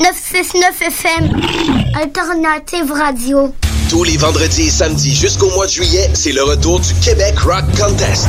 9 FM, Alternative Radio. Tous les vendredis et samedis jusqu'au mois de juillet, c'est le retour du Québec Rock Contest.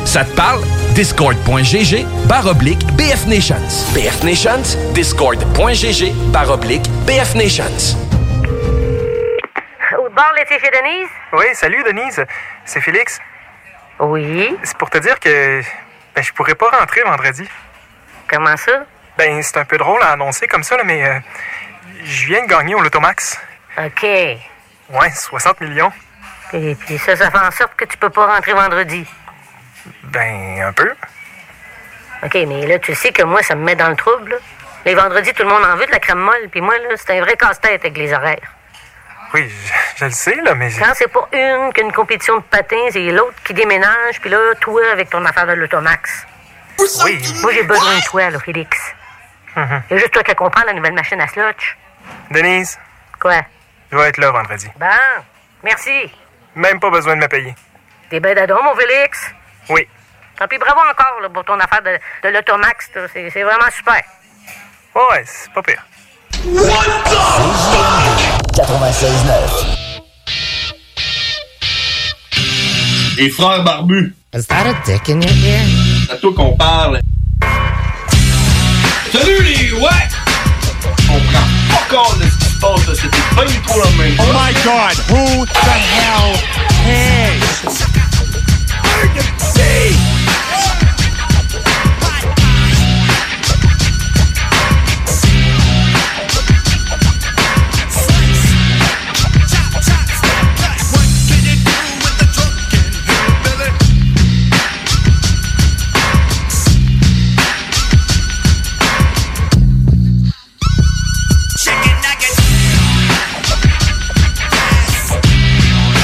Ça te parle? Discord.gg barre oblique BF Nations. BF Nations, discord.gg barre oblique BF Nations. Au bord, l'été chez Denise? Oui, salut Denise. C'est Félix. Oui. C'est pour te dire que ben, je pourrais pas rentrer vendredi. Comment ça? Ben, c'est un peu drôle à annoncer comme ça, là, mais euh, je viens de gagner au Lotomax. OK. Ouais, 60 millions. Et puis ça, ça fait en sorte que tu peux pas rentrer vendredi. Ben, un peu. OK, mais là, tu sais que moi, ça me met dans le trouble. là. Les vendredis, tout le monde en veut de la crème molle, puis moi, là, c'est un vrai casse-tête avec les horaires. Oui, je, je le sais, là, mais... Quand c'est pas une qu'une compétition de patins, c'est l'autre qui déménage, puis là, toi, avec ton affaire de l'automax. Oui, Hum. Moi, j'ai besoin de toi, là, Félix. Uh-huh. Il y a juste toi qui comprends la nouvelle machine à slotch. Denise, Quoi? je vais être là vendredi. Bon, Ben, merci. Même pas besoin de me payer. T'es ben d'adon, mon Félix. Oui. Tant pis, bravo encore là, pour ton affaire de, de l'automax. là. C'est c'est vraiment super. Ouais, c'est pas pire. 96.9. Les frères barbus. Is that a dick in your ear? C'est à toi qu'on parle. Salut les ouais! On prend pas compte de ce qui se passe, là. c'était pas du tout la même. Oh my god, who the hell cares?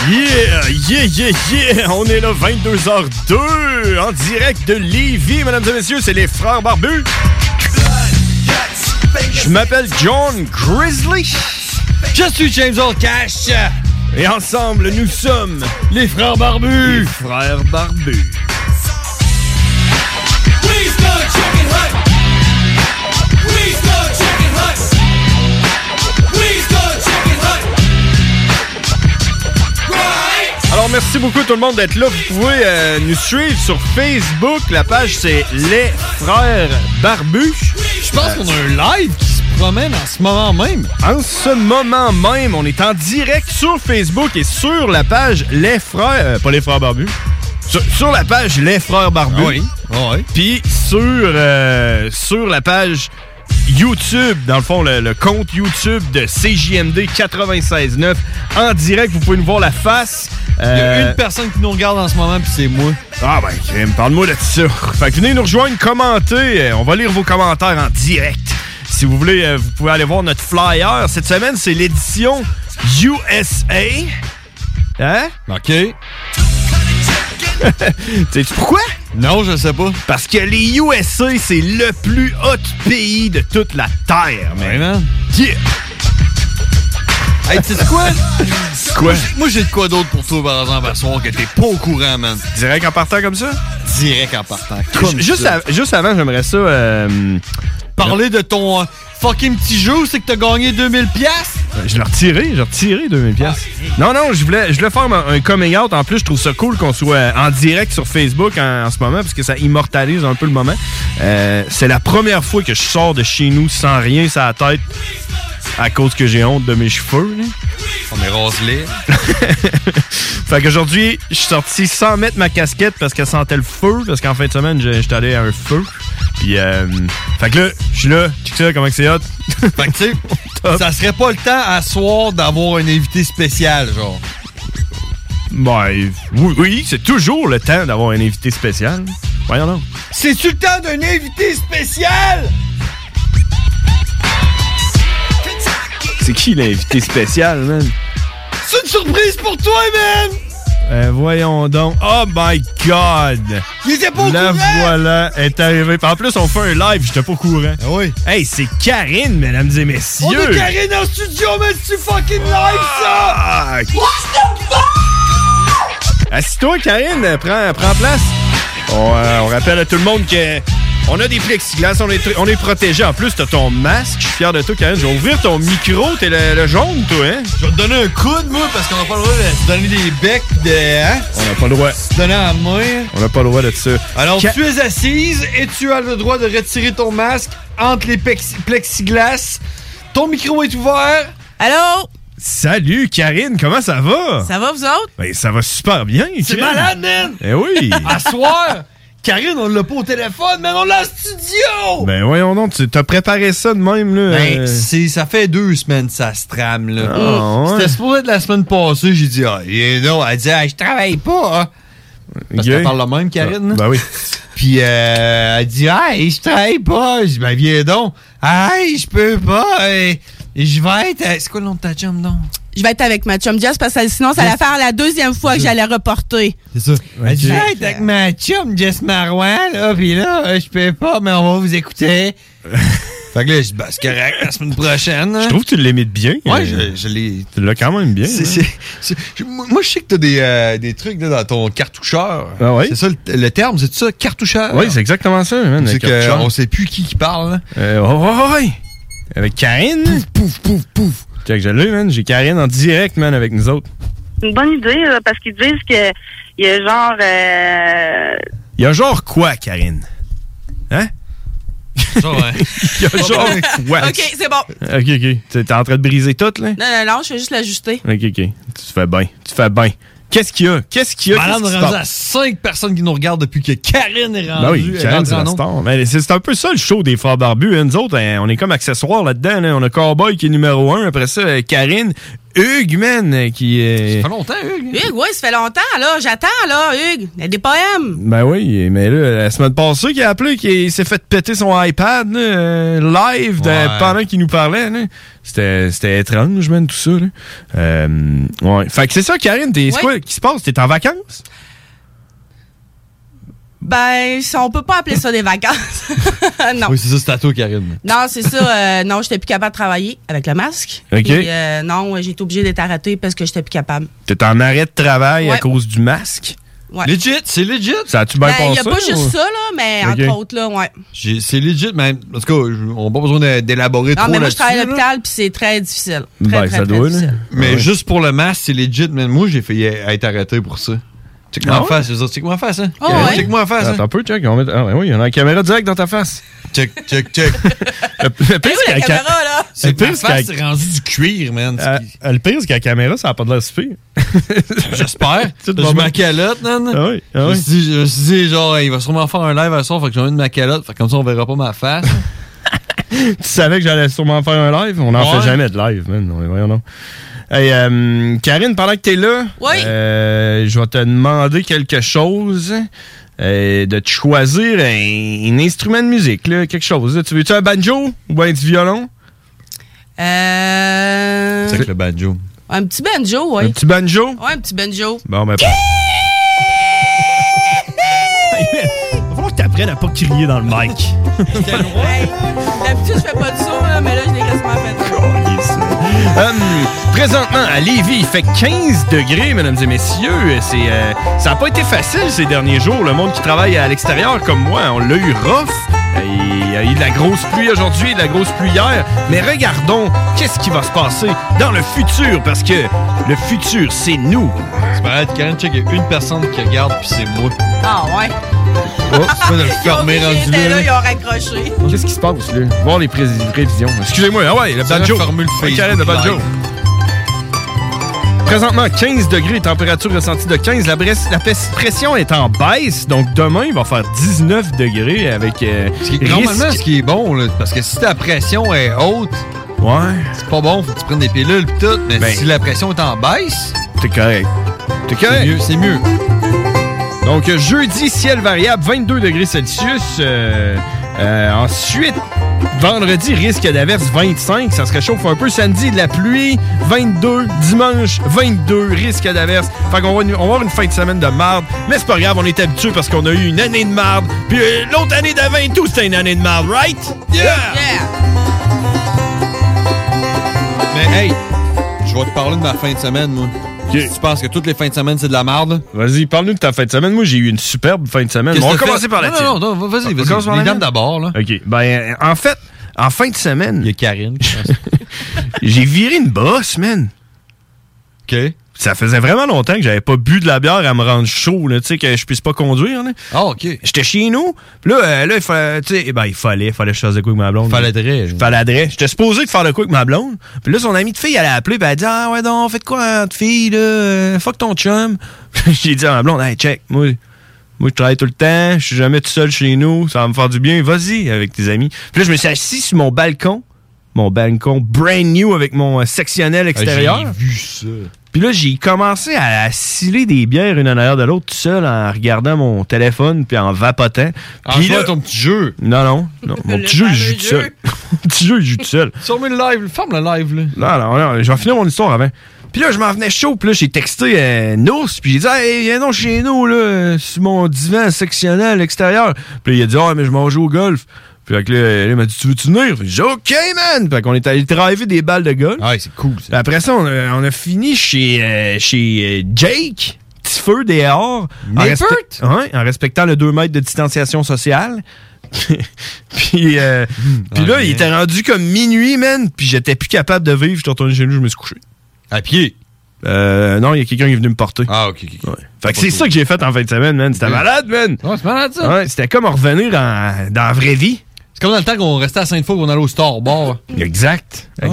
Yeah, yeah, yeah, yeah! On est là 22h02 en direct de Lévis, mesdames et messieurs, c'est les frères barbus. Je m'appelle John Grizzly. Je suis James Old Cash. Et ensemble, nous sommes les frères barbus. Les frères barbus. Alors, merci beaucoup tout le monde d'être là. Vous pouvez euh, nous suivre sur Facebook. La page, c'est Les Frères Barbus. Je pense qu'on a un live qui se promène en ce moment même. En ce moment même, on est en direct sur Facebook et sur la page Les Frères... euh, pas Les Frères Barbus. Sur, sur la page Les Frères Barbus. Oui, Puis sur, euh, sur la page... YouTube, dans le fond, le, le compte YouTube de CJMD 96.9. En direct, vous pouvez nous voir la face. Il y a Euh, une personne qui nous regarde en ce moment, puis c'est moi. Ah ben, crème, parle-moi de ça. Fait que venez nous rejoindre, commentez. Euh, On va lire vos commentaires en direct. Si vous voulez, euh, vous pouvez aller voir notre flyer. Cette semaine, c'est l'édition USA. Hein? OK. Sais-tu pourquoi? Non, je sais pas. Parce que les USA, c'est le plus hot pays de toute la Terre, man. Yeah! Hey, tu sais quoi? Quoi? Moi, j'ai de quoi d'autre pour toi, par exemple, à soir, que t'es pas au courant, man. Direct en partant comme ça? Direct en partant. Ju- Comme juste, ça. av- juste avant, j'aimerais ça... euh, Parler de ton euh, fucking petit jeu, c'est que t'as gagné 2000 piastres? Je l'ai retiré, je l'ai retiré 2000 pièces. Non, non, je voulais, je voulais faire un, un coming out. En plus, je trouve ça cool qu'on soit en direct sur Facebook en, en ce moment, parce que ça immortalise un peu le moment. Euh, c'est la première fois que je sors de chez nous sans rien sur la tête à cause que j'ai honte de mes cheveux. là. On est rose Fait qu'aujourd'hui, je suis sorti sans mettre ma casquette parce qu'elle sentait le feu. Parce qu'en fin de semaine, je- j'étais allé à un feu. Puis, euh, fait que là, je suis là. Check ça, comment que c'est hot. fait que tu sais, ça serait pas le temps à soir d'avoir un invité spécial, genre. Ben, oui, oui, c'est toujours le temps d'avoir un invité spécial. Voyons donc. C'est-tu le temps d'un invité spécial? C'est qui l'invité spécial, man? C'est une surprise pour toi, man! Euh, voyons donc. Oh my god! La voilà est arrivée. En plus, on fait un live, j'étais pas au courant. oui. Hey, c'est Karine, mesdames et messieurs! Ah On est Karine en studio, mais c'est fucking live, ça! Ah, What the fuck? Assis-toi, Karine, euh, prends, prends place. On, euh, on rappelle à tout le monde que on a des plexiglas, on est, tr- on est protégé. En plus, t'as ton masque. Je suis fier de toi, Karine. Je vais ouvrir ton micro. T'es le, le jaune, toi, hein? Je vais te donner un coude, moi, parce qu'on n'a pas le droit de se donner des becs pis de. Hein? On n'a pas le droit. Se donner à main. On n'a pas le droit de ça. Alors, Ca- tu es assise et tu as le droit de retirer ton masque entre les pex- plexiglas. Ton micro est ouvert. Allô? Salut, Karine. Comment ça va? Ça va, vous autres? Ben, ça va super bien. C'est Karine. malade, man! Eh oui. À soir, Karine, on l'a pas au téléphone, mais on l'a en studio! Ben voyons donc, tu t'as préparé ça de même, là. Ben, euh. c'est, ça fait deux semaines que ça se trame, là. Ah, ouais. C'était supposé être la semaine passée, j'ai dit, ah, et non, elle dit, Ah, je travaille pas, hein. Parce Ok. qu'elle parle la même, Karine. Ben oui. Puis, euh, elle dit, ah, je travaille pas. Je dis, ben, viens donc. Ah, je peux pas. euh, Je vais être. à- C'est quoi le nom de ta chum, donc? Je vais être avec ma chum Jess parce que sinon, ça allait faire la deuxième fois que j'allais reporter. C'est ça. Elle dit, Ok. je vais être avec ma chum, Jess Marouin, là. Puis là, euh, je peux pas, mais on va vous écouter. fait que là, je dis, ben, c'est correct, la semaine prochaine. hein. Je trouve que tu l'imites bien. Ouais, euh. je, je l'ai. Tu l'as quand même bien. C'est- hein. c'est- c'est- je- moi, je sais que t'as des, euh, des trucs là, dans ton cartoucheur. Ah ouais? C'est ça le, le terme, c'est ça, cartoucheur? Oui, c'est exactement ça, man. C'est avec que, Ah, le euh, char. on sait plus qui qui parle. là. Euh, ouais, ouais, ouais, ouais. Avec Karine. Pouf, pouf, pouf, pouf. Check, je l'ai, man. J'ai Karine en direct, man, avec nous autres. une bonne idée, là, parce qu'ils disent que il y a genre euh, Il y a genre quoi, Karine? Hein? Il y a genre quoi? OK, c'est bon. Ok, ok. T'es t'es en train de briser tout, là? Non, non, non, je vais juste l'ajuster. Ok, ok. Tu fais bien. Tu fais bien. Qu'est-ce qu'il y a? Qu'est-ce qu'il y a? Madame, Qu'est-ce qui on est se rendu à passe? 5 personnes qui nous regardent depuis que Karine est rendue. Ben oui, elle est Karen, rendue c'est euh, en la nombre. star. Ben, c'est c'est un peu ça le show des Frères Barbus. hein. Nous autres, hein, on est comme accessoires là-dedans. là. On a Cowboy qui est numéro un. Après ça, euh, Karine. Hugues, man, euh, qui est... longtemps, Hugues. Hugues, oui, ça fait longtemps, là. J'attends, là, Hugues. Il y a des poèmes. Ben oui, mais là, la semaine passée, qui a appelé, qui s'est fait péter son iPad là, euh, live de- Ouais. pendant qu'il nous parlait. là. C'était c'était étrange, man, tout ça. là. Euh, ouais. Fait que c'est ça, Karine. t'es- C'est Ouais. quoi qui se passe? T'es en vacances? Ben, ça, on peut pas appeler ça des vacances. non. Oui, c'est ça, c'est à toi, Karine. Non, c'est ça. euh, non, j'étais plus capable de travailler avec le masque. OK. Puis, euh, non, j'ai été obligée d'être arrêtée parce que j'étais plus capable. T'es en arrêt de travail à Ouais. cause du masque? Ouais. Legit, c'est legit. Ça a-tu bien Ben, il passé? y a pas juste ou- ça, là, mais OK. entre autres, là, ouais. J'ai- C'est legit, mais en tout cas, je- on n'a pas besoin de- d'élaborer Non, trop mais moi, je là-dessus, travaille à là. l'hôpital, puis c'est très difficile. Très, Ben, très, ça très doit, là. Ah difficile. Mais Ouais. juste pour le masque, c'est legit, man. Moi, j'ai failli être arrêté pour ça. Check-moi Ah en ouais? face, les autres. Check-moi en face, hein. Ah ouais? Check-moi en face, Attends hein. un peu, check. On met... Ah, ben oui, on a la caméra direct dans ta face. Check, check, check. Le, le Mais pire, où c'est la qu'à- caméra, là? C'est C'est pire, que ma c'est qu'à- face est rendue du cuir, man. à- à- le pire, c'est qu'à la caméra, ça n'a pas de l'air si pire. J'espère. Tout Je va bien. ma calotte, man. Ah oui, ah Je me oui. suis dit- je me suis dit, genre, il va sûrement faire un live à soir, faut que j'emmène ma calotte, fait que comme ça on verra pas ma face. Tu savais que j'allais sûrement faire un live? On n'en Ouais. fait jamais de live, man. On est- voyons donc. Hey, euh, Karine, pendant que t'es là, Oui. euh, je vais te demander quelque chose. euh, de te choisir un, un instrument de musique, là, quelque chose. là. Tu veux-tu un banjo ou un petit violon? Euh... le banjo. Un petit banjo, oui. Un petit banjo? Ouais, un petit banjo. Bon, ben. Il va falloir que t'apprennes à pas crier dans le mic. Hey, D'habitude, je fais pas de son, là, mais là, je l'ai quasiment fait. Hum, présentement, à Lévis, il fait 15 degrés, mesdames et messieurs. C'est, euh, ça n'a pas été facile ces derniers jours. Le monde qui travaille à l'extérieur, comme moi, on l'a eu rough. Euh, Il y a eu de la grosse pluie aujourd'hui, de la grosse pluie hier. Mais regardons qu'est-ce qui va se passer dans le futur, parce que le futur, c'est nous. C'est pareil, Karen, check, il y a une personne qui regarde, puis c'est moi. Ah, ouais. Oh, c'est pas de le Ils ont fermer dit, rendu j'étais là, là. ils ont raccroché. Qu'est-ce qui se passe, là? Voir les prévisions. Excusez-moi, ah ouais, le C'est la banjo. formule Ok, Facebook le banjo. Live. Présentement, 15 degrés, température ressentie de 15. La, bresse- la pes- pression est en baisse, donc demain, il va faire 19 degrés avec. euh, risque- Normalement, ce qui est bon, là, parce que si ta pression est haute, ouais. c'est pas bon, faut que tu prennes des pilules pis tout, mais Ben. si la pression est en baisse, T'es correct. T'es correct. C'est mieux, c'est mieux. Donc, euh, jeudi, ciel variable, 22 degrés Celsius. Euh, euh, ensuite, vendredi, risque d'averse 25. Ça se réchauffe un peu. Samedi, de la pluie, 22. Dimanche, 22. Risque d'averse. Fait qu'on va, on va avoir une fin de semaine de marde. Mais c'est pas grave, on est habitué parce qu'on a eu une année de marde. Puis euh, l'autre année d'avant et tout, c'était une année de marde, right? Yeah! Mais hey, je vais te parler de ma fin de semaine, moi. Si tu penses que toutes les fins de semaine, c'est de la merde, Vas-y, parle-nous de ta fin de semaine. Moi, j'ai eu une superbe fin de semaine. Qu'est-ce on va que t'as commencer fait? par la Non, tienne. non, non, vas-y, On vas-y. commence par la Les dames mienne? d'abord, là. OK. Ben, en fait, en fin de semaine. Il y a Karine. j'ai viré une bosse, man. OK. Ça faisait vraiment longtemps que j'avais pas bu de la bière à me rendre chaud, là, tu sais, que je puisse pas conduire, là. Ah, OK. J'étais chez nous. Puis là, euh, là, il fallait, tu sais, eh ben, il fallait, fallait que je fasse de quoi avec ma blonde. Fallait de Fallait de ré. J'étais supposé de faire de quoi avec ma blonde. Puis là, son amie de fille, elle a appelé, puis elle a dit, ah ouais, donc, faites quoi, hein, de fille, là, euh, fuck ton chum. J'ai dit à ma blonde, hey, check, moi, moi, je travaille tout le temps, je suis jamais tout seul chez nous, ça va me faire du bien, vas-y avec tes amis. Puis là, je me suis assis sur mon balcon, mon balcon brand new avec mon euh, sectionnel extérieur. Ah, J'ai vu ça. Puis là, j'ai commencé à, à sciller des bières une en arrière de l'autre tout seul en regardant mon téléphone puis en vapotant. Puis jouant là, à Ah, ton petit jeu. Non, non, non. Mon Le petit jeu, je fameux joue tout jeu. seul. Mon petit jeu, je joue tout seul. Surmets le live, ferme le live, là. Non, non, non, je vais finir mon histoire avant. Puis là, je m'en venais chaud, puis là, j'ai texté euh, Nours, puis j'ai dit, hey, viens donc chez nous, là, euh, sur mon divan sectionnel à l'extérieur. Puis là, il a dit, ah, mais je m'en joue au golf. Puis fait que là, euh, il m'a dit, tu veux-tu venir? Puis J'ai dit, OK, man! Fait qu'on est allé driver des balles de golf. Ouais, Ah, c'est cool. Puis Après ça, on a, on a fini chez, euh, chez euh, Jake, petit feu dehors. En, Nippert? Ouais, Hein? en respectant le 2 mètres de distanciation sociale. puis euh, Hmm. puis là, il était rendu comme minuit, man. Puis j'étais plus capable de vivre. Je suis retourné chez nous, je me suis couché. À pied? Euh, non, il y a quelqu'un qui est venu me porter. Ah, ok, ok. Fait que c'est ça que j'ai fait en fin de semaine, man. C'était malade, man. c'est malade, ça. Ouais, c'était comme revenir en- dans la vraie vie. C'est comme dans le temps qu'on restait à Sainte-Foy qu'on allait au store bar. Exact. Ah,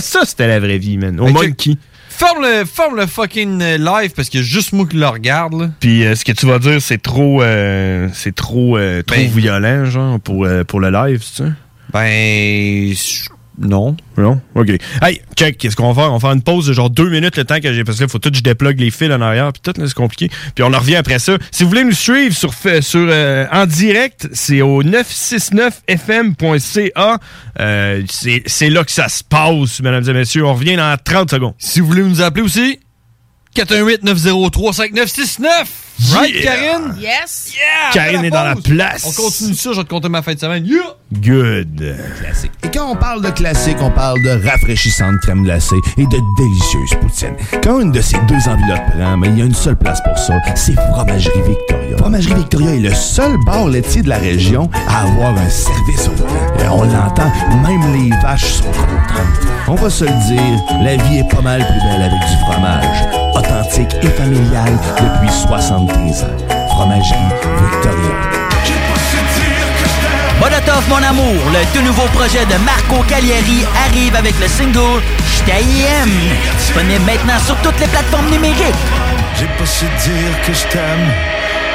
Ça, c'était la vraie vie, man. Au Fait que- monkey. Ferme le, ferme le fucking euh, live parce qu'il y a juste moi qui le regarde, là. Puis euh, ce que tu vas dire, c'est trop, euh, c'est trop, euh, trop violent, genre pour, euh, pour le live, c'est ça Ben non. Non, ok. Hey, check, qu'est-ce qu'on va faire On va faire une pause de genre deux minutes le temps que j'ai parce que là, faut tout que je déplogue les fils en arrière, puis tout là, c'est compliqué. Puis on en revient après ça. Si vous voulez nous suivre sur fa- sur euh, en direct, c'est au 969fm.ca. Euh, c'est c'est là que ça se passe, mesdames et messieurs. On revient dans 30 secondes. Si vous voulez nous appeler aussi, 418-903-5969. Right, Yeah. Karine? Ah, Yes! Karine est dans la place. On continue ça, je vais te compter ma fin de semaine. Yeah! Good. Et quand on parle de classique, on parle de rafraîchissante crème glacée et de délicieuse poutine. Quand une de ces deux enveloppes prend, mais il y a une seule place pour ça, c'est Fromagerie Victoria. Fromagerie Victoria est le seul bar laitier de la région à avoir un service au volant. Et on l'entend, même les vaches sont contentes. On va se le dire, la vie est pas mal plus belle avec du fromage. Authentique et familial depuis 73 ans. Fromagerie Victoria. Molotov Mon Amour, le tout nouveau projet de Marco Cagliari arrive avec le single Je t'aime. Disponible maintenant sur toutes les plateformes numériques. J'ai pas su dire que je t'aime.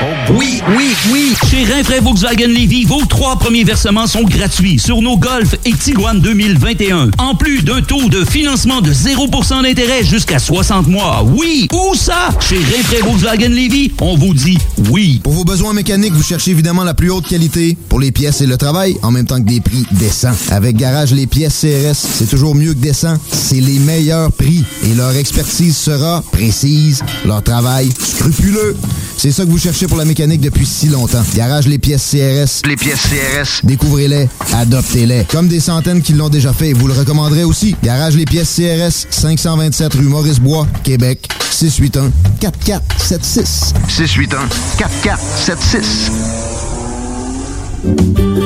Oh Oui, oui, oui. Chez Rainfray Volkswagen Levy, vos trois premiers versements sont gratuits sur nos Golf et Tiguan 2021. En plus d'un taux de financement de 0% d'intérêt jusqu'à 60 mois. Oui, où ça? Chez Rainfray Volkswagen Levy, on vous dit oui. Pour vos besoins mécaniques, vous cherchez évidemment la plus haute qualité pour les pièces et le travail, en même temps que des prix décents. Avec Garage, les pièces CRS, c'est toujours mieux que décent. C'est les meilleurs prix et leur expertise sera précise, leur travail scrupuleux. C'est ça que vous cherchez pour la mécanique depuis si longtemps. Garage, les pièces CRS. Les pièces CRS. Découvrez-les, adoptez-les. Comme des centaines qui l'ont déjà fait, vous le recommanderez aussi. Garage, les pièces CRS, 527 rue Maurice-Bois, Québec, 681-4476. 681-4476.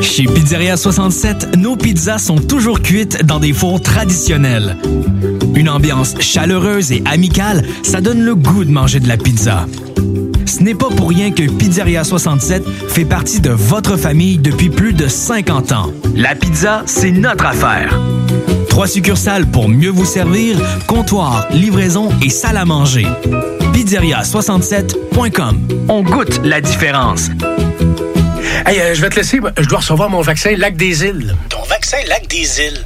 Chez Pizzeria 67, nos pizzas sont toujours cuites dans des fours traditionnels. Une ambiance chaleureuse et amicale, ça donne le goût de manger de la pizza. Ce n'est pas pour rien que Pizzeria 67 fait partie de votre famille depuis plus de 50 ans. La pizza, c'est notre affaire. Trois succursales pour mieux vous servir, comptoir, livraison et salle à manger. Pizzeria67.com. On goûte la différence. Hey, euh, je vais te laisser. Je dois recevoir mon vaccin Lac des Îles. Ton vaccin Lac des Îles.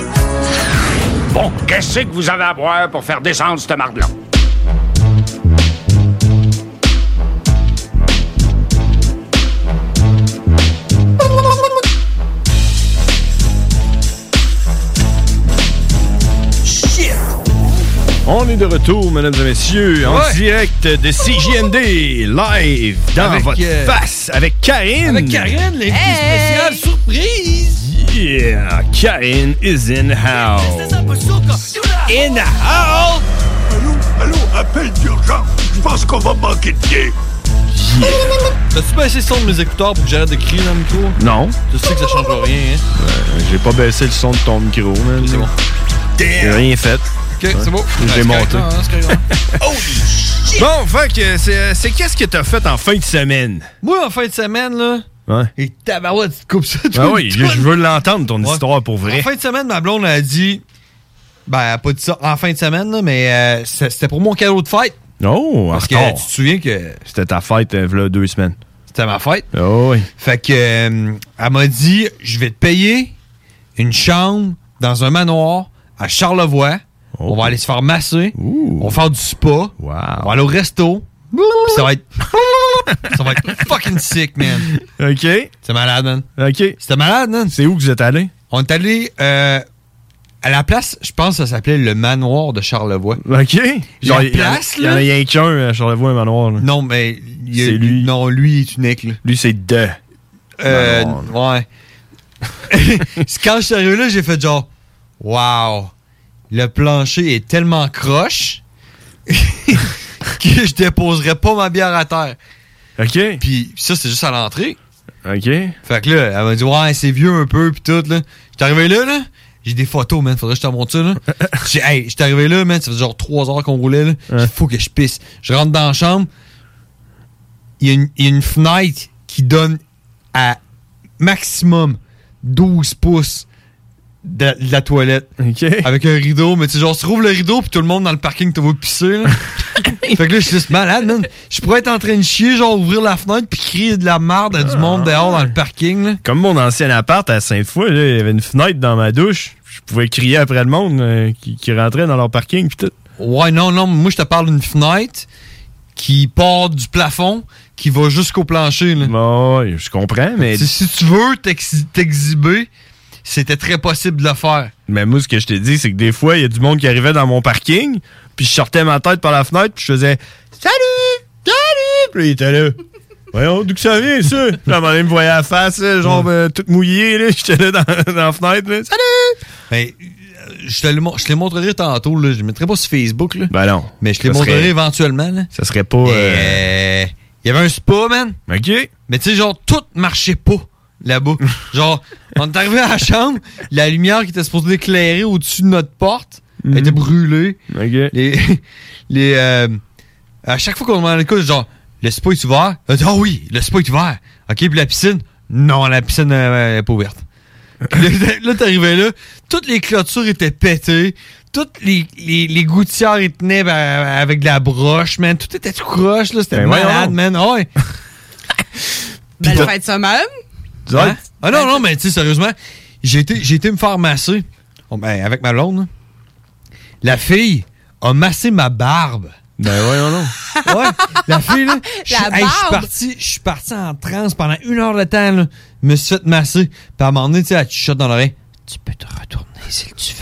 Bon, qu'est-ce que vous avez à boire pour faire descendre cette marde-là? On est de retour, mesdames et messieurs, en Ouais. direct de CJND, live, dans Avec, votre euh, face, avec Karine. Avec Karine, les spéciales surprises. Yeah, Karine is in the house. In the house. Allô, allô, appel d'urgence. Je pense qu'on va manquer de pied. T'as-tu baissé le son de mes écouteurs pour que j'arrête de crier dans le micro? Non. Tu sais que ça change rien, hein? J'ai pas baissé le son de ton micro, man. C'est bon. J'ai rien fait. Ok, c'est hein, beau. J'ai monté. Bon, fait que euh, c'est c'est qu'est-ce que t'as fait en fin de semaine? moi, en fin de semaine, là, Ouais. et tabarouette, tu te coupes ça. tu Ah vois, oui, tu je vois- je veux l'entendre, ton Ouais. histoire, pour En vrai. fin de semaine, ma blonde a dit. Ben, elle a pas dit ça en fin de semaine, là, mais euh, c'est- c'était pour mon cadeau de fête. Oh, Parce que encore. tu te souviens que C'était ta fête, euh, v'là deux semaines. c'était ma fête. Oh oui. Fait que, euh, elle m'a dit je vais te payer une chambre dans un manoir à Charlevoix. Oh. On va aller se faire masser. On va faire du spa. On va aller au resto. Puis ça va être. ça va être fucking sick, man. OK. C'est malade, man. OK. C'était malade, man. C'est où que vous êtes allé? On est allé euh, à la place, je pense que ça s'appelait le manoir de Charlevoix. OK. La il y en a- place, il y en a là? rien qu'un à Charlevoix, un manoir. Non, mais. C'est lui. Non, lui est unique, là. Lui, c'est de. Euh, ouais. C'est Quand je suis arrivé là, j'ai fait genre, wow, le plancher est tellement croche que je déposerais pas ma bière à terre. OK. Puis ça, c'est juste à l'entrée. OK. Fait que là, elle m'a dit, ouais, c'est vieux un peu, puis tout, là. J'étais arrivé là, là. J'ai des photos, man. Faudrait que je t'en montre ça, là. J'ai, hey, j'étais arrivé là, man. Ça fait genre trois heures qu'on roulait, là. Il faut que je pisse. Je rentre dans la chambre. Il y, a une- il y a une fenêtre qui donne à maximum 12 pouces de, la- de la toilette. Avec un rideau. Mais tu sais, genre, tu rouvres le rideau, puis tout le monde dans le parking te voit pisser, là. fait que là, je suis juste malade, man. Je pourrais être en train de chier, genre, ouvrir la fenêtre, puis crier de la merde Ah. à du monde dehors dans le parking, là. Comme mon ancien appart à Sainte-Foy, là, il y avait une fenêtre dans ma douche. Je pouvais crier après le monde euh, qui, qui rentrait dans leur parking. Pis tout. Ouais, non, non, moi je te parle d'une fenêtre qui part du plafond, qui va jusqu'au plancher. Là. ouais, je comprends, mais- Si, si tu veux t'ex- t'exhiber, c'était très possible de le faire. Mais moi, ce que je t'ai dit, c'est que des fois, il y a du monde qui arrivait dans mon parking, puis je sortais ma tête par la fenêtre, puis je faisais Salut! Salut! Puis là, il était là. Voyons, d'où que ça vient, ça? Puis là, à un moment donné, il me voyait à la face, là, genre euh, toute mouillée, là. J'étais là dans, dans la fenêtre, là. Salut! Mais euh, je te le mon- je te les montrerai tantôt, là. je les mettrai pas sur Facebook. Là. Ben non. Mais je les Ça montrerai serait- éventuellement. là. Ça serait pas. Et, euh, euh, Il y avait un spa, man. OK. Mais tu sais, genre, tout marchait pas là-bas. genre, on est arrivé à la chambre, la lumière qui était supposée éclairer au-dessus de notre porte elle était brûlée. Les, les, euh, à chaque fois qu'on demande le coup, genre, le spa est ouvert? Elle dit, ah oui, le spa est ouvert. OK, puis la piscine? Non, la piscine n'est pas ouverte. Puis là, là, t'arrivais là, toutes les clôtures étaient pétées, toutes les, les, les gouttières ils tenaient ben, avec de la broche, man. Tout était tout croche, là. C'était Ben voyons malade, donc. man. Ah Ouais. Belle fête semaine. Hein? Ah non, non, mais tu sais, sérieusement, j'ai été, j'ai été me faire masser. Oh, ben, avec ma blonde. là. La fille a massé ma barbe. Ben voyons non. Ouais, la fille, là. Je La hey, je suis barbe. parti, je suis parti en transe pendant une heure de temps, là. Je me suis fait masser. Puis à un moment donné, tu sais, elle te chuchote dans l'oreille. Tu peux te retourner si tu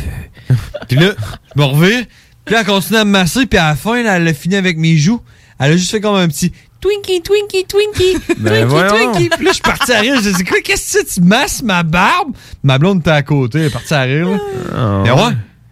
veux. puis là, je me revire. Puis elle continue à me masser. Puis à la fin, là, elle a fini avec mes joues. Elle a juste fait comme un petit. Twinkie, Twinkie, Twinkie. Ben twinkie, voyons. Twinkie. Puis là, je suis parti à rire. Je dis, quoi, qu'est-ce que tu masses ma barbe? Ma blonde était à côté. Elle est partie à rire. là. Mais ouais.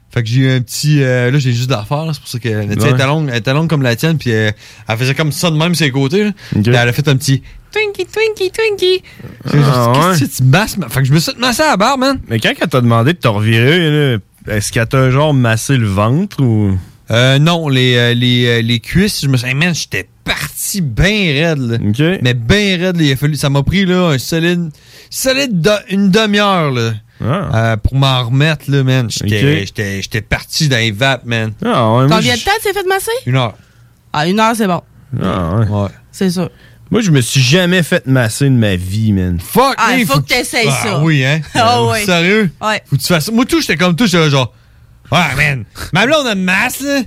Fait que j'ai eu un petit. euh, là, j'ai juste d'affaires. là. C'est pour ça que tu sais, Ouais. elle était longue, elle était longue comme la tienne. Puis euh, elle faisait comme ça de même ses côtés. là. Puis elle a fait un petit. Twinkie, Twinkie, Twinkie. J'ai juste, qu'est-ce que tu masses? ma- Fait que je me suis massé à la barbe, man. Ah, Mais quand elle t'a demandé de te revirer, là, est-ce qu'elle t'a genre massé le ventre ou. Euh, non, les, euh, les, euh, les cuisses, je me suis dit, man, j'étais parti bien raide, là. Mais bien raide, là. Il a fallu, ça m'a pris, là, un solide, solide de- une demi-heure, là. euh, pour m'en remettre, là, man. J'étais Ok. j'étais- j'étais parti dans les vapes, man. Combien de temps tu t'es fait masser? Une heure. Ah, une heure, c'est bon. Ah, ouais. C'est sûr. Moi, je me suis jamais fait masser de ma vie, man. Fuck, Ah, hey, faut que t'essayes Ah, ça. oui, hein? Ah, Euh, ouais. Sérieux? Ouais. Faut que tu fasses ça. Moi, tout, j'étais comme tout, j'étais genre, ah, man. Ma blonde, elle me masse, là.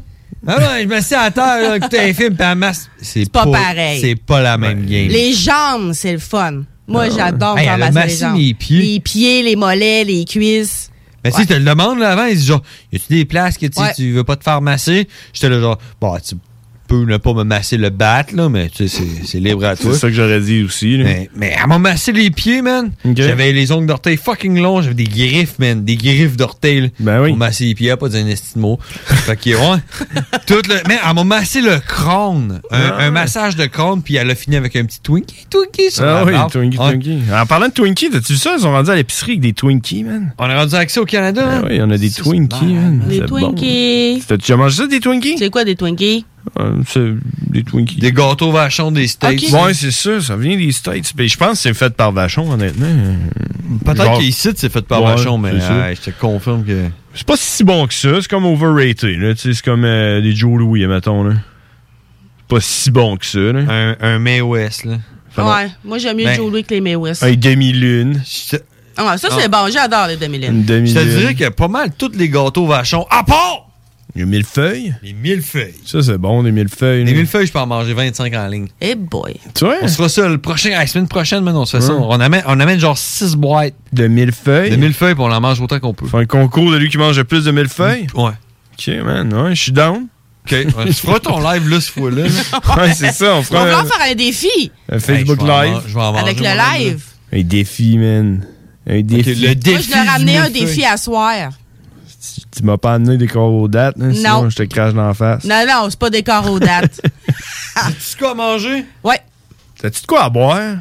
Ah, ouais, je me suis à terre, là, écouter un film, puis elle masse. C'est pas pareil. C'est pas la même game. Les jambes, c'est le fun. Moi, j'adore Ben Hey, faire elle a masser les massé jambes. mes pieds. Les pieds, les mollets, les cuisses. Mais Ben, si, je te le demande là, avant, il dit genre, y a-tu des places que tu sais, Ouais. tu veux pas te faire masser? J'étais là genre, bon, tu peux ne pas me masser le bat, là, mais tu sais, c'est- c'est libre à toi. C'est ça que j'aurais dit aussi. là. Mais, mais elle m'a massé les pieds, man. J'avais les ongles d'orteil fucking longs, j'avais des griffes, man, des griffes d'orteil. là, Ben Pour masser les pieds, elle a pas d'un estimo. fait que, ouais. Tout le, mais elle m'a massé le crâne. Un, Ah. un massage de crâne, puis elle a fini avec un petit Twinkie, Twinkie sur Ah la oui, barbe. Twinkie, Ouais. Twinkie. En parlant de Twinkie, t'as-tu vu ça? Ils sont rendus à l'épicerie avec des Twinkies, man. On est rendu accès au Canada, Ah hein? oui, on a des Twinkies, man. Des C'est bon. Twinkies. T'as-tu déjà mangé ça, des Twinkies? C'est quoi des Twinkies? Euh, c'est des Twinkies. Des gâteaux vachons des States. Ok. Ouais, c'est ça, ça vient des States. Mais je pense que c'est fait par Vachon, honnêtement. Peut-être Genre- qu'ici, c'est fait par Ouais, Vachon, mais c'est ça. ouais, je te confirme que. C'est pas si bon que ça, c'est comme overrated. Là. Tu sais, C'est comme euh, des Joe Louis, mettons. Là. C'est Pas si bon que ça. Là. Un, un May West. Là. Ouais, moi, j'aime mieux Ben, Joe Louis que les May West. Un demi-lune. Ah, ça, c'est Ah. bon. J'adore les demi-lunes. Je te dirais que pas mal tous les gâteaux Vachon, à part Il y a mille feuilles. les millefeuilles. Ça, c'est bon, des millefeuilles. Les millefeuilles, je peux en manger 25 en ligne. Eh boy. Tu vois? On se fera ça le prochain, la semaine prochaine, maintenant, on se fait ça. Ouais. On amène, on amène genre 6 boîtes. De millefeuilles. De millefeuilles, puis on en mange autant qu'on peut. Mmh, Faut un concours de lui qui mange le plus de millefeuilles? Ouais. Ok, man, ouais, je suis down. Ok, ouais, tu feras ton live là, ce fois-là. là. ouais, c'est ça, on On va fera un, faire un défi un Facebook Hey, je vais en Live. man- je vais en avec le live. Un défi, man. Un défi. le Moi, je leur ai amené un défi à soir. Tu m'as pas amené des corps aux dates, hein, sinon je te crache dans la face. Non, non, c'est pas des corps aux dates. As-tu quoi à manger? Ouais. T'as-tu de quoi à boire?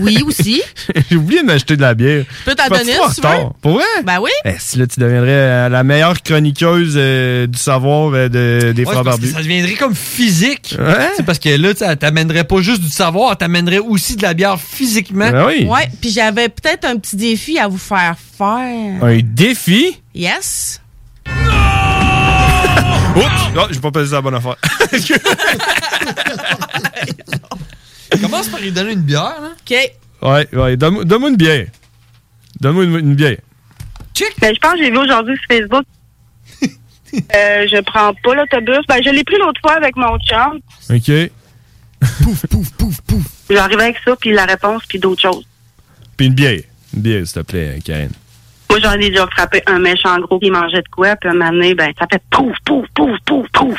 Oui, aussi. J'ai oublié de m'acheter de la bière. peux t'en Je suis donner, parti trop en si tu veux. retard. Pour vrai? Ben oui. Eh, si là, tu deviendrais euh, la meilleure chroniqueuse euh, du savoir euh, de- des Ouais, frères c'est parce que barbus. ça deviendrait comme physique. Ouais. C'est parce que là, tu sais, elle t'amènerait pas juste du savoir, elle t'amènerait aussi de la bière physiquement. Ouais, puis j'avais peut-être un petit défi à vous faire faire. Un défi? Yes. Oups! Oh, j'ai pas pesé la bonne affaire. Commence par lui donner une bière, là. OK. ouais, ouais. Donne-moi donne-moi une bière. Donne-moi une, une bière. Ben, je pense que j'ai vu aujourd'hui sur Facebook. euh, je prends pas l'autobus. Ben, je l'ai pris l'autre fois avec mon chum. OK. J'arrivais avec ça, puis la réponse, puis d'autres choses. Puis une bière. Une bière, s'il te plaît, Karen. Moi, j'en ai déjà frappé un méchant gros qui mangeait de quoi, puis un moment donné, ben, ça fait pouf, pouf, pouf, pouf, pouf.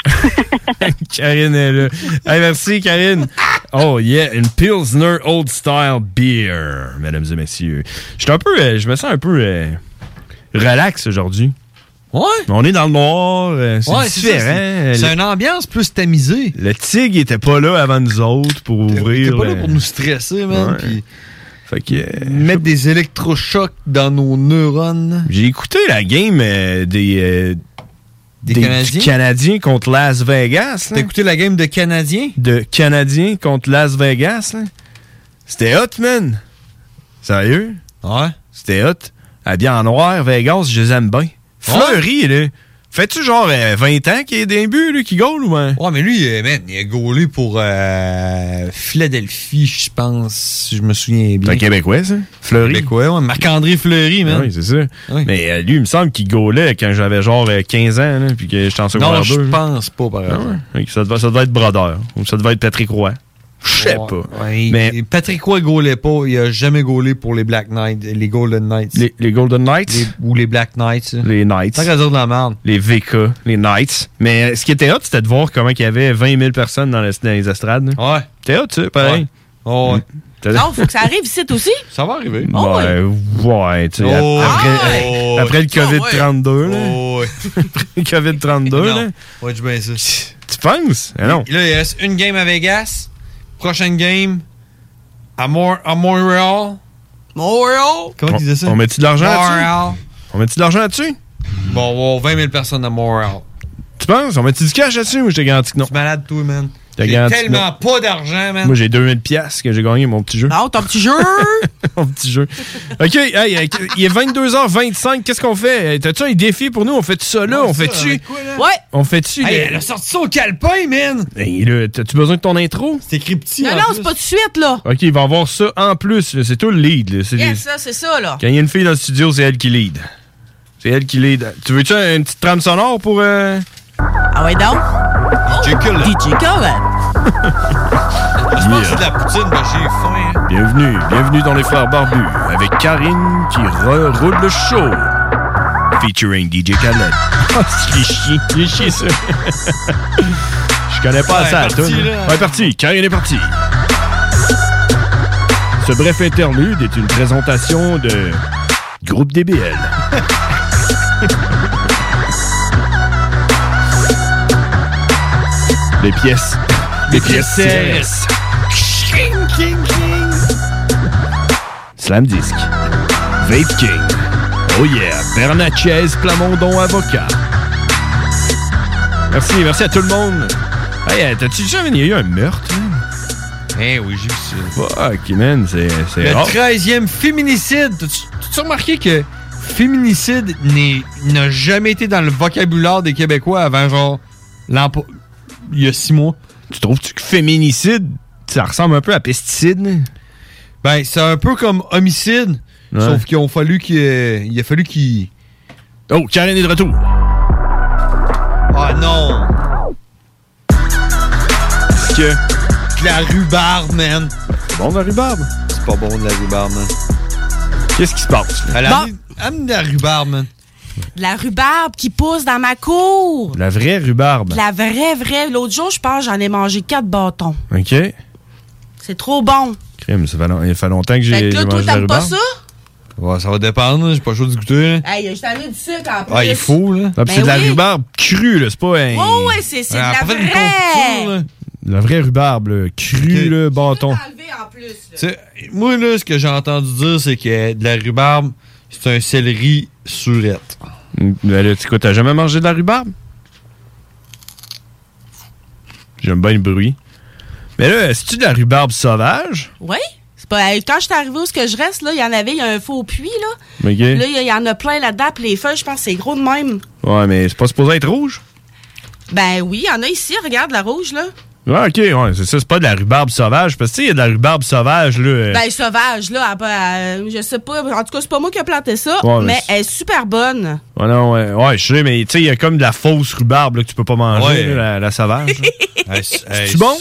Karine est là. Hey, merci, Karine. Oh, yeah, une Pilsner Old Style Beer, mesdames et messieurs. Je suis un peu, euh, je me sens un peu euh, relax aujourd'hui. Ouais. On est dans le noir, euh, c'est Ouais, différent. ça, Euh, C'est c'est le- une ambiance plus tamisée. Le Tig il était pas là avant nous autres pour T'es ouvrir. pas là euh, pour nous stresser, man. ouais. puis Fait que, euh, mettre des électrochocs dans nos neurones. J'ai écouté la game euh, des, euh, Des du Canadiens? Canadiens contre Las Vegas. T'as écouté la game de Canadiens? De Canadiens contre Las Vegas. là. C'était hot, man. Sérieux? Ouais. C'était hot. Habillé en noir, Vegas, je les aime bien. Fleury, là. Fais-tu genre euh, 20 ans qu'il est d'un but, lui, qui gaule ou ben? Ouais, mais lui, euh, man, il a gaulé pour euh, Philadelphie, je pense, si je me souviens bien. C'est un Québécois, ça? Fleury. Québécois, ouais. Marc-André Fleury, man. Oui, c'est ça. Mais euh, lui, il me semble qu'il gaulait quand j'avais genre euh, 15 ans, là, puis que j'étais en secondaire Non, je 2. pense pas, par Ah exemple. ouais? Fait que Ça, devait, ça devait être Brodeur, ou ça devait être Patrick Roy. Je sais Ouais, pas. ouais, il- Mais- il- Patrick Roy gaulait pas. Il a jamais gaulé pour les Black Knights, les Golden Knights. Les, les Golden Knights? ou les Black Knights. Les Knights. Tant qu'à dire de la merde. Les VK, les Knights. Mais euh, ce qui était hot, c'était de voir comment il y avait 20 000 personnes dans, le- dans les estrades. Ouais. C'était hot, ça, pareil. Ouais. Non, faut que ça Oh, arrive ici aussi. Ça va arriver. ouais, Ben, ouais, tu sais, ap- Oh, après, ouais. Oh, euh, après le COVID-32, là. Après le COVID-32, Non. là. Ouais, je bien ça. Tu penses? Ah non. Et Là, il reste une game à Vegas. Prochaine game à, Mor- à Montréal. Montréal? Comment tu disais ça? On met-tu de l'argent Montréal. là-dessus? On met-tu de l'argent là-dessus? Bon, on va avoir 20 000 personnes à Montréal. Tu penses? On met-tu du cash là-dessus ou je te garantis que non? Tu malade, toi, man. Je te J'ai garantis que tellement non. pas d'argent, man. Moi, j'ai 2000 piastres que j'ai gagné mon petit jeu. Non, Ah, ton petit jeu! mon petit jeu. OK, hey, hey, il est 22h25. Qu'est-ce qu'on fait? Hey, T'as-tu un défi pour nous? On fait ça là? on fait-tu? Ouais! On fait-tu? Hey, les- elle a sorti ça au calepin, man! Hey, là, T'as-tu besoin de ton intro? C'est écrit petit. Non, non, c'est pas tout de suite, là. OK, il va avoir ça en plus. là. C'est tout le lead. là. C'est Yes, ça, c'est ça, là. Quand il y a une fille dans le studio, c'est elle qui lead. C'est elle qui lead. Tu veux-tu une petite trame sonore pour. euh, Ah ouais, donc? DJ Cool. DJ Cool. Je pense que c'est de la poutine, mais j'ai faim. hein. Bienvenue, bienvenue dans les frères barbus avec Karine qui reroule le show. Featuring DJ Khaled. Oh, c'est chier, c'est chier ça. Je connais pas Ouais, ça, parti, Antoine. là. Ouais, parti, Karine est partie. Ce bref interlude est une présentation de Groupe DBL. Les pièces. Les pièces CRS. King, king, king. Slam Disc. Vape King. Oh yeah. Bernatchez, Plamondon, avocat. Merci, merci à tout le monde. Hey, euh, t'as-tu déjà vu, il y a eu un meurtre? Eh oui, j'ai vu ça. Fuck, man, c'est c'est Le rare. 13e féminicide. T'as-tu t'as-tu remarqué que féminicide n'est- n'a jamais été dans le vocabulaire des Québécois avant, genre, l'an pa- il y a six mois? Tu trouves-tu que féminicide, ça ressemble un peu à pesticide? Ben, c'est un peu comme homicide, Ouais. sauf qu'il a fallu qu'il euh, il a fallu qu'il... Oh, Karen est de retour. Ah non! Parce que... La rhubarbe, man! C'est bon de la rhubarbe? C'est pas bon de la rhubarbe, man. Qu'est-ce qui se passe? Elle Bon. amène, amène de la rhubarbe, man. De la rhubarbe qui pousse dans ma cour. La vraie rhubarbe. Ben. De La vraie, vraie. L'autre jour, je pense, j'en ai mangé quatre bâtons. OK. C'est trop bon. Crime, ça fait, long- il fait longtemps que Fait j'ai que là, j'ai toi, mangé de la t'aimes pas rhubarbe. ça? Ouais, ça va dépendre, j'ai pas chaud de goûter. là. Hey, je t'en ai du sucre en plus. Ah, il faut, là. Ah, puis c'est de la Ben oui. rhubarbe crue, là, c'est pas un... Oh, ouais, c'est c'est de Ah, la pas fait une vraie. La vraie rhubarbe, là, crue, le bâton. Tu sais, moi, là, ce que j'ai entendu dire, c'est que de la rhubarbe, c'est un céleri surette. Mais Ben là, tu quoi, t'as jamais mangé de la rhubarbe? J'aime bien le bruit. Mais là, c'est-tu de la rhubarbe sauvage? Oui. C'est pas, hey, quand je suis arrivée où ce que je reste, là, il y en avait, il y a un faux puits, là. OK. Là, il y, il y en a plein là-dedans, puis les feuilles, je pense, que c'est gros de même. Ouais, mais c'est pas supposé être rouge? Ben oui, il y en a ici, regarde la rouge, là. Ouais, ok, ouais, c'est ça, c'est pas de la rhubarbe sauvage. Parce que, tu sais, il y a de la rhubarbe sauvage, là. euh, Ben sauvage, là. elle- elle- je sais pas. En tout cas, c'est pas moi qui ai planté ça, Ouais, mais mais c'est- elle est super bonne. Ouais, non, ouais, ouais, je sais, mais tu sais, il y a comme de la fausse rhubarbe là, que tu peux pas manger, Ouais. là, la, la sauvage. C'est bon?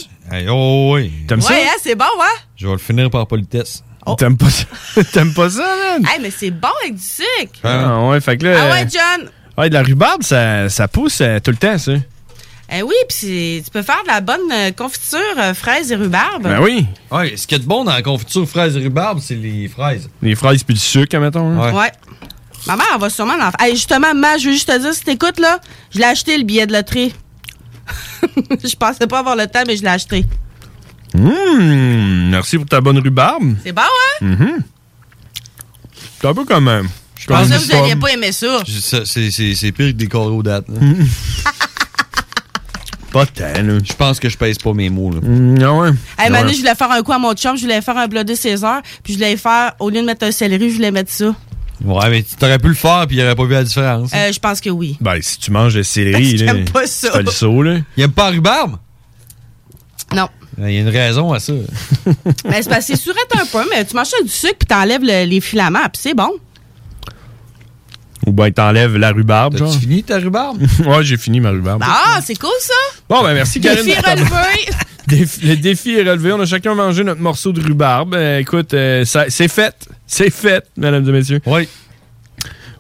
oh, oui. T'aimes ça? Oh. ouais, hein, c'est bon, hein? Je vais le finir par politesse. T'aimes pas ça? T'aimes pas ça, man? Hey, mais c'est bon avec du sucre. Ah, ouais, fait que là. Ah ouais, John. ouais, de la rhubarbe, ça, ça pousse euh, tout le temps, ça. Eh oui, puis c'est- tu peux faire de la bonne euh, confiture euh, fraise et rhubarbe. Ben Ouais, ce qu'il y a de bon dans la confiture fraises et rhubarbe, c'est les fraises. Les fraises puis du sucre, hein. mettons. Ouais. Maman, elle va sûrement l'en faire. Hey, justement, maman, je veux juste te dire, si t'écoutes, là, je l'ai acheté le billet de loterie. je pensais pas avoir le temps, mais je l'ai acheté. Hum, merci pour ta bonne rhubarbe. C'est bon, hein? Mhm. C'est un peu comme. euh, Je comme pensais une que vous n'alliez pomme. pas aimé ça. C'est- ça, C'est c'est- c'est pire que des coraux dates. là. Mm. pas tant, là. Je pense que je pèse pas mes mots, là. Non, Mm, ah ouais. Hey, Manu, je voulais faire un coup à mon chum, je voulais faire un bloc de César, puis je voulais faire, au lieu de mettre un céleri, je voulais mettre ça. Ouais, mais tu t'aurais pu le faire puis il aurait pas vu la différence. Euh, je pense que oui. Ben, si tu manges le céleri, Parce là. qu'il aime Ben, pas ça. tu fais le saut, là. Il aime pas rhubarbe? Ben, Non. Il y a une raison à ça. Mais Ben, c'est parce que c'est surette un peu, mais tu manges ça avec du sucre puis t'enlèves le- les filaments, puis c'est bon. Ou ben, t'enlèves la rhubarbe, genre. Tu fini ta rhubarbe? ouais, j'ai fini ma rhubarbe. Ah, c'est cool ça! Bon, ben, merci, Karine. Défi pour ta- relevé! Défi- le défi est relevé. On a chacun mangé notre morceau de rhubarbe. Euh, écoute, euh, ça- c'est fait. C'est fait, mesdames et messieurs. Oui.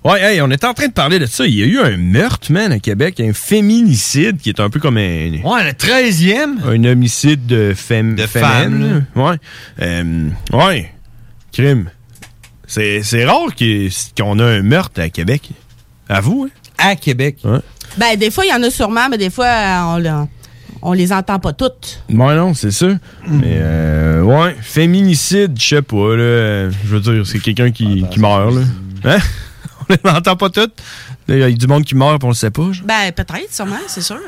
Ouais, hey, on était en train de parler de ça. Il y a eu un meurtre, man, à Québec. Un féminicide qui est un peu comme un. Ouais, le 13e. Un homicide de, femme. De femme, Ouais. Euh, ouais. Crime. C'est c'est rare qu'il- qu'on a un meurtre à Québec. À vous, hein? À Québec. Ouais. Ben, des fois, il y en a sûrement, mais des fois, euh, on, le- on les entend pas toutes. Ouais, non, c'est ça. Mais, euh, ouais, féminicide, je sais pas, là. Euh, Je veux dire, c'est quelqu'un qui, qui meurt, là. Hein? On l'entend pas tout. Il y a du monde qui meurt, puis on le sait pas. genre. Ben, peut-être, sûrement, c'est sûr.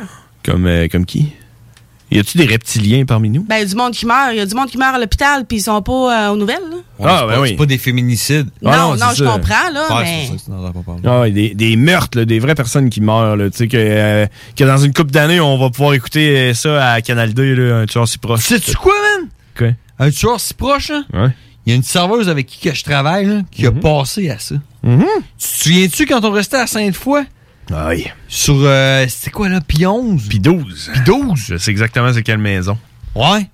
Comme, euh, comme qui? Y a-tu des reptiliens parmi nous? Ben, il y a du monde qui meurt. Il y a du monde qui meurt à l'hôpital, puis ils sont pas euh, aux nouvelles, là. ah, ben oui. C'est pas des féminicides. Non, Ah non, non, c'est je ça. comprends, là, Ouais, mais- c'est ça, sinon, on en parle. Ah, ouais, des, des meurtres, là, des vraies personnes qui meurent. là, Tu sais, que, euh, que dans une couple d'années, on va pouvoir écouter euh, ça à Canal 2, là, un tueur si proche. Sais-tu quoi, man? Quoi? Un tueur si proche, là? Ouais. Mhm. Il y a une serveuse avec qui que je travaille là, qui a passé à ça. Tu te souviens-tu quand on restait à Sainte-Foy? Aïe. Sur, euh, c'était quoi là, Pi 11? Pi 12. Pi 12? Je sais exactement c'est quelle maison. Ouais.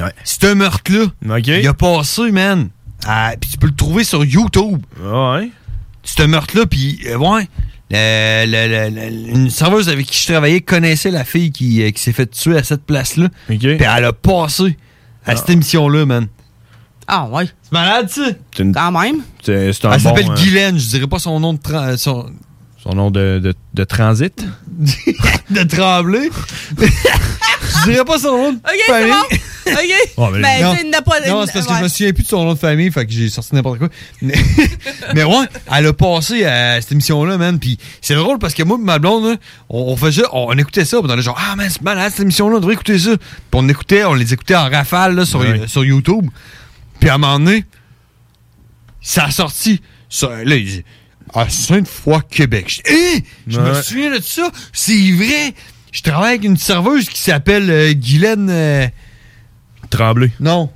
Ouais. C'est un meurtre-là. OK. Il a passé, man. Ah, puis tu peux le trouver sur YouTube. Ah Ouais. C'est un meurtre-là, puis, euh, ouais. le- le- le- le- une serveuse avec qui je travaillais connaissait la fille qui, euh, qui s'est fait tuer à cette place-là. Puis elle a passé à cette émission-là, man. Ah, ouais. C'est malade, ça? Quand même. C'est c'est un Elle bon, s'appelle euh, Guylaine, je dirais pas son nom de tra- son, Son nom de, de, de transit. de trembler. je dirais pas son nom de OK, c'est famille. bon. OK. Ah, Oh, mais- ben, non, il n'a pas... non, c'est parce que ouais. je me souviens plus de son nom de famille, fait que j'ai sorti n'importe quoi. Mais, mais ouais, elle a passé à cette émission-là, man. Puis c'est drôle parce que moi, et ma blonde, là, on, on faisait, on, on écoutait ça, puis on était genre, ah man, c'est malade cette émission-là, on devrait écouter ça. Puis on écoutait, on les écoutait en rafale là, sur, Ouais. sur YouTube. Puis à un moment donné, ça a sorti. Ça, là, il dit, ah, à Sainte-Foy, Québec. Je, dis, Hé! je me Ouais. souviens de ça. C'est vrai. Je travaille avec une serveuse qui s'appelle euh, Guylaine. euh, Tremblay. Non.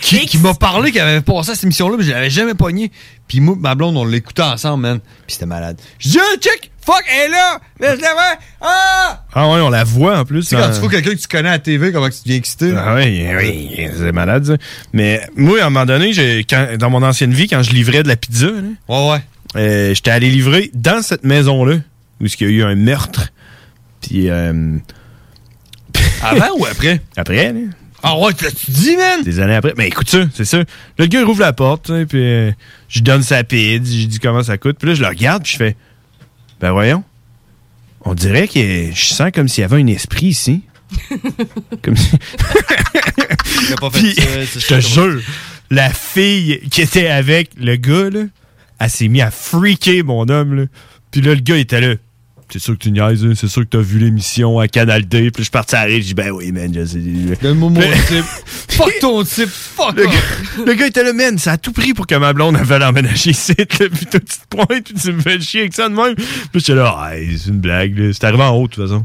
qui qui m'a parlé qu'elle avait passé à cette émission-là, mais je l'avais jamais pogné. Puis moi, ma blonde, on l'écoutait ensemble, man. Puis c'était malade. Je dis, Ah, check! Fuck, elle est là! Laisse-la voir! Ah! Ah ouais, on la voit en plus. Tu sais, quand tu vois quelqu'un que tu connais à la TV, comment tu deviens excité? là? Ah oui, oui, c'est malade, ça. Mais moi, à un moment donné, j'ai- quand- dans mon ancienne vie, quand je livrais de la pizza, là, euh, j'étais allé livrer dans cette maison-là, où il y a eu un meurtre. Puis... euh, Avant ou après? Après, là. Ah ouais, tu l'as-tu dit, man? Des années après. Mais écoute ça, c'est ça. Le gars, il rouvre la porte, hein, puis euh, je lui donne sa pide, je lui dis comment ça coûte. Puis là, je le regarde, puis je fais Ben voyons, on dirait que je sens comme s'il y avait un esprit ici. comme si. Il a pas Puis, je te jure, la fille qui était avec le gars, là, elle s'est mise à freaker mon homme. Là. Puis là, le gars était là. C'est sûr que tu niaises, hein? c'est sûr que t'as vu l'émission à Canal D. Puis là, je suis parti à rire, je dis ben oui, man, je sais. Donne-moi mon type. Fuck ton type, fuck le gars, le gars était là, man, ça a tout pris pour que ma blonde elle veuille emménager ici. là. Puis toi, tu te pointes, puis tu me fais chier avec ça de même. Puis j'étais là, Ah, c'est une blague, là. c'est arrivé en haut, de toute façon.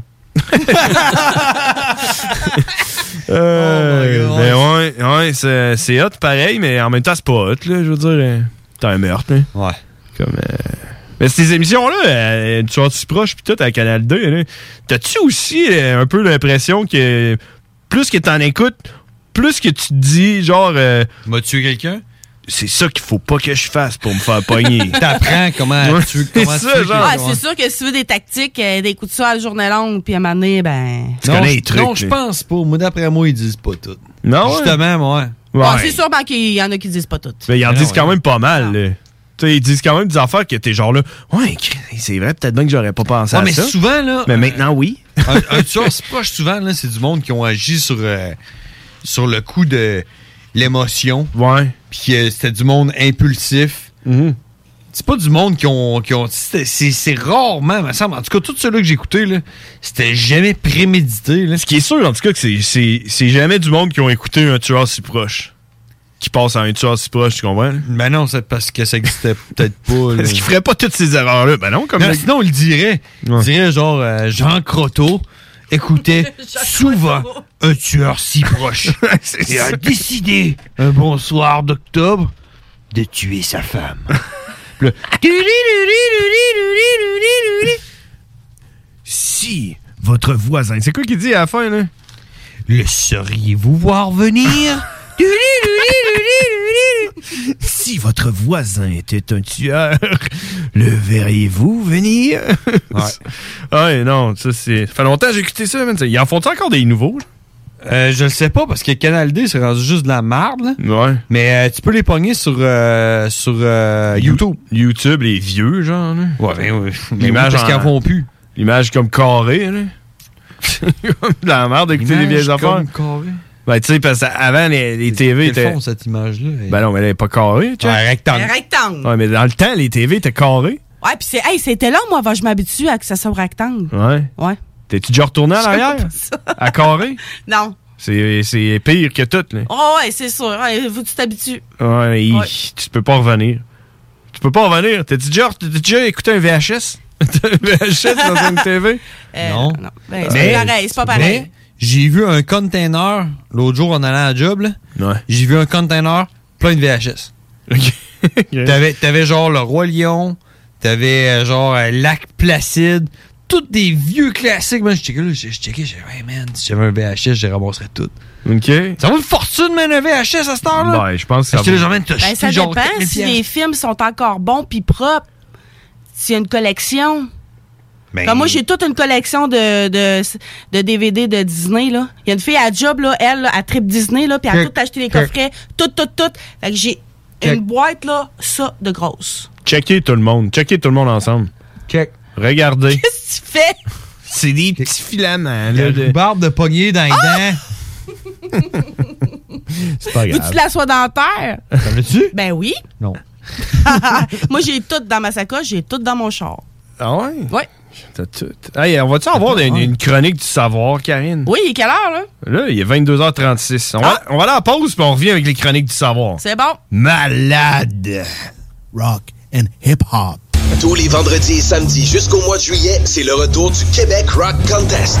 Oh Euh, God. mais ouais, ouais, c'est, c'est hot pareil, mais en même temps, c'est pas hot, là, je veux dire. euh, T'as un meurtre, là. Ouais. Comme. euh, Mais ces émissions-là, euh, tu vois, tu proches, puis tout à Canal 2, là, t'as-tu aussi euh, un peu l'impression que plus que t'en écoutes, plus que tu te dis, genre. euh, M'as tué quelqu'un? C'est ça qu'il faut pas que je fasse pour me faire pogner. T'apprends comment tu- comment C'est tu ça, fais, genre. Ah, c'est sûr que si tu veux des tactiques, euh, des coups de soie à la journée longue, puis à un moment donné, ben... Tu connais je- les trucs, Non, je là. pense pas. Moi, d'après moi, ils disent pas tout. Non, ouais. Justement, moi. Bon, Ouais. Ah, c'est sûrement qu'il y en a qui disent pas toutes. Mais ben, ils en Mais disent non, quand même pas mal. là. Tu sais, ils disent quand même des affaires que t'es genre là. Ouais, Chris, c'est vrai, peut-être bien que j'aurais pas pensé Ouais, à mais ça. souvent, là, Mais euh, maintenant, oui. un, un tueur se proche souvent, là, c'est du monde qui ont agi sur, euh, sur le coup de l'émotion. Ouais. Puis que c'était du monde impulsif. C'est pas du monde qui ont. Qui ont c'est, c'est- c'est rarement, me semble. En tout cas, tout ceux-là que j'ai écouté, là, c'était jamais prémédité. Là. Ce qui est sûr, en tout cas, que c'est- c'est c'est jamais du monde qui ont écouté un tueur si proche. qui passe à un tueur si proche, tu comprends? Ben non, c'est parce que ça existait peut-être pas. Est-ce qu'il ferait pas toutes ces erreurs-là? Ben non, comme. Non, le- sinon, il dirait. Il dirait genre euh, Jean Croteau écoutait souvent un tueur si proche C'est et a ça. décidé un bon soir d'octobre de tuer sa femme. Ah, Puis là, Si votre voisin. C'est quoi qu'il dit à la fin, là? Le seriez-vous voir venir? si votre voisin était un tueur, le verriez-vous venir? Ouais. non, ça c'est. Ça fait longtemps que j'ai écouté ça, man. Ils en font encore des nouveaux? Euh, je le sais pas parce que Canal D, c'est rendu juste de la marde, là. Ouais. Mais euh, tu peux les pogner sur, euh, sur euh, YouTube. YouTube, les vieux, genre, là. Ouais, ben oui. Mais oui, L'image parce en- qu'ils en font plus. L'image comme carrée, là. de la merde d'écouter les L'image vieilles affaires. comme carrée. Ben, tu sais, parce qu'avant, les, les TV Ils étaient. font cette image-là. Ben non, mais elle est pas carrée, tu vois. Ouais, Un Ben, rectangle. Ouais, mais dans le temps, les TV étaient carrés. Ouais, puis c'est. Hey, c'était là, moi, avant que je m'habitue à que ça soit rectangle. Ouais. Ouais. T'es-tu déjà retourné à Je l'arrière? sais pas ça. À carré? Non. C'est c'est pire que tout, là. Oh, ouais, c'est sûr. Ouais, vous, tu t'habitues. Ouais, hi, Ouais. tu peux pas revenir. Tu peux pas revenir. T'as-tu déjà, t'as-tu déjà écouté un VHS? T'as un VHS dans une TV? Euh, non. Ben, c'est pas pareil, c'est pas pareil. mais j'ai vu un container l'autre jour en allant à job. là. J'ai vu un container plein de VHS. T'avais, t'avais genre le Roi Lion, t'avais euh, genre euh, Lac Placide, tous des vieux classiques. Man, je checkais, là, je je checkais, j'ai dit, hey man, si j'avais un VHS, je les ramasserais toutes. OK. Ça vaut une fortune, man, un VHS à cette heure-là. Ben, je pense que ça Parce que là, vaut- genre, man, t'as Ben, jeté ça genre dépend 4000 si piastres. les films sont encore bons puis propres. S'il y a une collection. Ben- Comme moi, j'ai toute une collection de, de, de DVD de Disney. là. Il y a une fille à job, là, elle, là, à Trip Disney, là, puis elle a Check. tout acheté les Check. coffrets, tout, tout, tout. Fait que j'ai Check. une boîte, là, ça, de grosse. Checkez tout le monde. Checkez tout le monde ensemble. Check. Regardez. Qu'est-ce que tu fais? C'est des petits filaments, Ah! Il y a une barbe de poignée dans les dents. C'est pas Veux-tu de la soie dentaire? T'en as-tu? Ben oui. Non. moi, j'ai tout dans ma sacoche, j'ai tout dans mon char. Ah ouais? Ouais. T'as tout. Hey, on va-tu avoir une, une chronique du savoir, Karine? Oui, il est quelle heure, Ah, là? Là, il est 22h36. On, va, on va aller en pause, puis on revient avec les chroniques du savoir. C'est bon. Malade! Rock and hip-hop. Tous les vendredis et samedis jusqu'au mois de juillet, c'est le retour du Québec Rock Contest.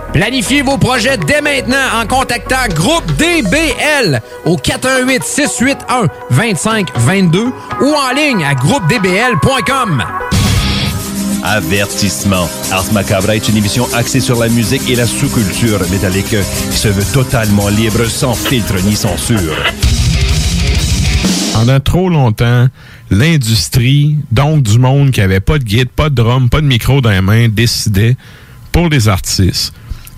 Planifiez vos projets dès maintenant en contactant Groupe DBL au 418-681-2522 ou en ligne à groupedbl.com. Avertissement. Ars Macabra est une émission axée sur la musique et la sous-culture métallique qui se veut totalement libre, sans filtre ni censure. Pendant trop longtemps, l'industrie, donc du monde qui avait pas de guide, pas de drum, pas de micro dans les mains, décidait pour les artistes.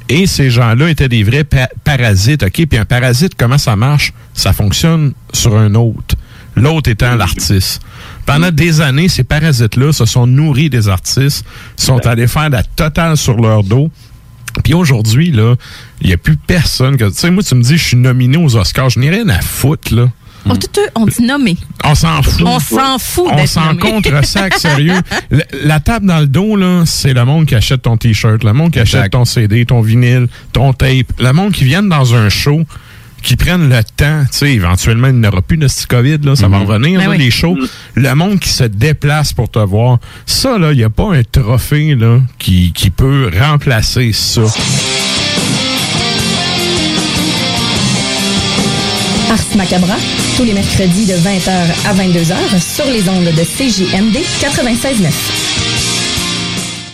Et ces gens-là étaient des vrais pa- parasites, OK? Puis un parasite, comment ça marche? Ça fonctionne sur un autre. L'autre étant l'artiste. Pendant des années, ces parasites-là se sont nourris des artistes, sont allés faire la totale sur leur dos. Puis aujourd'hui, là, il n'y a plus personne que. Tu sais, moi, tu me dis, je suis nominé aux Oscars. Je n'ai rien à foutre, là. On, tout, tout- on dit nommé. On s'en fout. On s'en fout On d'être s'en nommé. contre sac, sérieux. La, la tape dans le dos, là, c'est le monde qui achète ton T-shirt, le monde qui achète ton CD, ton vinyle, ton tape, le monde qui viennent dans un show, qui prennent le temps, tu sais, éventuellement, il n'y aura plus de ce COVID, là, ça va revenir, Ben là, oui. les shows. Le monde qui se déplace pour te voir, ça, là, il n'y a pas un trophée, là, qui, qui peut remplacer ça. Ars Macabra, tous les mercredis de 20h à 22h sur les ondes de CJMD 96.9.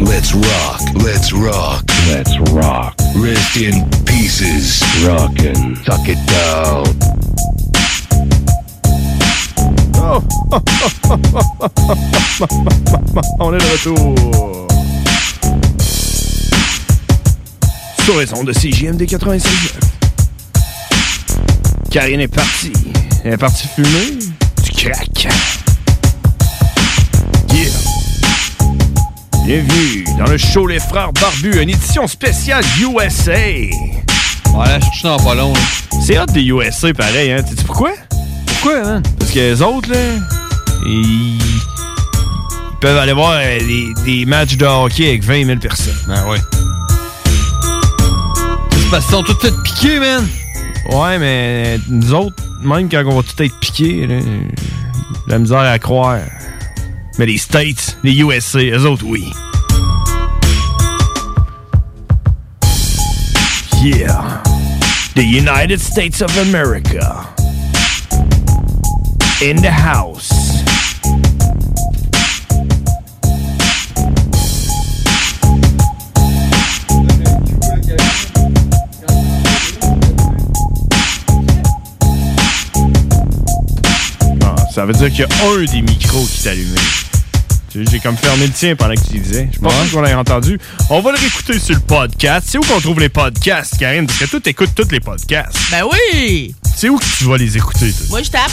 Let's rock, let's rock, let's rock. Rest in pieces. Rockin'. Tuck it down. On est de retour. Sur les ondes de CJMD 96. Karine est partie. Elle est partie fumer du crack. Yeah! Bienvenue dans le show Les Frères Barbus, une édition spéciale USA. Voilà, je suis dans pas long. C'est hot des USA pareil, hein. Tu sais pourquoi? Pourquoi, hein? man? Parce que les autres, là, ils, ils peuvent aller voir euh, des, des matchs de hockey avec 20 000 personnes. Ah ouais. C'est parce qu'ils sont tous piqués, man. Ouais, mais euh, nous autres, même quand on va tout être piqués, là, euh, la misère à croire. Mais les States, les USA, eux autres, oui. Yeah. The United States of America. In the house. Ah, ça veut dire qu'il y a un des micros qui est allumé. Tu sais, J'ai comme fermé le tien pendant que tu disais. Je pense qu'on l'a entendu. On va le réécouter sur le podcast. C'est où qu'on trouve les podcasts, Karine? Parce que toi, t'écoutes tous les podcasts. Ben oui! C'est où que tu vas les écouter, toi? Moi, je tape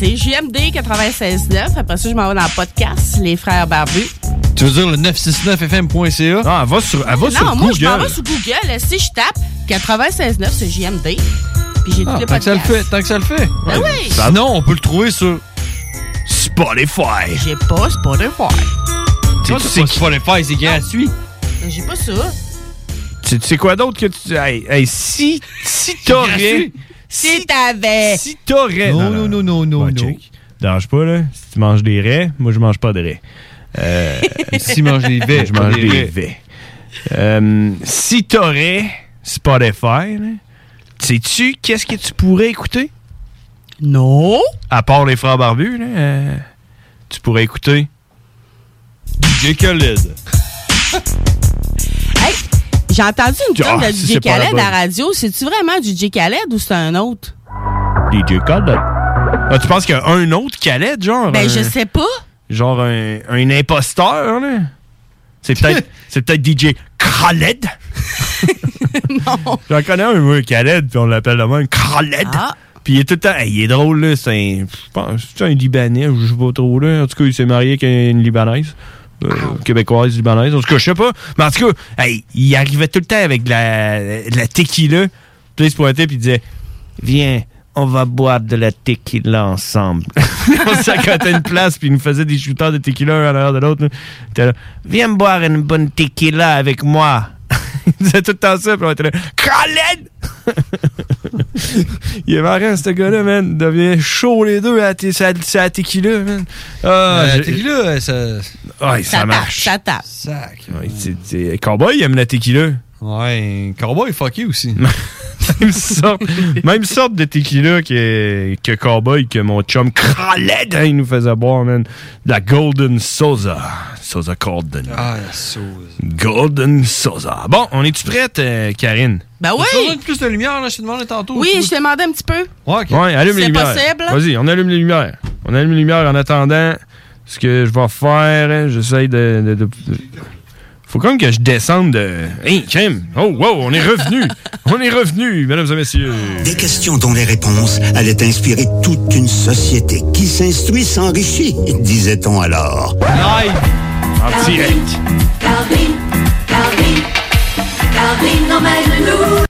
CJMD 96.9. Après ça, je m'en vais dans le podcast Les Frères Barbus. Tu veux dire le 969fm.ca? Non, elle Ah, va sur, elle va non, moi, je m'en vais sur Google. Si je tape 96.9 CJMD, puis j'ai tous Ah, les tant que ça le podcasts. fait, tant que ça le fait. Ben oui! Sinon, on peut le trouver sur Spotify. J'ai pas Spotify. Tu sais, Spotify, c'est gratuit. J'ai pas ça. Tu Tu tu sais quoi d'autre que tu. Hey, hey, si, si t'aurais. Si t'avais. Si t'aurais. Non, non, non, non, non. Dérange pas, là. Si tu manges des raies, moi, je mange pas de raies. Euh, Si mange des vets, je pas mange des des raies. vets. Euh, si t'aurais Spotify, là, sais-tu qu'est-ce que tu pourrais écouter? Non. À part les frères barbus, là, euh, tu pourrais écouter DJ Khaled. Hey, j'ai entendu une Ah, tonne de si DJ c'est pas la Khaled à bonne. la radio. C'est-tu vraiment du DJ Khaled ou c'est un autre? DJ Khaled. Ah, tu penses qu'il y a un autre Khaled, genre? Ben, un- je sais pas. Genre un, un imposteur, là? C'est peut-être c'est peut-être DJ Khaled? non. J'en connais un, moi, Khaled, puis on l'appelle le même Khaled. Puis il est tout le temps. hey, il est drôle, là. C'est un. Je pense. C'est un Libanais, je sais pas trop, là. En tout cas, il s'est marié avec une Libanaise. euh, québécoise, libanaise. En tout cas, je sais pas. Mais en tout cas, hey, il arrivait tout le temps avec de la, de la tequila. Puis là, il se pointait, puis il disait Viens, on va boire de la tequila ensemble. on s'accotait une place, puis il nous faisait des shooters de tequila un à l'heure de l'autre. là. Il était là, Viens me boire une bonne tequila avec moi. il disait tout le temps ça, puis on était là Khaled il est marrant, ce gars-là, man. Il devient chaud les deux à tes- sa sa tequila, man. Ah, Euh, j'ai- tequila, ça. Ouais, ça, marche. Tape, ça tape. Ouais, c'est- c'est- Cowboy, il aime la tequila. Ouais, Cowboy est fucké aussi. même, sorte, même sorte de tequila que, que Cowboy, que mon chum Khaled, hein, il nous faisait boire, man. La Golden Sosa. Sosa Golden. Ah, la sauce. Golden Sosa. Bon, on est-tu prête, euh, Karine? Ben oui. J'ai besoin de plus de lumière, là. Je te demandais tantôt. Oui, je te demandais un petit peu. Ouais, allume les C'est lumières. possible? Vas-y, on allume les lumières. On allume les lumières en attendant. Ce que je vais faire, hein, j'essaye de, de- de- de- Faut quand même que je descende de. Hey, Kim! Oh, wow, on est revenu! on est revenu, mesdames et messieurs! Des questions dont les réponses allaient inspirer toute une société qui s'instruit s'enrichit, disait-on alors. Live! En direct! Calvin, Calvin, Calvin, emmène-nous.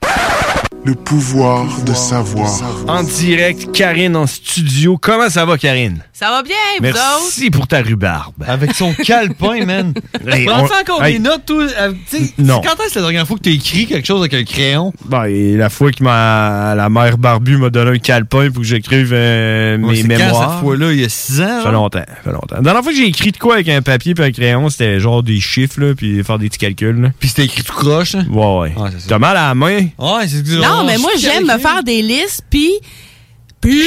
Le pouvoir de savoir. En direct, Karine en studio. Comment ça va, Karine? Ça va bien, vous autres? Merci pour ta rhubarbe. Avec son calepin, man. Prends-tu encore des notes, toi? euh, tu sais, Non. Quand est-ce la dernière fois que t'as écrit quelque chose avec un crayon? Bon, et la fois que ma, la mère Barbu m'a donné un calepin pour que j'écrive euh, mes c'est quand, mémoires. cette fois-là? Il y a six ans, Ça hein? fait longtemps. Ça fait longtemps. La dernière fois que j'ai écrit de quoi avec un papier puis un crayon, c'était genre des chiffres, là, puis faire des petits calculs. Puis c'était écrit tout croche. hein? Ouais, ouais. Ah, T'as mal à la main. Ouais, c'est Non, mais moi, j'aime me faire des listes, puis... Puis...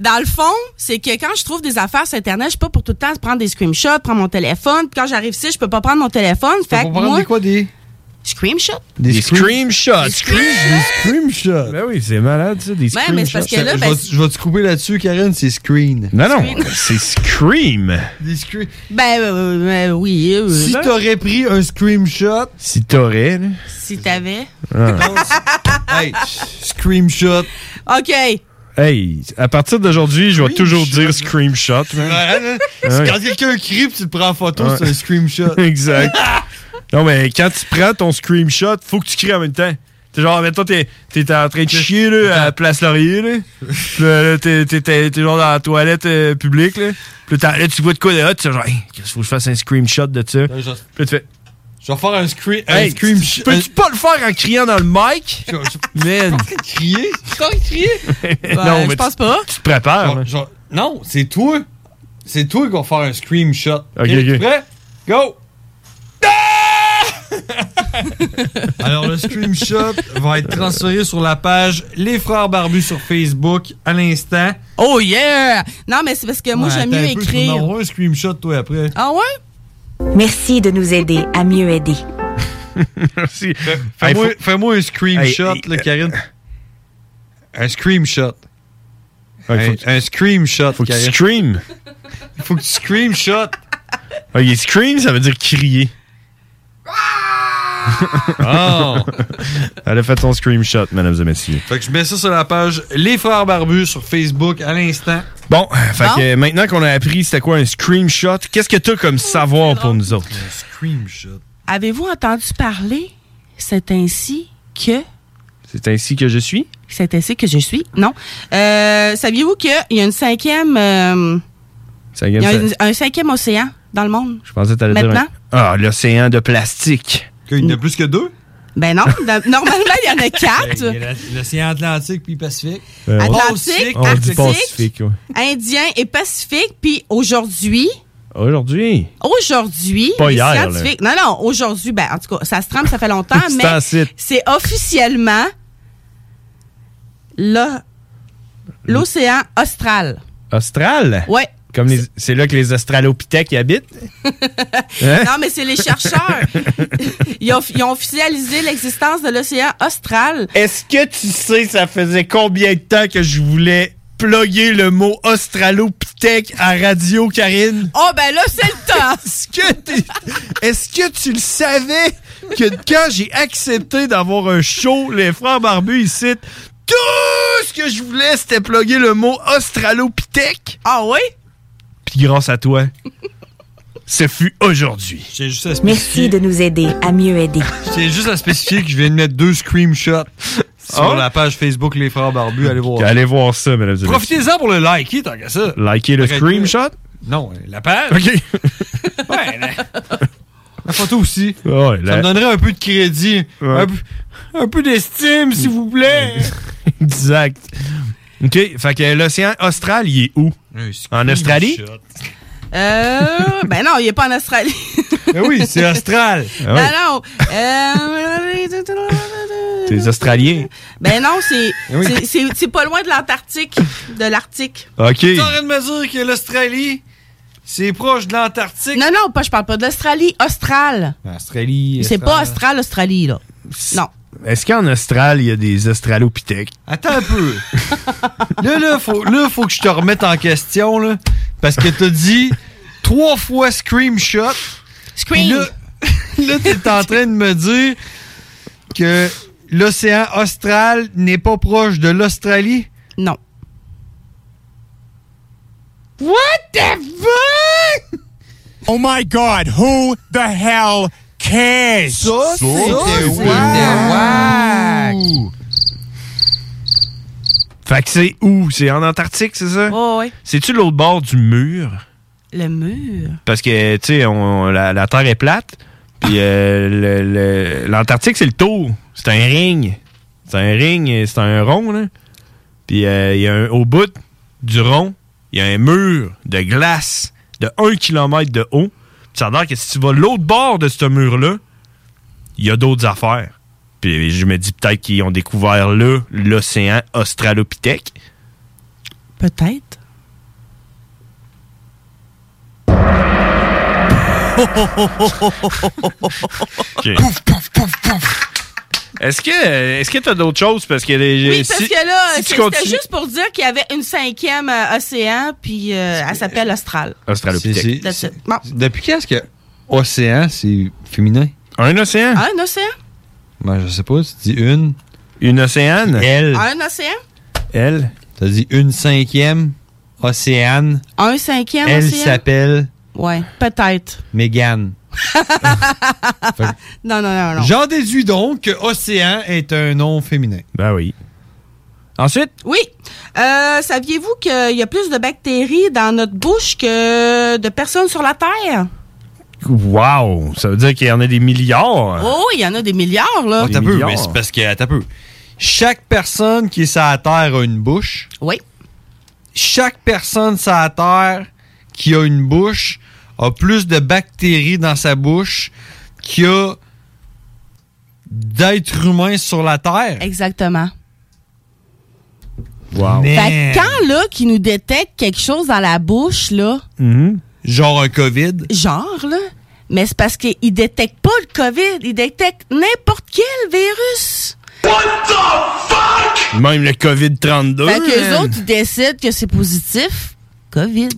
Dans le fond, c'est que quand je trouve des affaires sur Internet, je suis pas pour tout le temps prendre des screenshots, prendre mon téléphone. Puis quand j'arrive ici, je peux pas prendre mon téléphone. Fait que pas prendre moi... des quoi, des... Screenshots. Des, screenshots. Des Des screenshots. Ben oui, c'est malade, ça, des Ouais, mais c'est parce que screenshots. là, Je ben, vais- je vais te couper là-dessus, Karine, c'est screen. Non, non, c'est scream. Des screen. Ben, euh, euh, oui. euh, Si là, t'aurais pris un screenshot. Si t'aurais, là. Si t'avais... hey, screenshot. OK. Hey, à partir d'aujourd'hui, je vais toujours dire screenshot. man. C'est Ouais. hein? Quand quelqu'un crie pis tu le prends en photo, Ouais. c'est un screenshot. exact. Non, mais quand tu prends ton screenshot, faut que tu cries en même temps. T'es genre, mettons, t'es, t'es en train de chier, là, à Place Laurier, là. Puis là, là, t'es, t'es- t'es- t'es genre dans la toilette euh, publique, là. Puis là, t'as- là, tu vois de quoi de hot, tu fais genre, hey, qu'est-ce qu'il faut que je fasse un screenshot de ça? Puis là, tu fais. Je vais faire un, screen, un Hey, screenshot. peux-tu pas le faire en criant dans le mic? Man. Crier? crier? Ben, Non, mais tu- Tu te prépares, hein. là. non, c'est toi. C'est toi qui vas faire un screenshot. Ok, T'es ok. Prêt? Go! Alors, le screenshot va être transféré sur la page Les Frères Barbus sur Facebook à l'instant. Oh yeah! Non, mais c'est parce que moi, Ouais, j'aime attends mieux un peu, tu vas en écrire. avoir un screenshot, toi, après. Ah ouais? Merci de nous aider à mieux aider. Merci. Fais-moi Hey, faut- fais-moi un screenshot, Hey, là, hey, Karine. Un screenshot. faut un, un screenshot, Faut que tu scream. Karine. Faut que tu screenshot. Ok, scream, ça veut dire crier. Oh. Elle a fait son screenshot, mesdames et messieurs. Fait que je mets ça sur la page Les Frères Barbus sur Facebook à l'instant. Bon, fait Bon. que maintenant qu'on a appris c'était quoi un screenshot, qu'est-ce que t'as comme savoir pour nous autres? Screenshot. Avez-vous entendu parler? C'est ainsi que... C'est ainsi que je suis? C'est ainsi que je suis. Non. Euh, Saviez-vous qu'il y a une cinquième, euh, Ça il y a gagne un, ça. un cinquième océan dans le monde? Je pensais que t'allais dire Maintenant? un- Ah, l'océan de plastique. Il y en a plus que deux? Ben non, no- normalement, il y en a quatre. Ben, L'océan Atlantique puis Pacifique. Euh, Atlantique, oh, on dit Arctique. Pacifique, ouais. Indien et Pacifique. Puis aujourd'hui, Aujourd'hui. aujourd'hui, Pas les hier, là. scientifiques... Non, non, aujourd'hui, ben en tout cas, ça se trame, ça fait longtemps, C'est en mais site. c'est officiellement l'o- l'océan austral. Austral? Ouais. Comme les- c'est là que les australopithèques y habitent? Hein? Non, mais c'est les chercheurs. ils, ont, ils ont officialisé l'existence de l'océan austral. Est-ce que tu sais, ça faisait combien de temps que je voulais plugger le mot australopithèque à radio, Karine? Oh, ben là, c'est le temps! Est-ce que, t'es- est-ce que tu le savais que quand j'ai accepté d'avoir un show, les frères barbus, ils citent tout ce que je voulais, c'était plugger le mot australopithèque? Ah oui? Puis grâce à toi, ce fut aujourd'hui. J'ai juste à Merci de nous aider à mieux aider. C'est juste à spécifier que je viens de mettre deux screenshots sur Ah? la page Facebook Les Frères Barbus. Allez voir. Allez voir ça, mesdames et messieurs. Profitez-en pour le liker, tant qu'à ça. Likez le Arrêtez. screenshot? Non, euh, la page. OK. ouais, la... la photo aussi. Ouais, Ça la- me donnerait un peu de crédit. Un, peu- un peu d'estime, s'il vous plaît. Ben, Exact. OK. Fait que l'océan austral, il est où? En Australie? Euh, ben non, il n'est pas en Australie. Ben oui, c'est Ah austral. Non, non. Euh, T'es australien. ben non, c'est Oui. c'est- c'est c'est pas loin de l'Antarctique, de l'Arctique. OK. T'es en train de me dire que l'Australie, c'est proche de l'Antarctique? Non, non, pas, je parle pas de l'Australie, austral. Ah, Australie. C'est pas austral, Australie, là. Non. Est-ce qu'en Austral, il y a des australopithèques? Attends un peu. là, là, faut, là, faut que je te remette en question, là. Parce que t'as dit trois fois screenshot. Scream. Là, là t'es en train de me dire que l'océan austral n'est pas proche de l'Australie? Non. What the fuck? Oh my god, who the hell cares? Ça, c'était Fait que c'est où? C'est en Antarctique, c'est ça? Ouais, ouais. C'est-tu l'autre bord du mur? Le mur. Parce que, tu sais, on- la, la Terre est plate. Puis euh, le- le- l'Antarctique, c'est le tour. C'est un ring. C'est un ring, et c'est un rond, là. Puis euh, il y a un- au bout du rond, il y a un mur de glace de 1 km de haut. Puis ça a l'air que si tu vas l'autre bord de ce mur-là, il y a d'autres affaires. Puis je me dis peut-être qu'ils ont découvert là l'océan Australopithèque. Peut-être. Pouf, pouf, pouf, pouf. Est-ce que est-ce que t'as d'autres choses parce que les- Oui, parce si- que là, si c'est- tu c'était continues- juste pour dire qu'il y avait une cinquième euh, océan, puis euh, elle s'appelle Austral. Australopithèque. That's it. Bon. Depuis quand est-ce que océan, c'est féminin? Un océan? Ah. Un océan? Ben, je sais pas, tu dis une. Une océane? Euh. Elle. Un océan? Elle. T'as dit une cinquième océane. Un cinquième Elle océan? s'appelle Ouais, peut-être. Mégane. Non, non, non, non. J'en déduis donc que océan est un nom féminin. Ben oui. Ensuite? Oui. Euh, Saviez-vous qu'il y a plus de bactéries dans notre bouche que de personnes sur la Terre? Wow! Ça veut dire qu'il y en a des milliards. Oh, il y en a des milliards, là. Attends un Ah, peu, Oh, mais c'est parce que, attends un peu. Chaque personne qui est sur la Terre a une bouche. Oui. Chaque personne sur la Terre qui a une bouche a plus de bactéries dans sa bouche qu'il y a d'êtres humains sur la Terre. Exactement. Wow. Fait que quand, là, qu'ils nous détectent quelque chose dans la bouche, là, Mm-hmm. Genre un COVID. genre, là, mais c'est parce qu'ils détectent pas le COVID, ils détectent n'importe quel virus. Même le COVID-32. Fait que les man. autres, ils décident que c'est positif. COVID.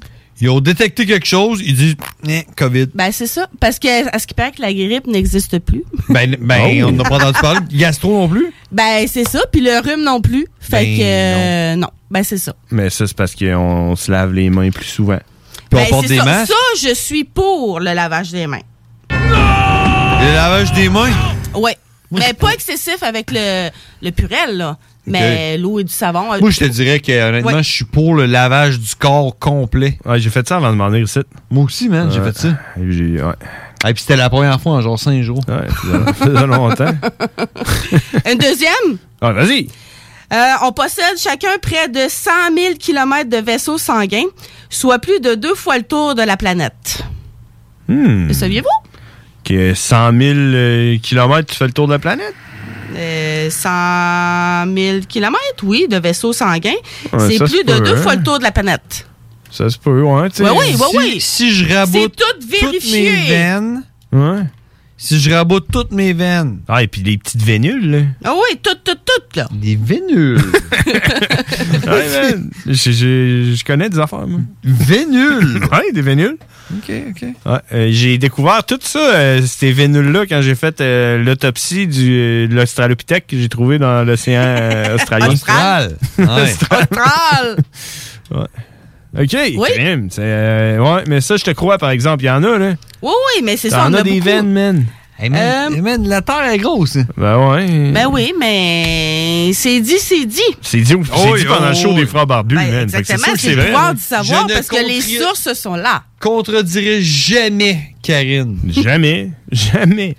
Ils ont détecté quelque chose, ils disent Eh, COVID. Ben, c'est ça. Parce que, à ce qui paraît que la grippe n'existe plus. Ben, ben Oh. on n'a pas entendu parler. Gastro non plus. Ben, c'est ça. Puis le rhume non plus. Fait Ben, que, euh, non. Ben, c'est ça. Mais ça, c'est parce qu'on se lave les mains plus souvent. Ben, c'est ça. Ça, je suis pour le lavage des mains. Le lavage des mains. Ouais. Mais pas excessif avec le, le purel, là. Mais l'eau et du savon. euh, Moi, je te dirais que honnêtement, Ouais. je suis pour le lavage du corps complet. Ouais, j'ai fait ça avant de m'en venir ici. Moi aussi, man, j'ai Ouais. Ah, fait ça. J'ai- ouais. Et puis c'était la première fois en genre 5 jours. Ouais, ça faisait longtemps. Une deuxième? Ah, vas-y! Euh, on possède chacun près de 100 000 km de vaisseaux sanguins, soit plus de deux fois le tour de la planète. Hmm. Le saviez-vous? Que 100 000 km, tu fais le tour de la planète? Euh, 100 000 km, oui, de vaisseaux sanguins. Ouais, c'est ça se plus de peut, deux hein? fois le tour de la planète. Ça se peut, ouais. tu sais. Oui, oui, oui, oui. Si je raboute C'est tout toutes vérifié. mes veines, Ouais. si je raboute toutes mes veines. Ah, et puis les petites vénules, là. Ah oui, tout, tout, tout, là. Des vénules. Ouais, man. Je- Je je connais des affaires, moi. Vénules? ouais, des vénules. OK, OK. Ouais, euh, j'ai découvert tout ça, euh, ces vénules-là, quand j'ai fait euh, l'autopsie du, euh, de l'Australopithèque que j'ai trouvé dans l'océan euh, australien. Austral. Austral. Austral. OK, crime, c'est, euh, ouais, mais ça, je te crois, par exemple, il y en a, là. Oui, oui, mais c'est ça, T'en on as a des beaucoup. veines, man. man, Euh, la terre est grosse. hein. Ben ouais. Ben oui, mais c'est dit, c'est dit. C'est dit, c'est Oh, dit pendant oh, le show oh. des frères barbus, man. Fait que Ben, Exactement, Ben, sûr que c'est le pouvoir là. du savoir Je ne parce que les contrie- sources sont là. Contredirai jamais, Karine. Jamais. Jamais.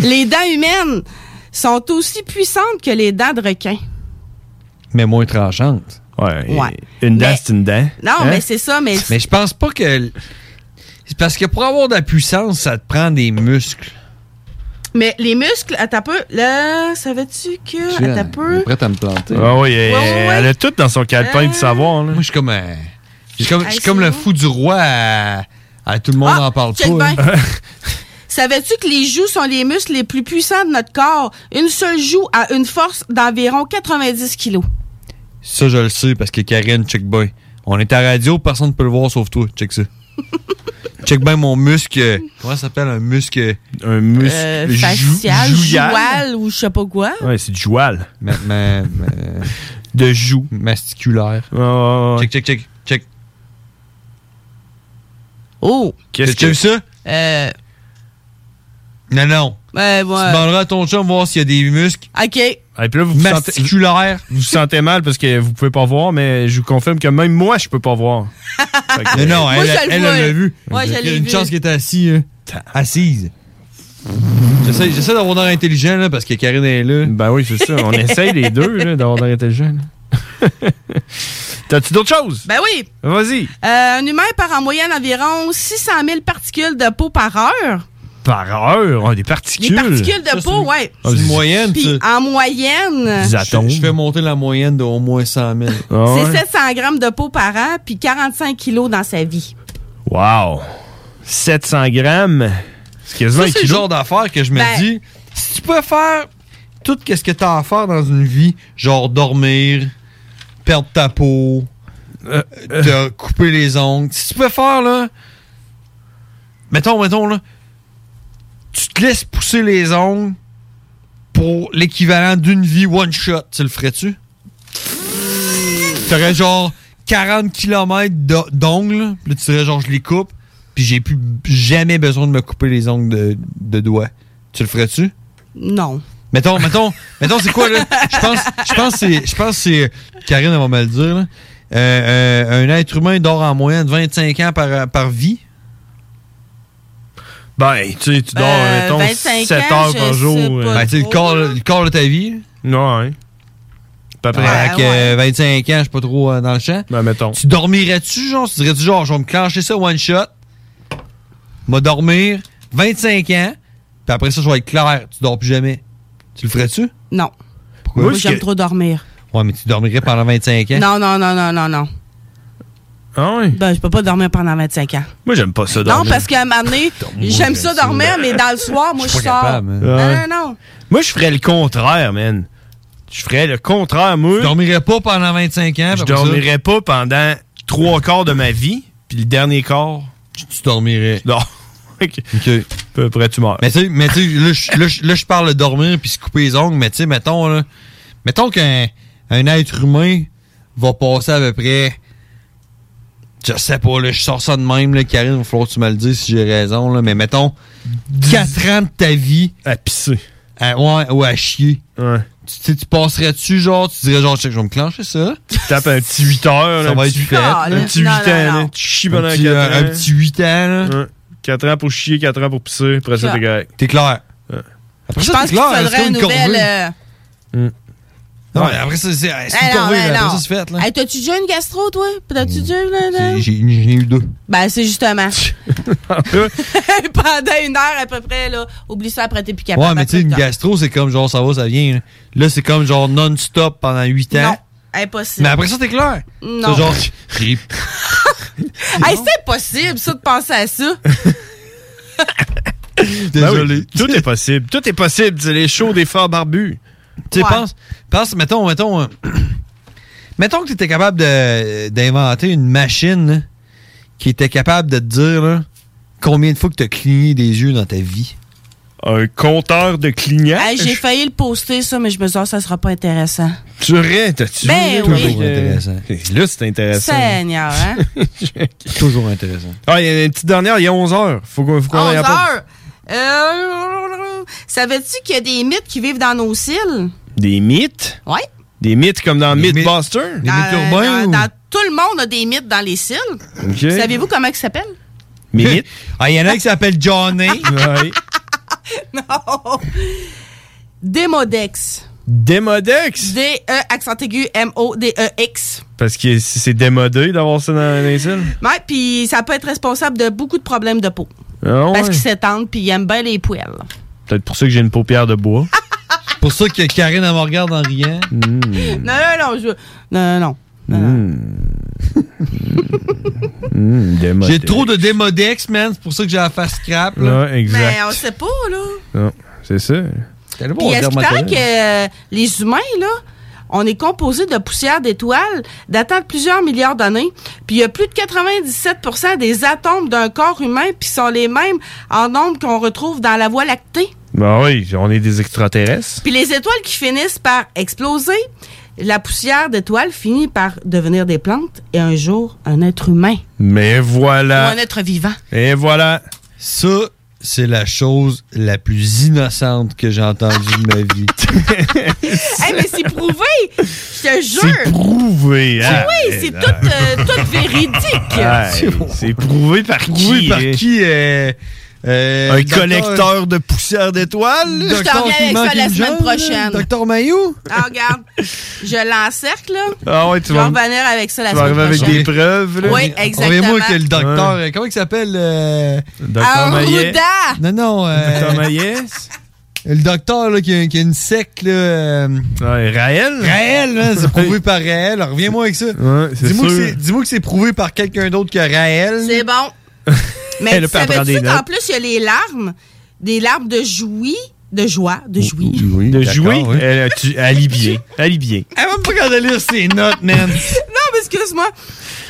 Les dents humaines sont aussi puissantes que les dents de requin. Mais moins tranchante. Ouais. Ouais. Une dent, Mais- c'est une dent. Hein? Non, Hein? mais c'est ça, mais. Mais je pense pas que. C'est parce que pour avoir de la puissance, ça te prend des muscles. Mais les muscles, attends un peu. Là, savais-tu que. Attends un peu. Prête à me planter. Ah oui, elle, elle a tout dans son calepin du savoir. Là. Moi, je suis comme, un- je suis comme, Ah. je suis Hey, comme c'est le bon. fou du roi. à- à tout le monde en parle check pas. bien. Savais-tu que les joues sont les muscles les plus puissants de notre corps? Une seule joue a une force d'environ 90 kilos. Ça, je le sais parce que Karine, check boy. On est à radio, personne ne peut le voir sauf toi. Check ça. check bien mon muscle. euh, Comment ça s'appelle un muscle Un Euh, facial, joual ou je sais pas quoi. Ouais, c'est du joual. de joue. Masticulaire. Check, check, check, check. Oh! Qu'est-ce que ça? Euh, Non, non. ouais, Tu ouais. demanderas à ton chum voir s'il y a des muscles. OK. Et puis là, vous vous, sentez, vous vous sentez mal parce que vous pouvez pas voir, mais je vous confirme que même moi, je peux pas voir. Fait que- Mais non, elle, Ah, je elle, le elle vois. l'a vu. Ouais, je Il y a l'ai une vu. chance qu'elle était hein. assise. assise. J'essaie j'essaie d'avoir l'air intelligent là, parce que Karine est là. Ben oui, c'est ça. On essaye les deux là, d'avoir de l'intelligence. T'as-tu d'autres choses? Ben oui. Vas-y. Euh, un humain part en moyenne environ 600 000 particules de peau par heure. Par heure, Ah, on a des particules. Des particules de peau, ouais. Ah, c'est- moyenne, Puis en moyenne, Je- c'est Je fais monter la moyenne de au moins 100 000. Ah, 700 grammes de peau par an, puis 45 kilos dans sa vie. Wow! 700 grammes. C'est quasiment Ça, un c'est le kilo. genre d'affaires que je me Ben- dis, si tu peux faire tout ce que tu as à faire dans une vie, genre dormir, perdre ta peau, te couper les ongles, si tu peux faire, là, mettons, mettons, là, tu te laisses pousser les ongles pour l'équivalent d'une vie one shot, tu le ferais-tu? T'aurais genre 40 km d'ongles, puis là, tu serais genre je les coupe, puis j'ai plus jamais besoin de me couper les ongles de, de doigts. Tu le ferais-tu? Non. Mettons, mettons, mettons, c'est quoi, là? Je pense, je pense, que c'est, je pense, que c'est, Karine, elle va me le dire, là. Euh, euh, un être humain dort en moyenne 25 ans par, par vie. Ben, tu sais, tu dors, Euh, mettons, 25 7 ans, heures je par sais jour. euh. pas Ben, tu sais, le trop, corps- là. le corps de ta vie. Non, hein. Pas près. Fait que, euh, 25 ans, je suis pas trop euh, dans le champ. Ben, mettons. Tu dormirais-tu, genre? Tu dirais-tu, genre, je vais me clencher ça one shot, m'a dormir 25 ans, puis après ça, je vais être clair, tu dors plus jamais. Tu le ferais-tu? Non. Pourquoi? Moi, j'aime trop dormir. Ouais, mais tu dormirais pendant 25 ans. Non, non, non, non, non, non. Ah oui? Ben, je peux pas dormir pendant 25 ans. Moi, j'aime pas ça Non, parce qu'à un moment donné, j'aime ça dormir, mais dans le soir, moi, je suis pas sors. capable, hein. Non, Ouais. non, non. Moi, je ferais le contraire, man. Je ferais le contraire, moi. Je dormirais pas pendant 25 ans. Je après ça. dormirais pas pendant trois quarts de ma vie, puis le dernier quart... Tu, dormirais. Non. OK. À peu près, tu meurs. Mais tu sais, mais tu sais, là, je- là, je- là, je parle de dormir puis se couper les ongles, mais tu sais, mettons, là, mettons qu'un un être humain va passer à peu près. Je sais pas, là, je sors ça de même, là, Karine, il va falloir que tu me le dises si j'ai raison, là, mais mettons, 4 ans de ta vie. À pisser. ouais, ou à chier. Ouais. Tu, tu sais, tu passerais-tu, genre, tu dirais, genre, check, je vais me clencher ça. Tu tapes un petit 8 heures, Ça là, un va petit- être fait. Ah, Un là, petit non, 8 non, ans, non. là. Tu chies Un pendant petit, quatre euh, ans. Un petit 8 ans, là. 4 ans pour chier, 4 ans pour pisser. Après ça, t'es Clair. correct. T'es clair. Je pense qu'il faudrait une nouvelle. euh, Non, mais après ça, c'est c'est hey, une corvée, Ben non, hey, là. non. Après ça, c'est fait, là. Hey, t'as-tu déjà une gastro, toi? Mm. T'as-tu déjà une. là, là? J'ai j'ai eu deux. Ben, c'est justement. Pendant une heure à peu près, là. Oublie ça après, t'es plus capable. Ouais, mais tu sais, une après, gastro, c'est comme genre, ça va, ça vient. Là, Là, c'est comme genre non-stop pendant 8 ans. t'as- Impossible. Mais après ça, t'es clair. Non. C'est genre, Hey, c'est possible, ça, de penser à ça. Désolé. Ben Tout est possible. Tout est possible. C'est les shows des frères barbus. Tu sais, pense, pense, mettons, mettons, euh, mettons que tu étais capable de- d'inventer une machine là, qui était capable de te dire là, combien de fois que tu as cligné des yeux dans ta vie. Un compteur de clignage? Hey, Ah, j'ai failli le poster, ça, mais je me suis dit, ah, ça sera pas intéressant. Tu rêves, t'as-tu? Ben vu, là, oui. que- Là, c'est intéressant. Seigneur, hein? Toujours intéressant. Ah, il y a une petite dernière, il y a 11 heures. Faut qu'on faut qu'on 11 aille à pas- heures. Euh, Savais-tu qu'il y a des mythes qui vivent dans nos cils? Des mythes? Ouais. Des mythes comme dans Mythbusters? Des Dans- dans, dans- tout le monde a des mythes dans les cils. Ok. Savez-vous comment ils s'appellent? Mythes? Ah, il y en a un qui s'appelle Johnny. non! Démodex. Démodex? D-E, accent aigu, E M-O-D-E-X. Parce que c'est c'est démodé d'avoir ça dans les îles. Ouais, puis ça peut être responsable de beaucoup de problèmes de peau. Ah ouais. Parce qu'ils s'étendent, puis ils aiment bien les poêles. Peut-être pour ça que j'ai une paupière de bois. pour ça que Karine, elle me regarde en riant. Hmm. Non, non, non, je... Non, non, non. Hmm. J'ai trop de démodex, man. C'est pour ça que j'ai la face crap. Là. Ouais, exact. Mais on sait pas, là. Non, Ah, c'est ça. Puis est-ce qu'il paraît que euh, les humains, là, on est composé de poussière d'étoiles datant de plusieurs milliards d'années. Puis il y a plus de 97 des atomes d'un corps humain puis sont les mêmes en nombre qu'on retrouve dans la Voie lactée. Ben oui, on est des extraterrestres. Puis les étoiles qui finissent par exploser, la poussière d'étoiles finit par devenir des plantes et un jour un être humain Mais voilà. ou un être vivant. Et voilà. Ça, c'est la chose la plus innocente que j'ai entendue de ma vie. hey, mais c'est prouvé! Je te jure! Prouvé, hein? Oui, c'est tout, euh, tout véridique! Ouais, c'est prouvé par qui? eh? Prouvé par qui? euh, euh, Un docteur- collecteur de poussière d'étoiles? Je t'en reviens avec ça la semaine prochaine. Docteur Mayou? Ah, regarde, je l'encercle, là. Ah ouais, Je tu vais vas, revenir avec ça la tu vas semaine arriver avec prochaine. des preuves. Là. Oui, exactement. Envoyez-moi que le docteur. euh, Comment il s'appelle? euh, Docteur Maillet. Arruda! Non, non. euh, Docteur Maillet? Le docteur là, qui, a, qui a une sec, là. euh, Raël? Raël, hein, c'est prouvé par Raël. Alors, Reviens-moi avec ça. c'est Dis-moi que sûr. c'est- Dis-moi que c'est prouvé par quelqu'un d'autre que Raël. C'est bon. Mais Elle tu a pas à prendre savais-tu des qu'en notes. plus, il y a les larmes, des larmes de jouie, de joie, de jouie. de jouer? Elle, tu, alibier. Alibier. Elle va pas quand elle lire ses notes, man. non, mais excuse-moi.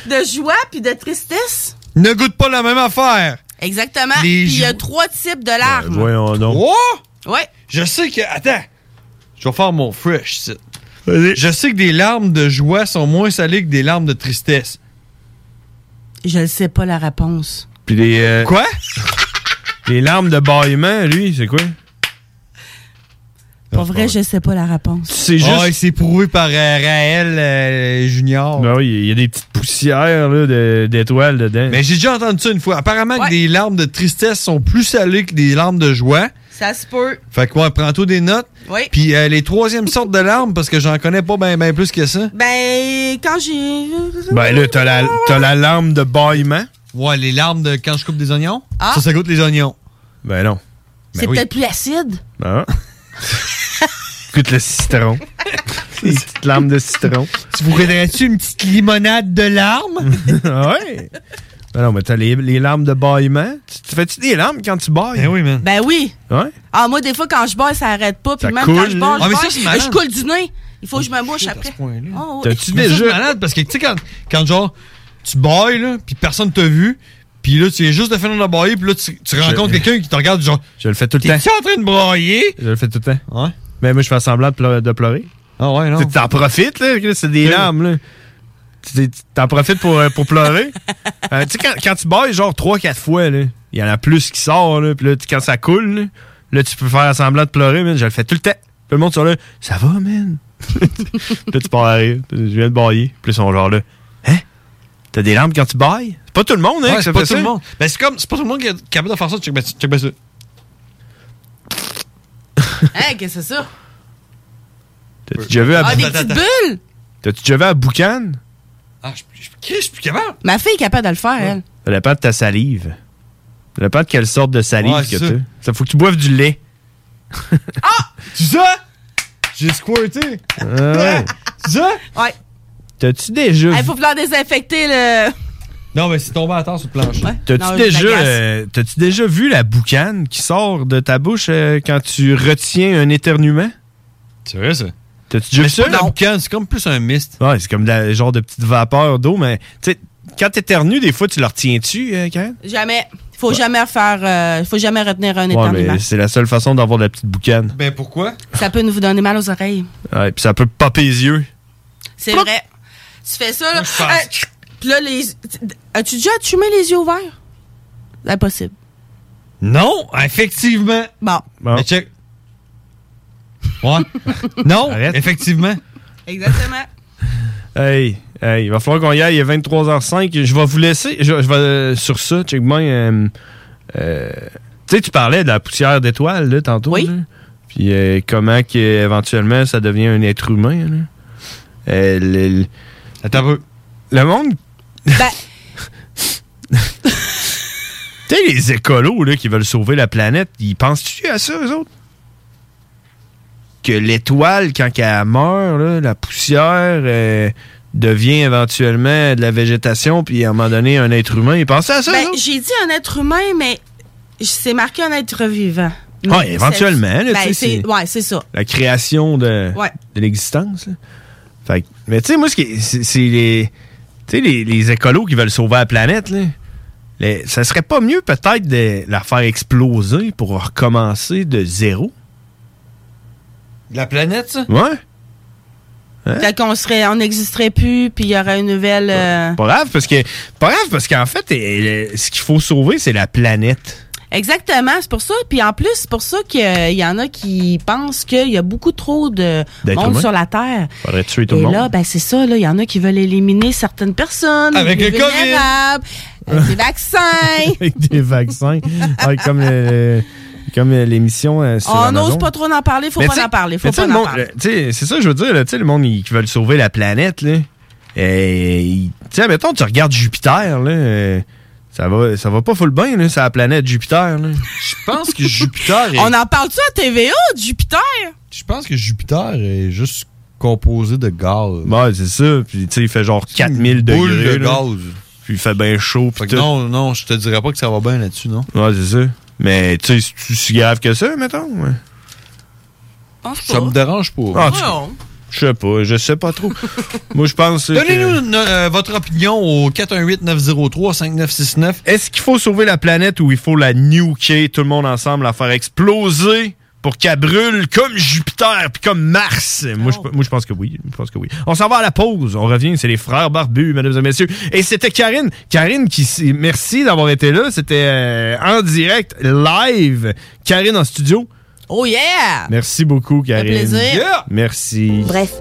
De joie puis de tristesse. ne goûte pas la même affaire. Exactement. Les Puis il y a joues. trois types de larmes. Voyons donc. Ouais. Oh! Je sais que. Attends. Je vais faire mon fresh, ça. Je sais que des larmes de joie sont moins salées que des larmes de tristesse. Je ne sais pas la réponse. Puis les. euh, Quoi? Les larmes de bâillement, lui, c'est quoi? Pour vrai, je ne sais pas la réponse. Ah, C'est juste. Ouais, c'est prouvé par euh, Raël euh, Junior. Ben oui, il y a des petites poussières là, de- d'étoiles dedans. Mais j'ai déjà entendu ça une fois. Apparemment que des larmes de tristesse sont plus salées que des larmes de joie. Ça se peut. Fait que moi, prends-toi des notes. Oui. Puis euh, les troisièmes sortes de larmes, parce que j'en connais pas bien ben plus que ça. Ben, quand j'ai. Ben là, t'as la, t'as la larme de bâillement. Ouais, les larmes de quand je coupe des oignons. Ah. Ça, ça goûte les oignons. Ben non. C'est peut-être plus acide. Ah. Non. Écoute le citron. Une petite larme de citron. Tu voudrais-tu une petite limonade de larmes? Ah ouais. Ben non, mais t'as les, les larmes de bâillement. Tu, tu fais-tu des larmes quand tu bailles? Ben oui, man. Ben oui. Ouais. Ah, moi, des fois, quand je bois, ça arrête pas. Puis Ça même coule, quand je bois, là. je, Ah, mais bois, ça, c'est malade. je coule du nez. Il faut que je me mouche après. Oh, oui. T'as-tu déjà malade parce que tu sais quand, quand genre tu bailles là, puis personne t'a vu, puis là tu es juste de finir de bailler, puis là tu, tu rencontres quelqu'un qui te regarde genre Je le fais tout le temps. T'es-tu en train de brailler? Je le fais tout le temps. Ouais. Mais moi, je fais semblant de, pleu- de pleurer. Ah ouais, non. Tu t'en profites, là. que C'est des Ouais. larmes, là. Tu t'es- tu t'en profites pour, euh, pour pleurer. Euh, tu sais, quand, quand tu bailles, genre 3-4 fois, là, il y en a plus qui sort, là. Puis là, tu- quand ça coule, là, là, tu peux faire semblant de pleurer, man. Je le fais tout le temps. Tout le monde sont là. Ça va, man? là, tu pars à rire. Je viens de bailler. Puis ils sont genre là. Hein? T'as des larmes quand tu bailles? C'est pas tout le monde, hein, qui Ouais, c'est ça pas fait tout le ça? monde. Mais c'est comme, c'est pas tout le monde qui est capable de faire ça. Check, ben- check ben ça. Hein, qu'est-ce que c'est ça? T'as-tu déjà vu à Ah, des Boucan? petites bulles! T'as-tu déjà vu à Boucan? Je suis plus capable. Ma fille est capable de le faire, elle. Ça dépend de ta salive. Ça dépend de quelle sorte de salive Ouais, que c'est t'as. ça. Ça faut que tu boives du lait. Tu ça? J'ai squirté. Ah ouais. Tu ça? Ah, Ouais. T'as-tu déjà Il faut vouloir désinfecter le. Non, mais c'est tombé à terre sur le plancher. Non, T'as-tu je déjà, m'agace. euh, t'as-tu déjà vu la boucane qui sort de ta bouche euh, quand tu retiens un éternuement? C'est vrai, ça? T'as-tu déjà Mais vu c'est ça? pas de la boucane, c'est comme plus un mist. Ouais, c'est comme le genre de petite vapeur d'eau, mais tu sais, quand t'éternues, des fois, tu le retiens-tu, euh, Karen? Jamais. Faut jamais faire. euh, faut jamais retenir un Ouais, éternuement. mais c'est la seule façon d'avoir de la petite boucane. Ben pourquoi? Ça peut nous donner mal aux oreilles. Ouais, puis ça peut popper les yeux. C'est vrai. Tu fais ça, là. Hey, Puis là, les. As-tu déjà fumé les yeux ouverts? Impossible. Non, effectivement. Bon. Mais check. Ouais. non, effectivement. Exactement. Hey, hey, il va falloir qu'on y aille. Il est 23h05. Je vais vous laisser. Je, je vais euh, sur ça. Check bien. euh, euh, tu sais, tu parlais de la poussière d'étoiles là, tantôt. Oui. Puis euh, comment que, éventuellement ça devient un être humain. Là. Euh, le, le- Le monde. tu sais, les écolos là, qui veulent sauver la planète, ils pensent-tu à ça, eux autres? que l'étoile, quand elle meurt, là, la poussière euh, devient éventuellement de la végétation, puis à un moment donné, un être humain. Il pensait à ça? Ben, j'ai dit un être humain, mais c'est marqué un être vivant. Ouais, Mais éventuellement, là, c'est- tu sais, ben, c'est- c'est- Ouais, c'est ça. La création de, Ouais. de l'existence. là. Fait que- mais tu sais, moi, ce qui- c'est c'est les, tu sais, les, les écolos qui veulent sauver la planète. Là. Les- ça serait pas mieux, peut-être, de la faire exploser pour recommencer de zéro? La planète, ça? Ouais? Hein? Fait qu'on serait, on n'existerait plus, puis il y aurait une nouvelle. euh, Pas grave, parce que pas grave parce qu'en fait, eh, le- ce qu'il faut sauver, c'est la planète. Exactement, c'est pour ça. Puis en plus, c'est pour ça qu'il y en a qui pensent qu'il y a beaucoup trop de D'êtres monde humains. sur la Terre. Faudrait tuer tout Et le monde. là, ben c'est ça, là, il y en a qui veulent éliminer certaines personnes. Avec les le COVID. vulnérables, avec les vaccins. avec des vaccins. Ouais, comme le- comme euh, l'émission euh, sur Oh, On Amazon. n'ose pas trop en parler, faut Mais pas t'sais- en parler, faut mais t'sais, pas le en monde- parler. le- t'sais, C'est ça que je veux dire. là, t'sais, le monde ils- qui veulent sauver la planète. Là, et, ils- t'sais, mettons, tu regardes Jupiter. Là, euh, ça va, ça va pas full bien, là, sur la planète Jupiter. Je pense que Jupiter On en parle-tu à TVA, Jupiter? Je pense que Jupiter est juste composé de gaz. Ouais, c'est ça. Puis, tu sais, il fait genre 4000 degrés. boule de là. gaz. Puis, il fait bien chaud. Fait Puis que tout. non, non, je te dirais pas que ça va bien là-dessus, non? Ouais, c'est ça. Mais, tu sais, c'est si grave que ça, mettons. ouais. Ah, Ça me dérange pas. En tout cas, Je sais pas, je sais pas trop. Moi, je pense. euh, que- Donnez-nous no- euh, votre opinion au 418-903-5969. Est-ce qu'il faut sauver la planète ou il faut la nuker, tout le monde ensemble, la faire exploser pour qu'elle brûle comme Jupiter puis comme Mars? Moi, je, moi, je pense que oui. Je pense que oui. On s'en va à la pause. On revient. C'est les frères barbus, mesdames et messieurs. Et c'était Karine. Karine qui, s- merci d'avoir été là. C'était euh, en direct, live. Karine en studio. Oh yeah! Merci beaucoup, Karine. plaisir. Yeah! Merci. Bref,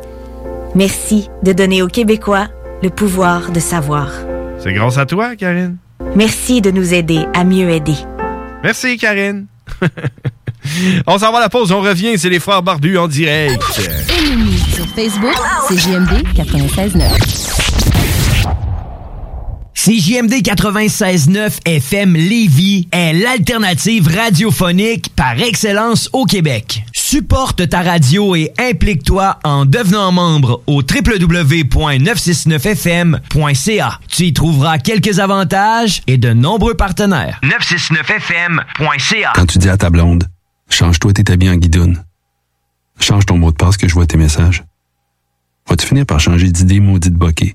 merci de donner aux Québécois le pouvoir de savoir. C'est grâce à toi, Karine. Merci de nous aider à mieux aider. Merci, Karine. On s'en va à la pause. On revient. C'est les frères barbus en direct. Sur Facebook, c'est JMD 96.9. CJMD 96.9 FM Lévis est l'alternative radiophonique par excellence au Québec. Supporte ta radio et implique-toi en devenant membre au www.969fm.ca. Tu y trouveras quelques avantages et de nombreux partenaires. 969fm.ca Quand tu dis à ta blonde, change-toi tes habits en guidoune. Change ton mot de passe que je vois tes messages. Vas-tu finir par changer d'idée maudite bokeh?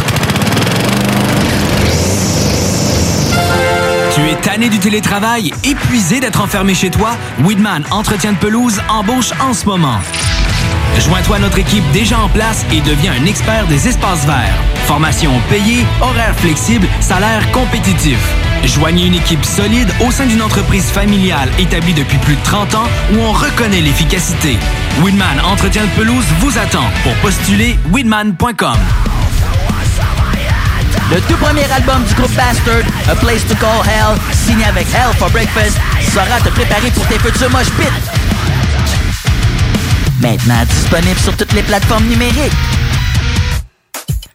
Tu es tanné du télétravail, épuisé d'être enfermé chez toi? Weedman Entretien de pelouse embauche en ce moment. Joins-toi à notre équipe déjà en place et deviens un expert des espaces verts. Formation payée, horaires flexibles, salaire compétitif. Joignez une équipe solide au sein d'une entreprise familiale établie depuis plus de 30 ans où on reconnaît l'efficacité. Winman Entretien de pelouse vous attend pour postuler winman.com. Le tout premier album du groupe Bastard, A Place to Call Hell, signé avec Hell for Breakfast, saura te préparer pour tes futurs moches pits. Maintenant disponible sur toutes les plateformes numériques.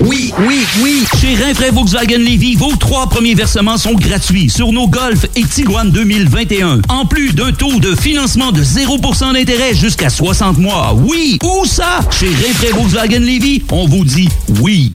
Oui, oui, oui. Chez Rainfray Volkswagen Levy, vos trois premiers versements sont gratuits sur nos Golf et Tiguan 2021. En plus d'un taux de financement de 0% d'intérêt jusqu'à 60 mois. Oui, où ça? Chez Rainfray Volkswagen Levy, on vous dit oui.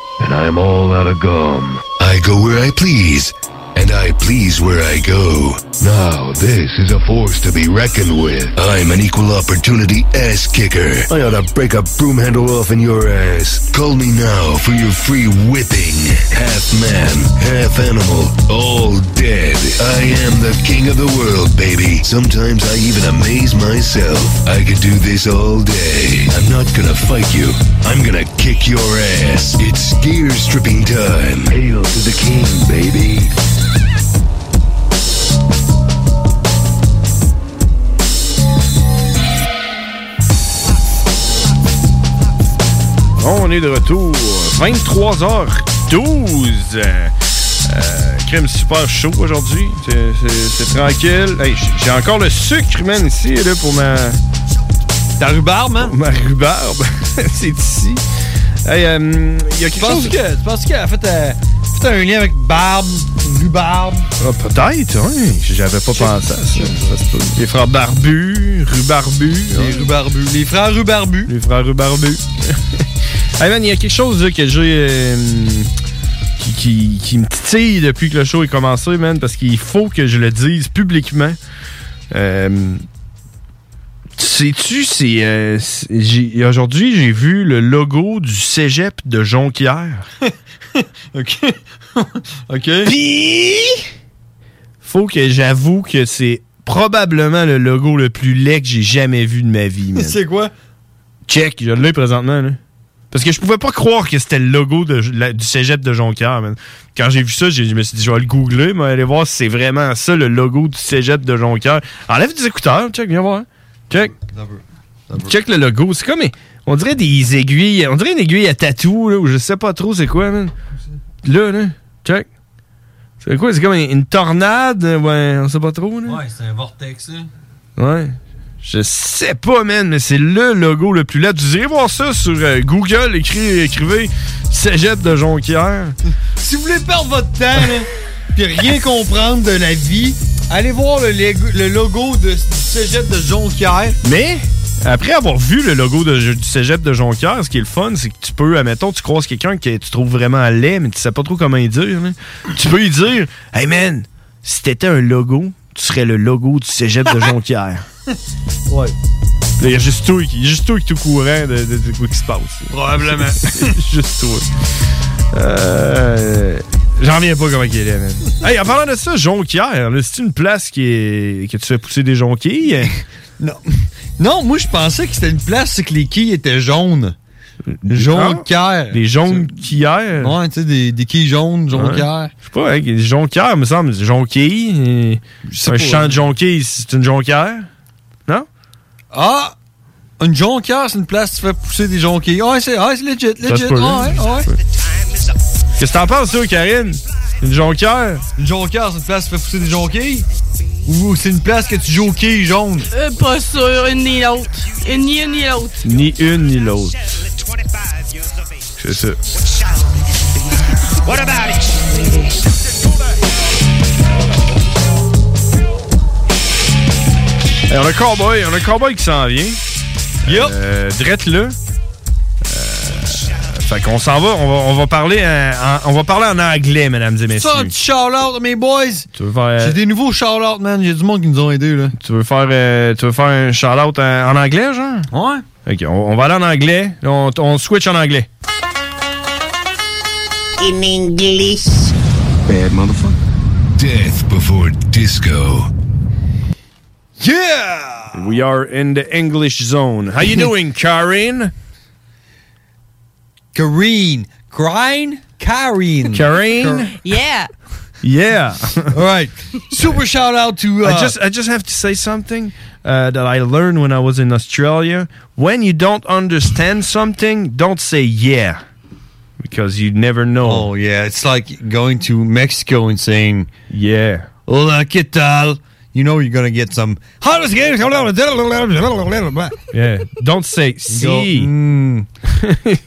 and I am all out of gum. I go where I please, and I please where I go. Now, this is a force to be reckoned with. I'm an equal opportunity ass kicker. I ought to break a broom handle off in your ass. Call me now for your free whipping. Half man, half animal, all dead. I am the king of the world, baby. Sometimes I even amaze myself. I could do this all day. I'm not gonna fight you. I'm gonna kick your ass. It's gear stripping time. Hail to the king, baby. On est de retour. 23h12. Euh, crème super chaud aujourd'hui. C'est- C'est c'est tranquille. Hey, j- J'ai encore le sucre, man, ici, là, pour ma. Ta rhubarbe, hein? Ma rhubarbe. C'est ici. Hey, euh, il y a Tu quelque penses chose. que- tu penses qu'elle a fait, euh, fait un lien avec Barbe, Rhubarbe? Ah, peut-être, oui. J'avais pas pensé à ça. Ça se peut. Les frères Barbu, Rubarbu. Les Rubarbu. Les frères Rubarbu. Les frères Rubarbu. hey man, il y a quelque chose là, que j'ai. euh, qui, qui- qui me titille depuis que le show est commencé, man, parce qu'il faut que je le dise publiquement. Euh, Sais-tu, c'est. euh, c'est- j'ai- Aujourd'hui, j'ai vu le logo du cégep de Jonquière. OK. OK. Puis. Faut que j'avoue que c'est probablement le logo le plus laid que j'ai jamais vu de ma vie, man. C'est quoi? Check, je l'ai présentement, là. Parce que je pouvais pas croire que c'était le logo de, la- du cégep de Jonquière, man. Quand j'ai vu ça, j'ai- je me suis dit, je vais le googler, mais aller voir si c'est vraiment ça, le logo du cégep de Jonquière. Enlève tes écouteurs, check, viens voir. Check. Check le logo. C'est comme, on dirait des aiguilles, on dirait une aiguille à tatou, là, ou je sais pas trop c'est quoi, man. Là, là, check. C'est euh, quoi? C'est comme une, une tornade, ouais, on sait pas trop, là. Ouais, c'est un vortex, Ouais. Je sais pas, man, mais c'est le logo le plus laid. Vous irez voir ça sur euh, Google, écri- écrivez Cégep de Jonquière. Si vous voulez perdre votre temps, là, puis rien comprendre de la vie, allez voir le, lego- le logo de Cégep de Jonquière. Mais après avoir vu le logo de- du cégep de Jonquière, ce qui est le fun, c'est que tu peux, admettons, tu croises quelqu'un que tu trouves vraiment laid, mais tu sais pas trop comment y dire. là. Tu peux y dire Hey man, si t'étais un logo, tu serais le logo du cégep de Jonquière. Ouais. Il y a juste toi qui, juste toi qui est au courant de, de- de quoi qui se passe. Probablement. juste toi. Euh, J'en viens pas comment il est, man. Hey, en parlant de ça, Jonquière, là, c'est une place qui est, que tu fais pousser des jonquilles. Non. Non, moi, je pensais que c'était une place, c'est que les quilles étaient jaunes. Jonquière. Des jaunes quillères. Ouais, tu sais, des, des quilles jaunes, jonquières. Ouais. Je sais pas, hein, des jonquières, me semble. des Jonquilles. pas. hein. Un champ de jonquilles, c'est une jonquière. Non? Ah! Une jonquière, c'est une place où tu fais pousser des jonquilles. Ouais, c'est ouais, c'est legit, Ça se legit. peut, Ah ouais, hein? ah ouais. Qu'est-ce que t'en penses, toi, Karine? Une jonquière? Une jonquière, c'est une place où tu fais pousser des jonquilles? Ou c'est une place que tu joues aux quilles jaunes? Euh, pas sûr, une ni l'autre. Une ni une ni l'autre. Ni une ni l'autre. C'est ça. What about it? Hey, on a un cowboy, on a un cowboy qui s'en vient. Yup. Euh, drette là. fait qu'on s'en va, on va, on va parler en, en- on va parler en anglais, mesdames et messieurs. Ça, un petit shout-out, mes boys! Tu veux faire- J'ai des nouveaux shout-out, man. J'ai du monde qui nous ont aidés, là. Tu veux faire, euh, tu veux faire un shout-out en, en anglais, genre? Ouais. OK, on, on va aller en anglais. Là, On, on switch en anglais. In English. Bad motherfucker. Death before disco. Yeah! We are in the English zone. How you doing, Karin? Karine. Grine? Karine. Karine? Yeah. Yeah. All right. Super shout out to. uh, I just I just have to say something uh, that I learned when I was in Australia. When you don't understand something, don't say yeah, because you never know. Oh, yeah. It's like going to Mexico and saying, Yeah. Hola, ¿qué tal? You know you're going to get some. How does game come out? Yeah. Don't say see.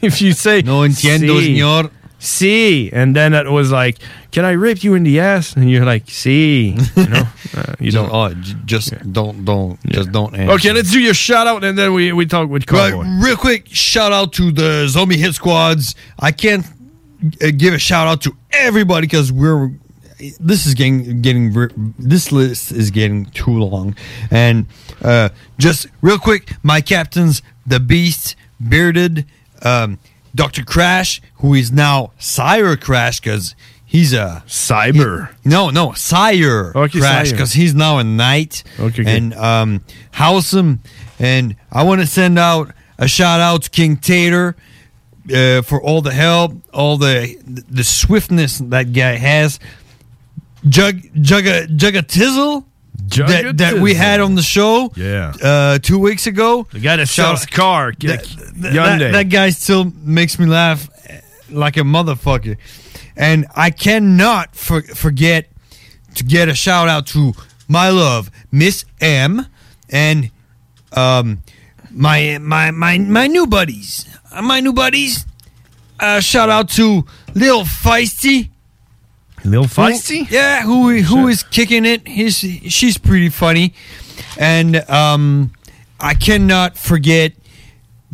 if you say no "Mm." entiendo, señor. See, and then it was like, can I rip you in the ass? And you're like, see, you know, uh, you Just- don't. oh, j- just don't, don't, just don't answer. Okay, let's do your shout out and then we, we talk with Right, Cowboy. real quick, shout out to the Zombie Hit Squads. I can't uh, give a shout out to everybody because we're this is getting getting re- this list is getting too long. And uh, just real quick, my captains, the Beast, Bearded, um, Doctor Crash, who is now Sire Crash because he's a cyber. no, no, Sire Okay, Crash Sire. because he's now a knight. Okay, good. and um, Howsam. And I want to send out a shout out to King Tater uh, for all the help, all the the swiftness that guy has. Jug Jugga Jugga Tizzle Jugga that, that we Tizzle. had on the show Yeah. uh, two weeks ago. The guy that Shout- sells car, That, Hyundai. that, that- that guy still makes me laugh eh, like a motherfucker. And I cannot for, forget to get a shout out to my love, Miss M, and um, my my my my new buddies, Uh, my new buddies. Uh, shout out to Lil Feisty. Lil Who- yeah, who who is kicking it? His she's pretty funny, and um, I cannot forget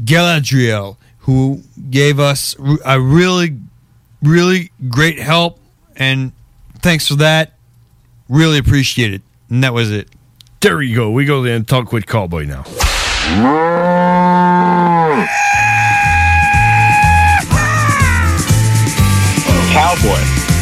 Galadriel, who gave us r- a really, really great help, and thanks for that. Really appreciate it. And that was it. There you go. We go and talk with Cowboy now. Cowboy.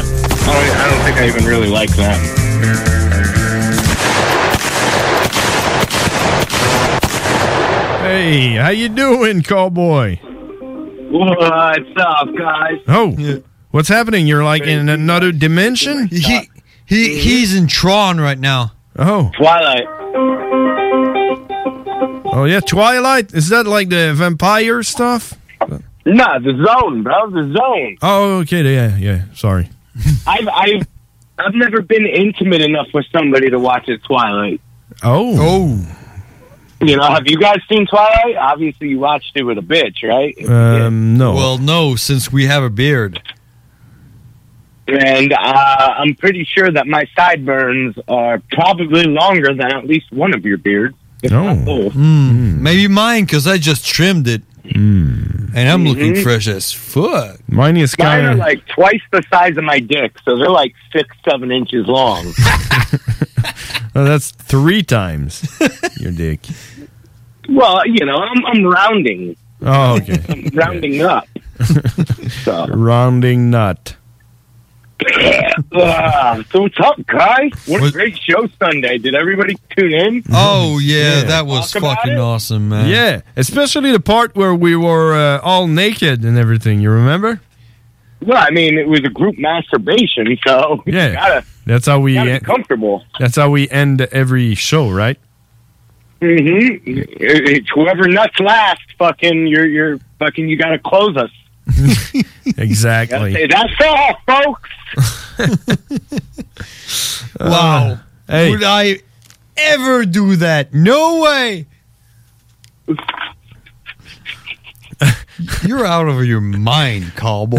don't, I don't think I even really like them. Hey, how you doing, cowboy? What's up, guys? Oh, what's happening? You're like in another dimension. He he he's in Tron right now. Oh, Twilight. oh yeah, Twilight. Is that like the vampire stuff? Nah, the zone, bro. The zone. Oh, okay. Yeah, yeah. Sorry. I've I've I've never been intimate enough with somebody to watch a Twilight. Oh. Oh. You know, have you guys seen Twilight? Obviously, you watched it with a bitch, right? Um, no. Well, no, since we have a beard. And uh, I'm pretty sure that my sideburns are probably longer than at least one of your beards. No. Hmm. Hmm. Maybe mine, because I just trimmed it. And I'm looking Mhm. fresh as fuck. Mine is Mine are like twice the size of my dick, so they're like six, seven inches long. Oh, that's three times your dick. well, you know, I'm, I'm rounding, Oh, okay. I'm rounding up. Rounding nut. Ugh, so what's up, guys? What a great show Sunday! Did everybody tune in? Oh yeah, that was fucking awesome, man. Yeah, especially the part where we were uh, all naked and everything. You remember? Well, I mean, it was a group masturbation, so Yeah. you gotta That's how we. gotta en- be comfortable. that's how we end every show, right? Mm-hmm. It- it's whoever nuts last, fucking, you're you're fucking, you gotta close us. Gotta say, Exactly. That's all, folks. wow. Uh, hey. Would I ever do that? No way. You're out of your mind, cowboy.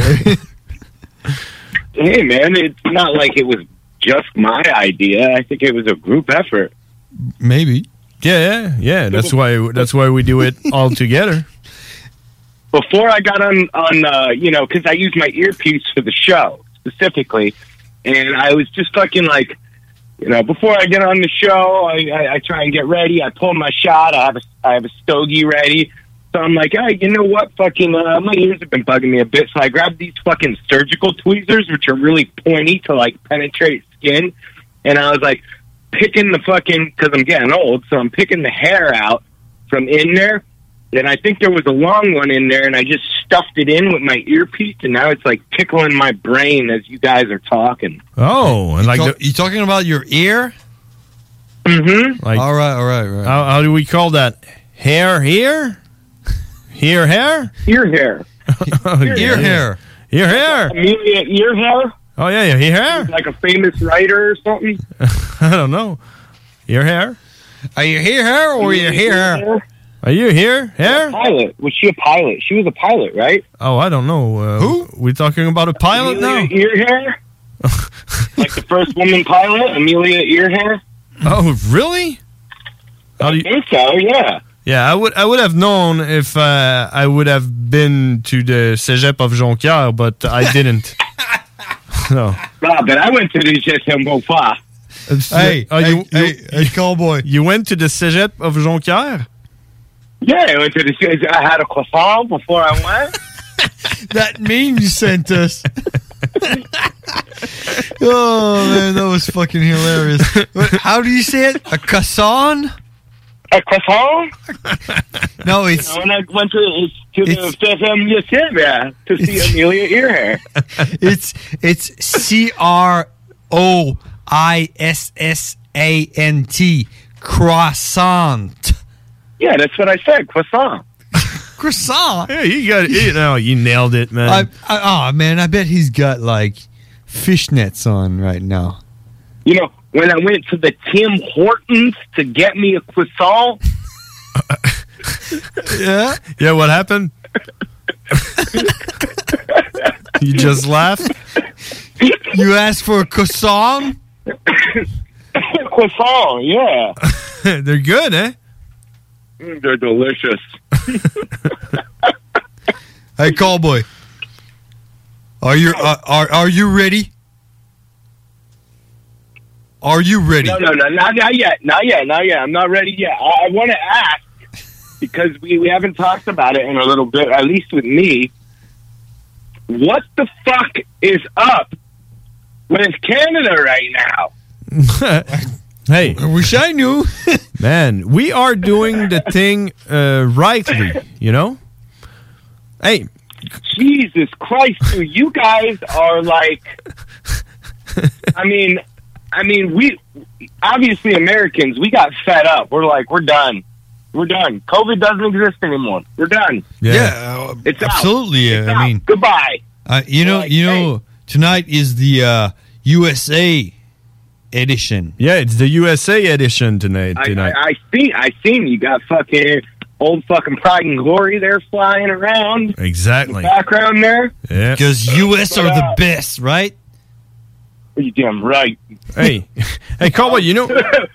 Hey, man, it's not like it was just my idea. I think it was a group effort. Maybe. Yeah, yeah, yeah. That's why. That's why we do it all together. before I got on on uh, you know because I used my earpiece for the show specifically, and I was just fucking like, you know, before I get on the show, I, I, I try and get ready. I pull my shot. I have a I have a stogie ready. So I'm like, hey, you know what? Fucking uh, my ears have been bugging me a bit. So I grabbed these fucking surgical tweezers, which are really pointy to like penetrate skin, and I was like picking the fucking because I'm getting old, so I'm picking the hair out from in there. And I think there was a long one in there, and I just stuffed it in with my earpiece, and now it's like tickling my brain as you guys are talking. Oh, and like Talk- you talking about your ear? Mm-hmm. Like, all right, all right, all right. How, how do we call that? Hair here? Here hair? Ear hair. Ear Ear hair. Ear hair. Amelia Earhair, Oh yeah, yeah, ear hair. like a famous writer or something. I don't know. Ear hair. Are you here, hair, or you here, hair? Are you here, hair? Pilot. Was she a pilot? She was a pilot, right? Oh, I don't know. Uh, Who? We talking about a pilot now? Amelia Earhair, like the first woman pilot, Amelia Earhair. Oh, really? How do you? think so. Yeah. Yeah, I would. I would have known if uh, I would have been to the Cégep of Jonquière, but I didn't. no. Nah, but I went to the Jetem Beaufort. Hey, you, you, cowboy. You went to the Cégep of Jonquière? Yeah, I went to the. I had a croissant before I went. that meme you sent us. oh man, that was fucking hilarious. What- How do you say it? A casson? A croissant? No, You it's know, and I went to to the Fifth Amelia Earhair to see Amelia Earhair. it's it's C R O I S S A N T croissant. Yeah, that's what I said. Croissant. Croissant. Yeah, you got it. You know, you nailed it, man. I, Oh. I, oh man, I bet he's got like fishnets on right now. You know, when I went to the Tim Hortons to get me a croissant, yeah. Yeah, what happened? you just laughed? You asked for a croissant? croissant, yeah. They're good, eh? Mm, They're delicious. Hey, cowboy. Are you are, are are you ready? Are you ready? No, no, no, not, not yet. Not yet. Not yet. I'm not ready yet. I, I want to ask because we, we haven't talked about it in a little bit, at least with me. What the fuck is up with Canada right now? Hey. I wish I knew. Man, we are doing the thing uh, rightly, you know? Hey. Jesus Christ, dude, you guys are like I mean I mean we obviously Americans, we got fed up. We're like, we're done. We're done. COVID doesn't exist anymore. We're done. Yeah, uh, It's out. absolutely. uh, I mean, Goodbye. uh, you know, you know, tonight is the uh, USA edition. Yeah, it's the USA edition tonight. I, tonight. I, I seen I seen you got fucking old fucking pride and glory there flying around. Exactly. Background there. Yeah. Because US are the best, right? You damn right. Hey, hey, Cowboy, you know,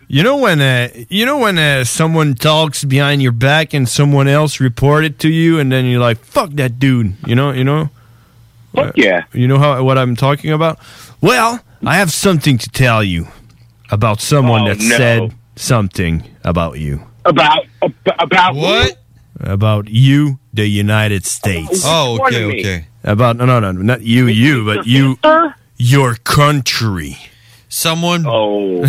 you know when, uh, you know when uh, someone talks behind your back and someone else report it to you, and then you're like, "Fuck that dude," you know, you know. Fuck yeah. You know how what I'm talking about? Well, I have something to tell you about someone Oh, that no. said something about you, About ab- about what? about you, the United States. Oh, What do you okay, mean? okay. About no, no, no, not you, you, but you, your country. Someone. Oh.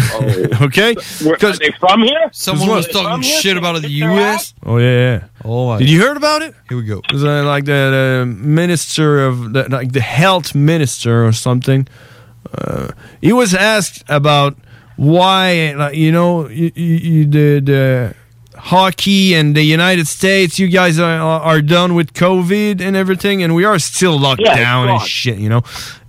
okay. Are they from here? Someone was talking shit about the US. Oh yeah, yeah. Oh, my Did you hear about it? Here we go. It was uh, like the, the minister of the, like the health minister or something. Uh, he was asked about why, like, you know, you, you, you, the, the hockey and the United States, you guys are, are done with COVID and everything, and we are still locked Yeah, it's down and gone. shit, you know.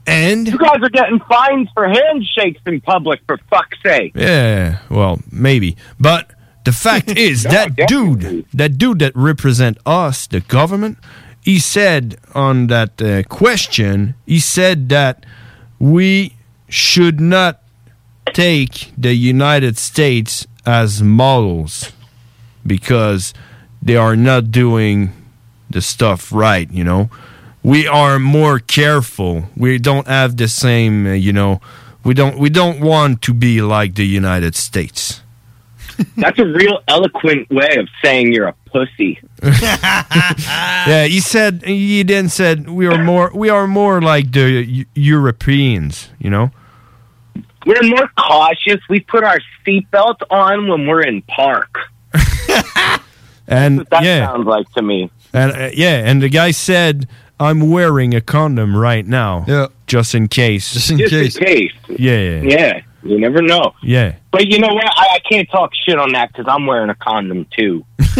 And you guys are getting fines for handshakes in public for fuck's sake. Yeah, well, maybe. But the fact is that dude, that dude that represent us, the government, he said on that uh, question, he said that we should not take the United States as models because they are not doing the stuff right, you know. We are more careful. We don't have the same, uh, you know, we don't we don't want to be like the United States. That's a real eloquent way of saying you're a pussy. Yeah, he said he then said we are more we are more like the Eu- Europeans, you know. We're more cautious. We put our seatbelt on when we're in park. And That yeah, sounds like to me. And uh, yeah, and the guy said, "I'm wearing a condom right now, yeah, just in case, just in Just in case. case. Yeah, yeah, yeah. Yeah, you never know. yeah. But you know what? I, I can't talk shit on that because I'm wearing a condom too.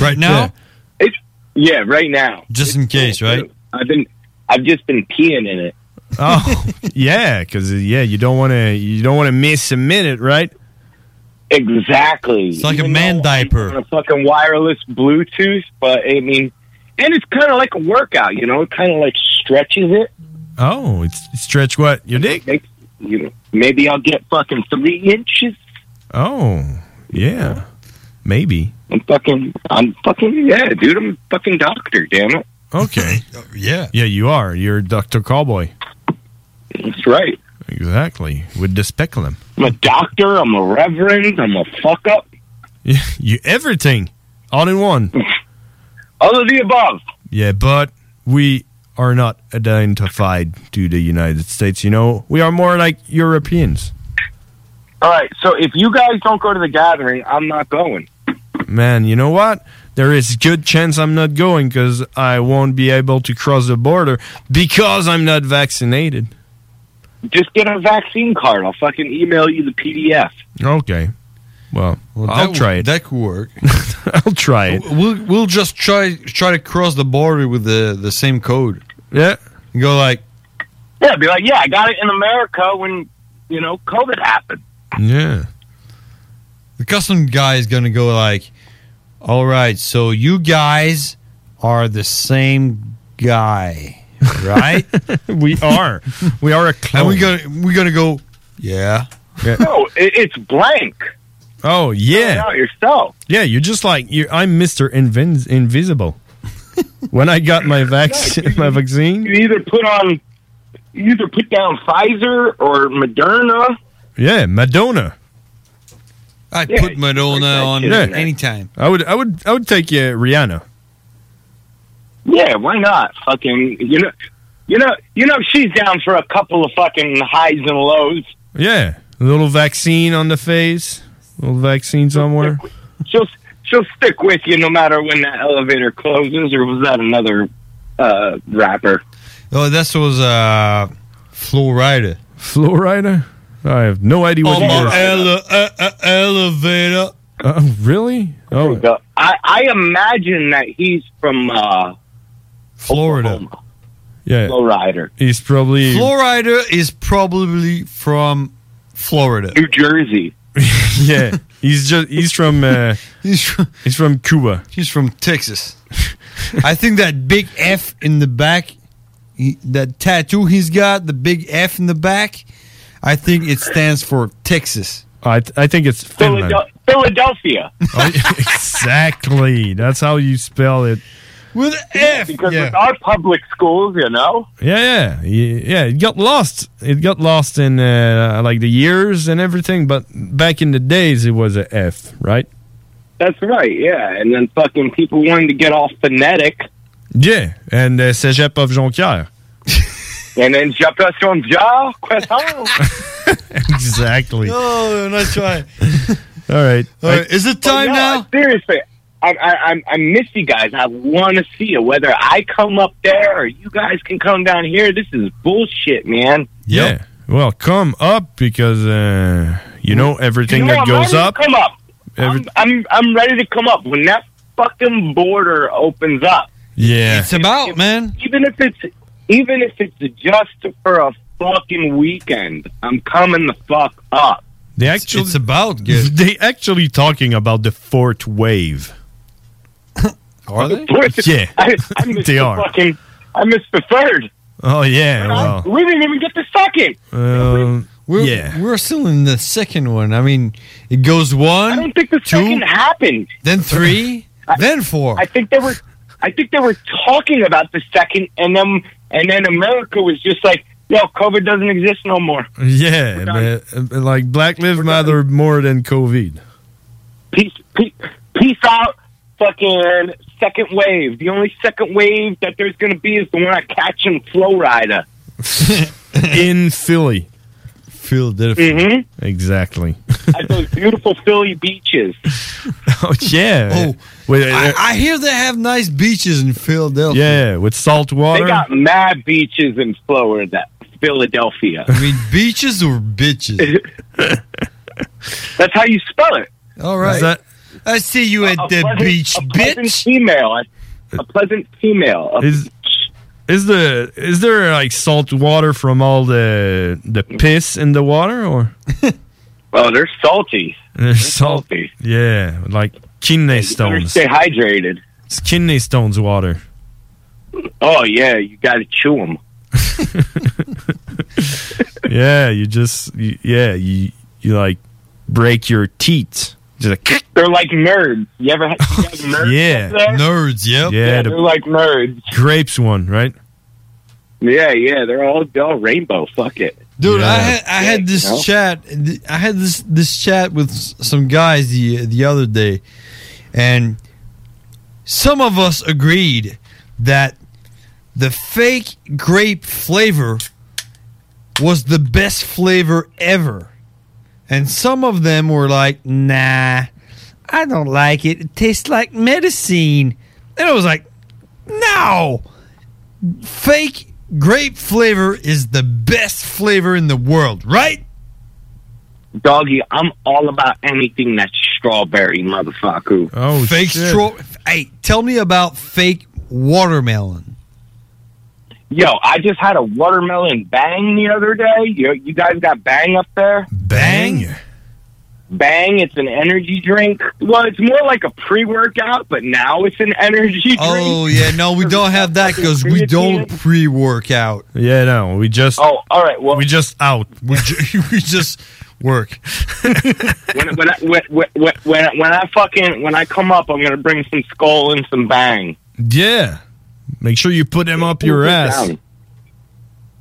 right now? It's yeah, right now. Just in case, right? I've been, I've just been peeing in it. Oh, yeah, because yeah, you don't want to, you don't want to miss a minute, right? Exactly. It's like a man diaper. On a fucking wireless Bluetooth, but I mean, and it's kind of like a workout. You know, it kind of like stretches it. Oh, it's stretch what your dick? Makes, you know, maybe I'll get fucking three inches. Oh, yeah, maybe. I'm fucking, I'm fucking, yeah, dude. I'm a fucking doctor. Damn it. Okay. yeah. Yeah, you are. You're Doctor Cowboy. That's right. Exactly. With the speculum. I'm a doctor. I'm a reverend. I'm a fuck up. you everything, all in one. All of the above. Yeah, but we are not identified to the United States. You know, we are more like Europeans. All right. So if you guys don't go to the gathering, I'm not going. Man, you know what? There is good chance I'm not going because I won't be able to cross the border because I'm not vaccinated. Just get a vaccine card. I'll fucking email you the PDF. Okay. Well, I'll that try w- it. That could work. I'll try it. We'll we'll just try try to cross the border with the the same code. Yeah. And go like, Yeah, be like, yeah, I got it in America when you know COVID happened. yeah. The custom guy is gonna go like, all right, so you guys are the same guy, right? we are. We are a clone. And we gonna we gonna go. Yeah. No, it, it's blank. Oh yeah. Fill it out yourself. Yeah, you're just like you. I'm Mister Invin- Invisible. when I got my vaccine, my vaccine. You either put on, you either put down Pfizer or Moderna. Yeah, Madonna. I Yeah, put Madonna on Yeah. anytime. I would, I would, I would take uh, Rihanna. Yeah, why not? Fucking, you know, you know, you know, she's down for a couple of fucking highs and lows. Yeah, A little vaccine on the face. A little vaccine somewhere. She'll she'll stick with you no matter when that elevator closes. Or was that another uh, rapper? Oh, this was uh, Flow Rider. Flow Rider? I have no idea what On he my is. ele- uh, uh, elevator. Uh, really? Oh, So I I imagine that he's from uh, Florida. yeah. Flow Rider. He's probably Flow Rider is probably from Florida. New Jersey. yeah. He's just he's from uh, he's from he's from Cuba. He's from Texas. I think that big F in the back, he, that tattoo he's got, the big F in the back, I think it stands for Texas. I I think it's Finland. Oh, Philado- Philadelphia. exactly. That's how you spell it. With F. Because with our public schools, you know. Yeah, yeah, yeah. It got lost. It got lost in uh, like the years and everything. But back in the days, it was a F, right? That's right, yeah. And then fucking people wanted to get all phonetic, Yeah, and uh, Cégep of Jonquière. and then Jappation Jar Croissant. exactly. All No, not trying. right. is it time now? Oh, Seriously, I, I, I, I miss you guys. I want to see you. Whether I come up there or you guys can come down here, this is bullshit, man. Yeah. Well, come up because uh, you know everything You know, that I'm goes ready to up. Come up. Every- I'm, I'm ready to come up when that fucking border opens up. yeah. It's about, man. Even if it's even if it's just for a fucking weekend, I'm coming the fuck up. They actually, it's about They actually talking about the fourth wave. Are they? Yeah. I, I missed They the are. Fucking, I missed the third. Oh yeah. I- Well. we didn't even get the second. Um, We're, we're still in the second one. I mean, it goes one, I don't think the two, second happened. then three, then four. I think they were, I think they were talking about the second, and then and then America was just like, "Yo, COVID doesn't exist no more. Yeah, but, uh, like Black Lives Matter more than COVID. Peace, peace, peace out, fucking second wave. The only second wave that there's gonna be is the one I catch in Florida. in Philly. Phil did Mhm. Exactly. at those beautiful Philly beaches. oh yeah. Oh, With, uh, I, I hear they have nice beaches in Philadelphia. yeah, with salt water. They got mad beaches in Florida, Philadelphia. I mean, beaches or bitches? That's how you spell it. All right. Is that- I see you at A the pleasant- beach, a pleasant bitch. female, a, a pleasant female. A- is is the is there like salt water from all the the piss in the water or well, oh, they're salty. there's salt? salty. Yeah, like kidney You better stones. stay hydrated. It's kidney stones water. Oh yeah, you got to chew them. Yeah, you just you, yeah you you like break your teeth. Just like They're like nerds. You ever had you have nerds? Yeah. up there? Nerds, yep. Yeah, yeah, they're the like nerds. grapes one right. Yeah, yeah, they're all they're all rainbow. Fuck it. Dude, I Yeah. had I Yeah, had this you know? chat. th- I had this this chat with s- some guys the the other day, and some of us agreed that the fake grape flavor was the best flavor ever, and some of them were like, "Nah, I don't like it. It tastes like medicine," and I was like, "No." fake grape flavor is the best flavor in the world, right? Doggy, I'm all about anything that's strawberry, motherfucker. Oh, fake shit. straw. Hey, tell me about fake watermelon. Yo, I just had a watermelon bang the other day. You, you guys got bang up there? Bang. Bang, it's an energy drink. Well, it's more like a pre workout, but now it's an energy drink. Oh yeah, no, we don't have that because we don't pre-work out. Yeah, no, we just Oh, all right. Well, we just out. We ju- we just work. when, when, I, when, when, when, I- when I fucking when I come up, I'm gonna bring some skull and some bang. Yeah. Make sure you put them up your ass. Down.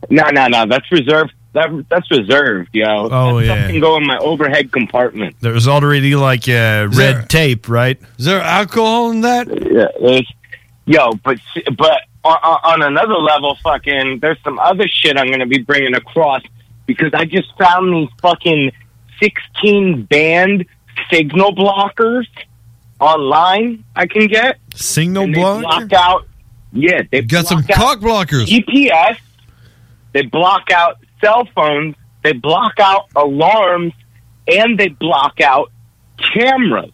No, no, no. That's reserved. That, that's reserved, yo. Oh, that yeah. stuff can go in my overhead compartment. There's already like uh, red there- tape, right? Is there alcohol in that? Yeah, there's, yo, but but on, on another level, fucking, there's some other shit I'm gonna be bringing across because I just found these fucking 16 band signal blockers online I can get. Signal and they Block out. Yeah, they got some cock blockers. GPS. They block out cell phones. They block out alarms, and they block out cameras.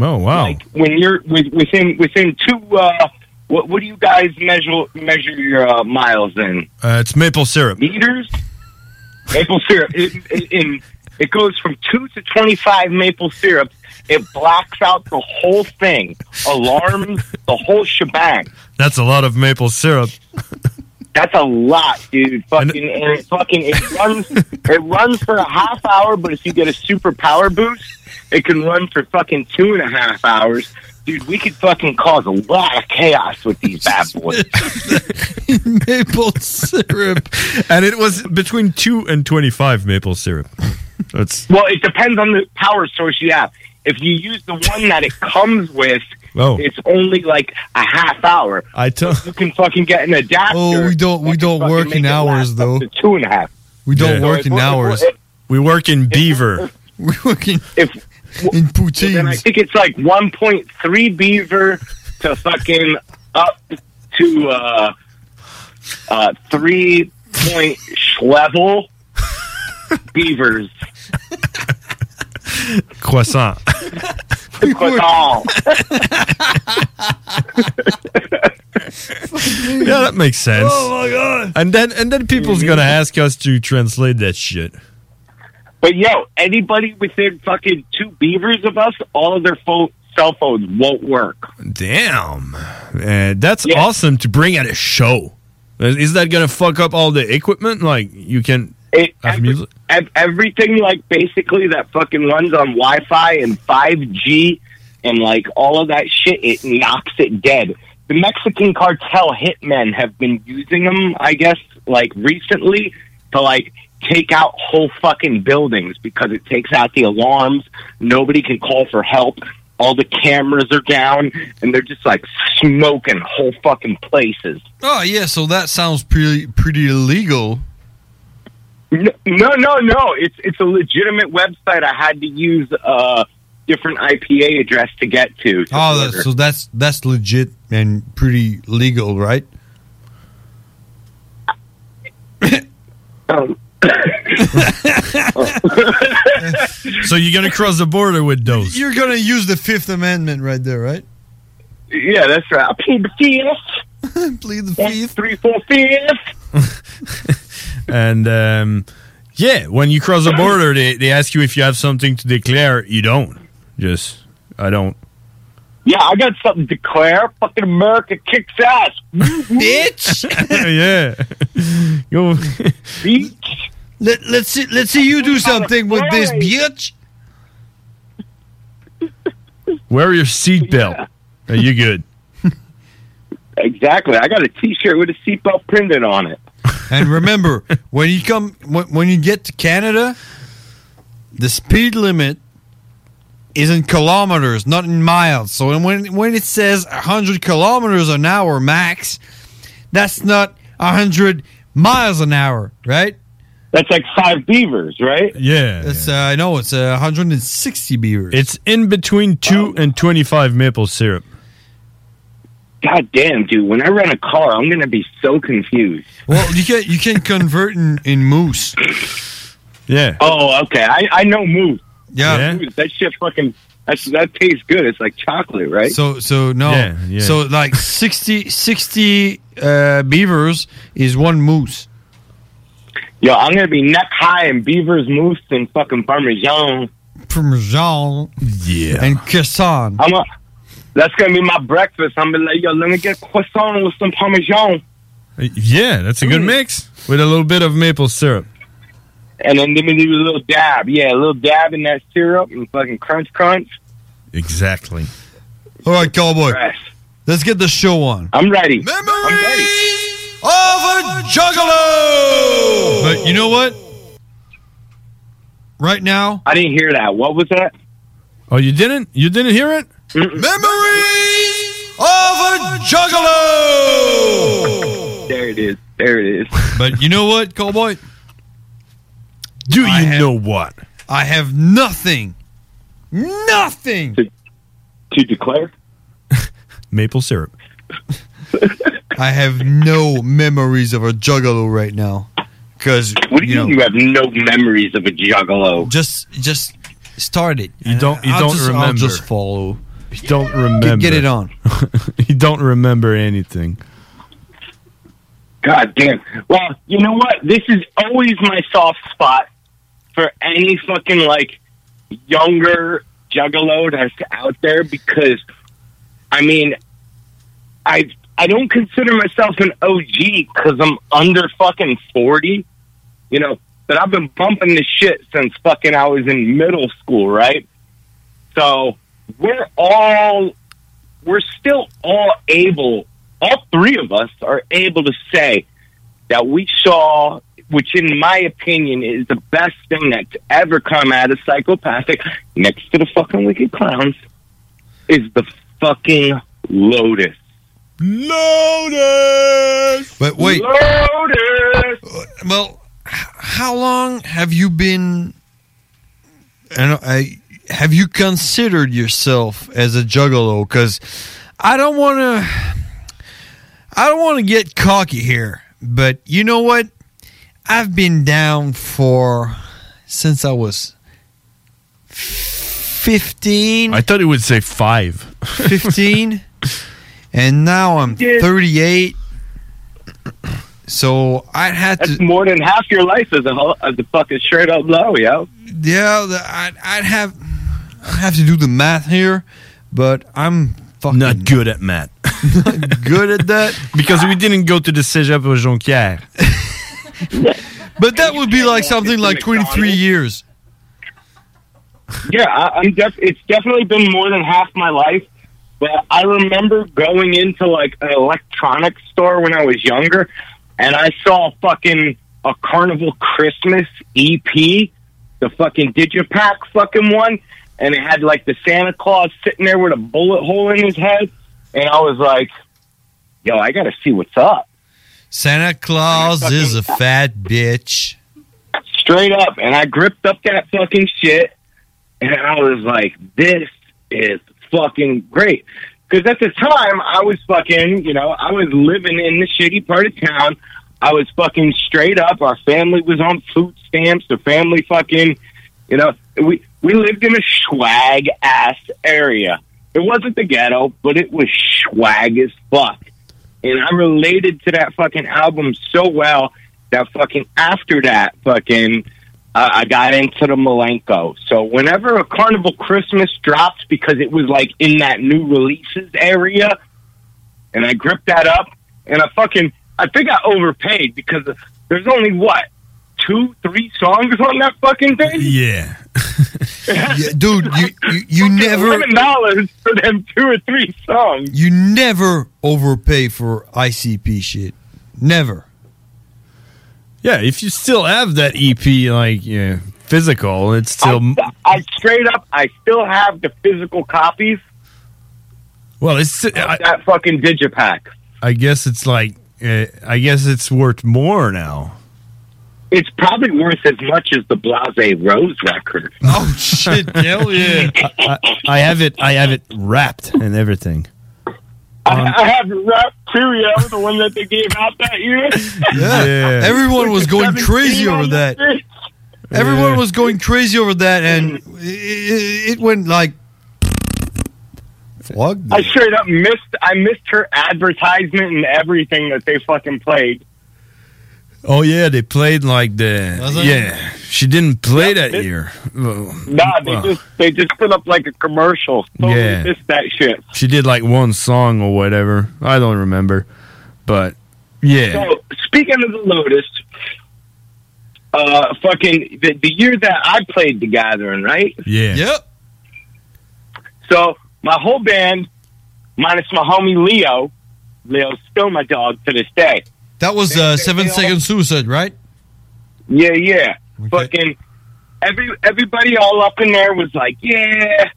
Oh, wow. When you're with- within within two, uh, what what do you guys measure measure your uh, miles in? Uh, it's maple syrup. meters. Maple syrup. It, it, in- it goes from two to twenty-five maple syrups. It blocks out the whole thing, alarms, the whole shebang. That's a lot of maple syrup. That's a lot, dude. Fucking and, it fucking it runs. it runs for a half hour, but if you get a super power boost, it can run for fucking two and a half hours. Dude, we could fucking cause a lot of chaos with these bad boys. maple syrup. And it was between 2 and 25 maple syrup. That's Well, it depends on the power source you have. If you use the one that it comes with, Oh. it's only like a half hour. I took. You can fucking get an adapter. Oh, we don't we don't work in hours though. Two and a half. We don't Yeah. work in hours. We work in beaver. We work in if in poutines. And I think it's like 1.3 beaver to fucking up to uh, uh, three point level beavers. Croissant. Croissant. yeah, that makes sense. Oh, my God. And then and then people's Mhm. gonna ask us to translate that shit. But yo, anybody within fucking two beavers of us, all of their phone, cell phones won't work. Damn, Uh, that's awesome to bring at a show. Is is that gonna fuck up all the equipment? Like you can have music. Ev- Everything like basically that fucking runs on Wi-Fi and 5G and like all of that shit, it knocks it dead. The Mexican cartel hitmen have been using them, I guess, like recently to like take out whole fucking buildings because it takes out the alarms. Nobody can call for help. All the cameras are down, and they're just like smoking whole fucking places. Oh yeah, so that sounds pretty pretty illegal. No, no, no, no. It's it's a legitimate website. I had to use uh, different IPA address to get to. to Oh, order. that's, so that's that's legit and pretty legal, right? so you're gonna cross the border with those. You're gonna use the Fifth Amendment right there, right? yeah, that's right. I plead the fifth. plead the fifth. Three, four, fifth. And um, yeah, when you cross the border, they they ask you if you have something to declare. You don't. Just I don't. Yeah, I got something to declare. Fucking America kicks ass, bitch. yeah. Go. Let let's see let's see you do something with this bitch. Wear your seatbelt. Are you good? exactly. I got a T-shirt with a seatbelt printed on it. And remember, when you come when, when you get to Canada, the speed limit is in kilometers, not in miles. So when when it says 100 kilometers an hour max, that's not 100 miles an hour, right? That's like five beavers, right? Yeah. That's uh, I know it's uh, 160 beavers. It's in between two and twenty-five maple syrup. God damn, dude! When I rent a car, I'm gonna be so confused. Well, you can you can convert in, in moose. Yeah. Oh, okay. I, I know moose. Yeah. Moose, that shit fucking that that tastes good. It's like chocolate, right? So so no. Yeah, yeah. So like 60 60 uh, beavers is one moose. Yo, I'm gonna be neck high in beavers, moose, and fucking parmesan. Parmesan. Yeah. And croissant. I'm a, that's gonna be my breakfast. I'm gonna be like, yo, let me get croissant with some parmesan, Yeah, that's a good Mm. mix with a little bit of maple syrup. and then let me do a little dab. Yeah, a little dab in that syrup and fucking crunch, crunch. Exactly. All right, cowboy. Let's get the show on. I'm ready. Memories of a juggalo. But you know what? Right now, I didn't hear that. What was that? Oh, you didn't? You didn't hear it? Memories of a juggalo. There it is. There it is. But you know what, cowboy? Do you know what? I have nothing. Nothing. To, to declare? Maple syrup. I have no memories of a juggalo right now. Because What do you, you know, mean you have no memories of a juggalo? Just just start it. You don't. You I'll don't just- I'll remember. just follow. You don't remember. get it on. you don't remember anything. God damn. Well, you know what? This is always my soft spot for any fucking like younger juggalo that's out there because I mean I I don't consider myself an OG because I'm under fucking forty, you know. But I've been bumping this shit since fucking I was in middle school, right? So we're all we're still all able, all three of us are able to say that we saw, which in my opinion is the best thing that's ever come out of psychopathic, next to the fucking wicked clowns, is the fucking Lotus. Lotus. But wait. Uh, Lotus. Well, h- how long have you been? I don't, I have you considered yourself as a juggalo? Because I don't want to. I don't want to get cocky here, but you know what? I've been down for since I was fifteen. I thought it would say five. 15 and now Oh, I'm 38. So I had That's more than half your life as a ho- as a fucking straight up low, yo. yeah, the- I'd, I'd have I'd have to do the math here, but I'm fucking not good at math. good at that because we didn't go to the Cégep of Jonquière. but that would be like something like 23 years. yeah, I, I'm def- it's definitely been more than half my life. But I remember going into like an electronics store when I was younger, and I saw fucking a Carnival Christmas EP, the fucking Digipack fucking one, and it had like the Santa Claus sitting there with a bullet hole in his head, and I was like, "Yo, I gotta see what's up." Santa Claus is a fat bitch. straight up. And I gripped up that fucking shit, and I was like, "This is fucking great." Because at the time, I was fucking, you know, I was living in the shitty part of town. I was fucking straight up. Our family was on food stamps. The family fucking, you know, we we lived in a swag ass area. It wasn't the ghetto, but it was swag as fuck. And I related to that fucking album so well that fucking after that fucking uh, I got into the Malenko. So whenever a Carnival Christmas drops because it was like in that new releases area, and I gripped that up and I fucking I think I overpaid because there's only what two three songs on that fucking thing. Yeah. Yeah, dude, you you, you never Eleven dollars for them two or three songs. You never overpay for ICP shit. Never. Yeah, if you still have that EP, like yeah, physical, it's still I straight up I still have the physical copies well. It's uh, of that fucking digipack. I guess it's like uh, I guess it's worth more now. It's probably worth as much as the Blase Rose record. Um, Oh shit! Hell yeah! I, I, I have it. I have it wrapped and everything. Um, I have rap Curio, the one that they gave out that year. Yeah. Everyone was going crazy over that. Everyone was going crazy over that, and it, it went like. Fuck. I straight up missed. I missed her advertisement and everything that they fucking played. Oh yeah, they played like the Was it? yeah. She didn't play that it- year. Well, Nah, they well, just they just put up like a commercial. Totally Yeah. missed that shit. she did like one song or whatever. I don't remember, but yeah, So speaking of the Lotus, uh, fucking the, the year that I played The Gathering, right? yeah, Yep. So my whole band, minus my homie Leo, Leo's still my dog to this day. That was uh, seven second suicide, right? Yeah, yeah. Fucking every everybody all up in there was like, yeah,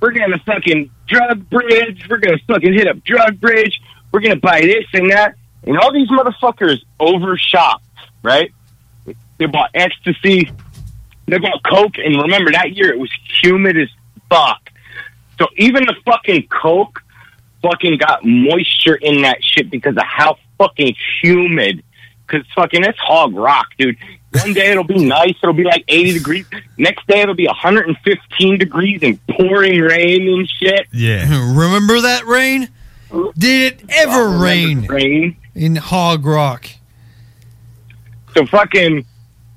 we're gonna fucking drug bridge. We're gonna fucking hit up drug bridge. We're gonna buy this and that. And all these motherfuckers overshot, right? They bought ecstasy. They bought Coke, and remember that year it was humid as fuck. So even the fucking Coke fucking got moisture in that shit because of how fucking humid. Because fucking it's hog rock, dude. One day it'll be nice, it'll be like 80 degrees. Next day it'll be 115 degrees and pouring rain and shit. Yeah. Remember that rain? Did it ever rain? Rain in Hog Rock. So fucking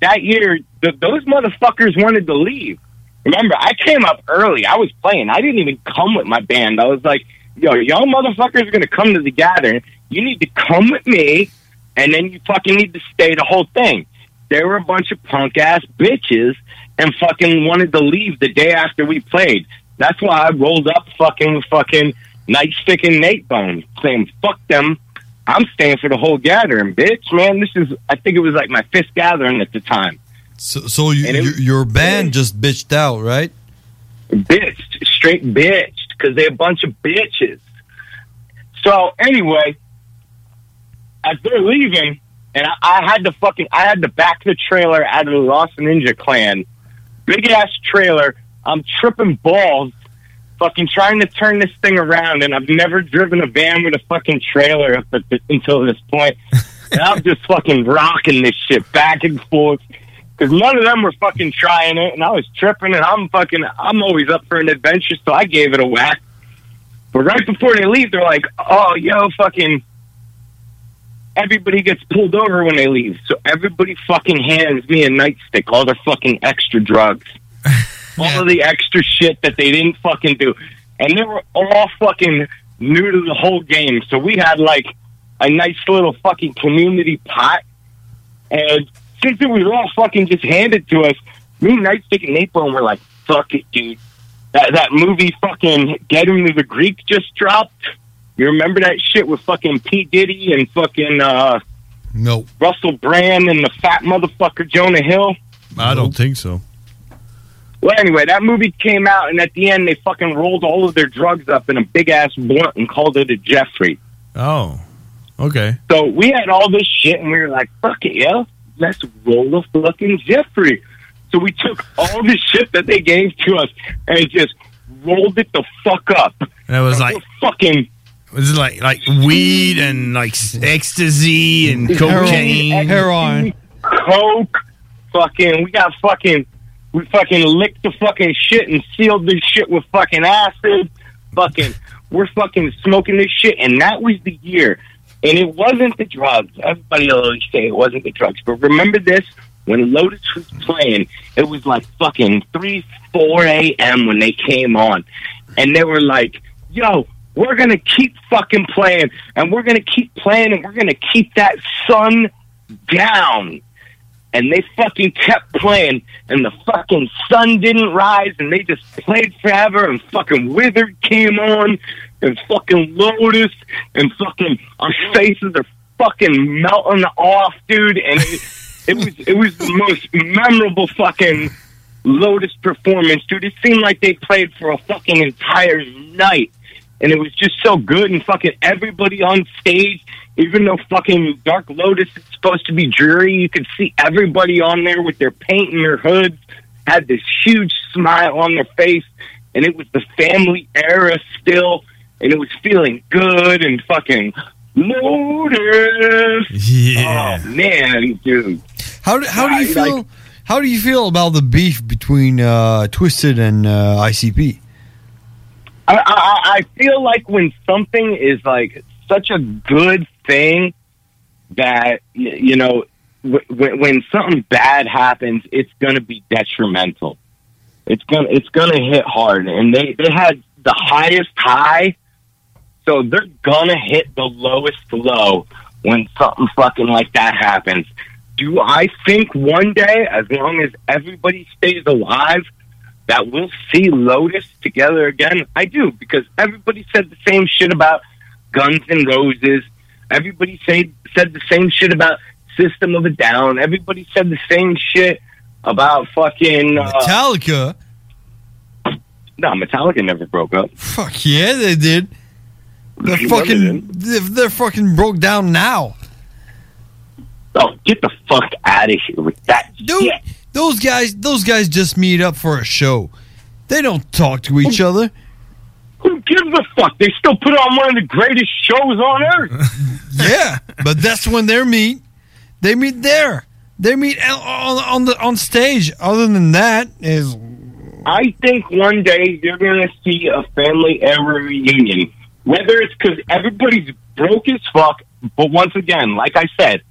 that year, th- those motherfuckers wanted to leave. Remember, I came up early. I was playing. I didn't even come with my band. I was like, yo, y'all motherfuckers are going to come to the gathering. You need to come with me, and then you fucking need to stay the whole thing. They were a bunch of punk ass bitches and fucking wanted to leave the day after we played. That's why I rolled up fucking with fucking Nightstick and Nate Bone, saying, fuck them. I'm staying for the whole gathering, bitch, man. This is, I think it was like my fifth gathering at the time. So, so you, And it- your your band just bitched out, right? bitched, straight bitched, because they're a bunch of bitches. So anyway, as they're leaving, and I, I had to fucking, I had to back the trailer out of the Lost Ninja Clan, big ass trailer. I'm tripping balls, fucking trying to turn this thing around, and I've never driven a van with a fucking trailer up at this, until this point. And I'm just fucking rocking this shit back and forth because none of them were fucking trying it, and I was tripping, and I'm fucking, I'm always up for an adventure, so I gave it a whack. But right before they leave, they're like, "Oh, yo, fucking." Everybody gets pulled over when they leave, so everybody fucking hands me a nightstick, all their fucking extra drugs, all of the extra shit that they didn't fucking do, and they were all fucking new to the whole game. So we had like a nice little fucking community pot and since it was all fucking just handed to us, me, Nightstick, and Napalm were like, fuck it, dude. That, that movie fucking Get Him to the Greek just dropped. You remember that shit with fucking P. Diddy and fucking uh, No. Russell Brand and the fat motherfucker Jonah Hill? I don't think so. Well, anyway, that movie came out, and at the end, they fucking rolled all of their drugs up in a big ass blunt and called it a Jeffrey. Oh, okay. So we had all this shit, and we were like, fuck it, yo. Let's roll a fucking Jeffrey. So we took all the shit that they gave to us and just rolled it the fuck up. And it was like fucking. Was it like like weed and like s- ecstasy and cocaine, Heroin. Coke. Fucking. We got fucking. We fucking licked the fucking shit and sealed this shit with fucking acid. Fucking. We're fucking smoking this shit. And that was the year. And it wasn't the drugs. Everybody will always say it wasn't the drugs. But remember this when Lotus was playing, it was like fucking 3, 4 a.m. when they came on. And they were like, yo, we're going to keep fucking playing. And we're going to keep playing. And we're going to keep that sun down. And they fucking kept playing, and the fucking sun didn't rise, and they just played forever, and fucking Wizard came on, and fucking Lotus, and fucking our faces are fucking melting off, dude. And it, it was it was the most memorable fucking Lotus performance, dude. It seemed like they played for a fucking entire night and it was just so good and fucking everybody on stage even though fucking dark lotus is supposed to be dreary you could see everybody on there with their paint and their hoods had this huge smile on their face and it was the family era still and it was feeling good and fucking lotus yeah. oh man dude How do, how do you feel? how do you feel about the beef between uh, Twisted and uh, ICP? I, I, I feel like when something is like such a good thing that y- you know w- w- when something bad happens, it's going to be detrimental. It's gonna it's gonna hit hard, and they they had the highest high, so they're gonna hit the lowest low when something fucking like that happens. Do I think one day, as long as everybody stays alive, that we'll see Lotus together again? I do because everybody said the same shit about Guns and Roses. Everybody said said the same shit about System of a Down. Everybody said the same shit about fucking uh, Metallica. No, Metallica never broke up. Fuck yeah, they did. They're You fucking they're, they're fucking broke down now, Oh, get the fuck out of here with that dude. shit. Those guys, those guys just meet up for a show. They don't talk to each other. Who gives a fuck? They still put on one of the greatest shows on earth. yeah, but that's when they meet. They meet there. They meet on, on on the on stage. Other than that, is I think one day you're going to see a family ever reunion. Whether it's because everybody's broke as fuck, but once again, like I said,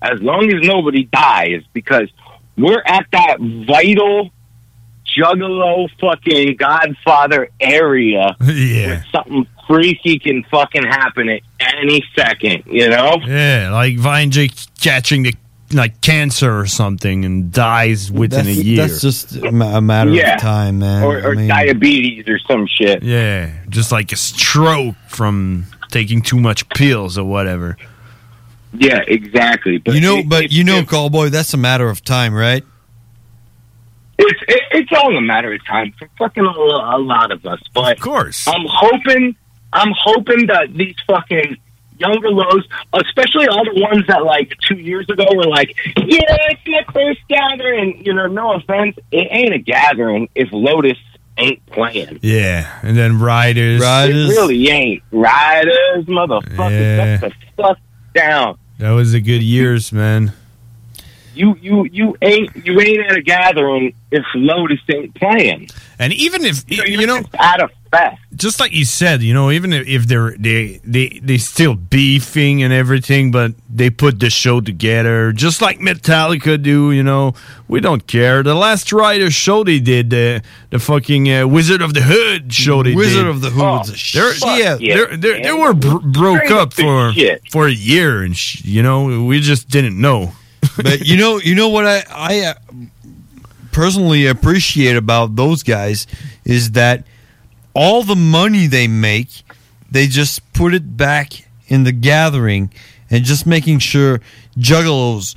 as long as nobody dies, because we're at that vital juggalo fucking godfather area where something freaky can fucking happen at any second, you know? Yeah, like Vine Jake catching the like cancer or something and dies within that's, a year. that's just a ma- a matter Yeah. of time, man. Or, or I mean, diabetes or some shit. Yeah, just like a stroke from taking too much pills or whatever. Yeah, exactly. you know, but you know, Callboy, that's a matter of time, right? It's it, it's all a matter of time for fucking a, lo- a lot of us. But of course, I'm hoping I'm hoping that these fucking younger lows, especially all the ones that like two years ago were like, yeah, it's my first gathering. You know, no offense, it ain't a gathering if Lotus ain't playing. Yeah, and then riders, It really ain't. Riders, motherfucker, Yeah. shut the fuck down. That was a good years, man. You you you ain't you ain't at a gathering if Lotus ain't playing. And even if you know, out of fast. Just like you said, you know, even if- if they're they they they still beefing and everything, but they put the show together, just like Metallica do. You know, we don't care. The last Rider show they did, the the fucking uh, Wizard of the Hood show they Wizard did. of the Hood's Oh. a They're, shit. yeah, they're, they're, they were br- broke Straight up up the for shit. for a year, and sh- you know we just didn't know. but you know, you know what I I uh, personally appreciate about those guys is that all the money they make, they just put it back in the gathering and just making sure juggalos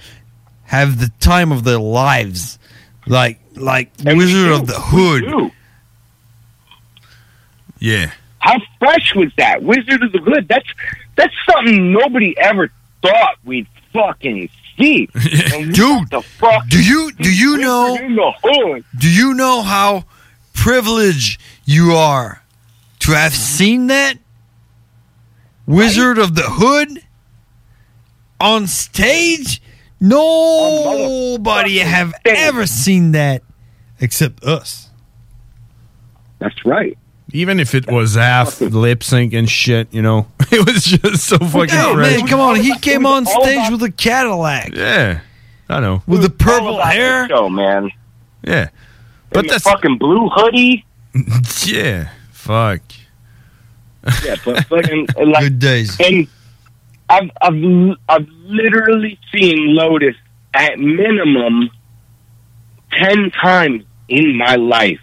have the time of their lives, like like Wizard of the Hood. Yeah. How fresh was that? Wizard of the Hood. That's that's something nobody ever thought we'd fucking see. Dude, the fuck do you do you know do you know how privileged you are to have seen that Wizard of the Hood on stage? Nobody have ever seen that except us. That's right. Even if it was half lip sync and shit, you know, it was just so fucking No, fresh. man, come on! He came on stage with a Cadillac. Yeah, I know. With the purple hair, show, man. Yeah, but that's fucking blue hoodie. yeah, fuck. Yeah, but fucking like good days. And I've I've I've literally seen Lotus at minimum ten times in my life,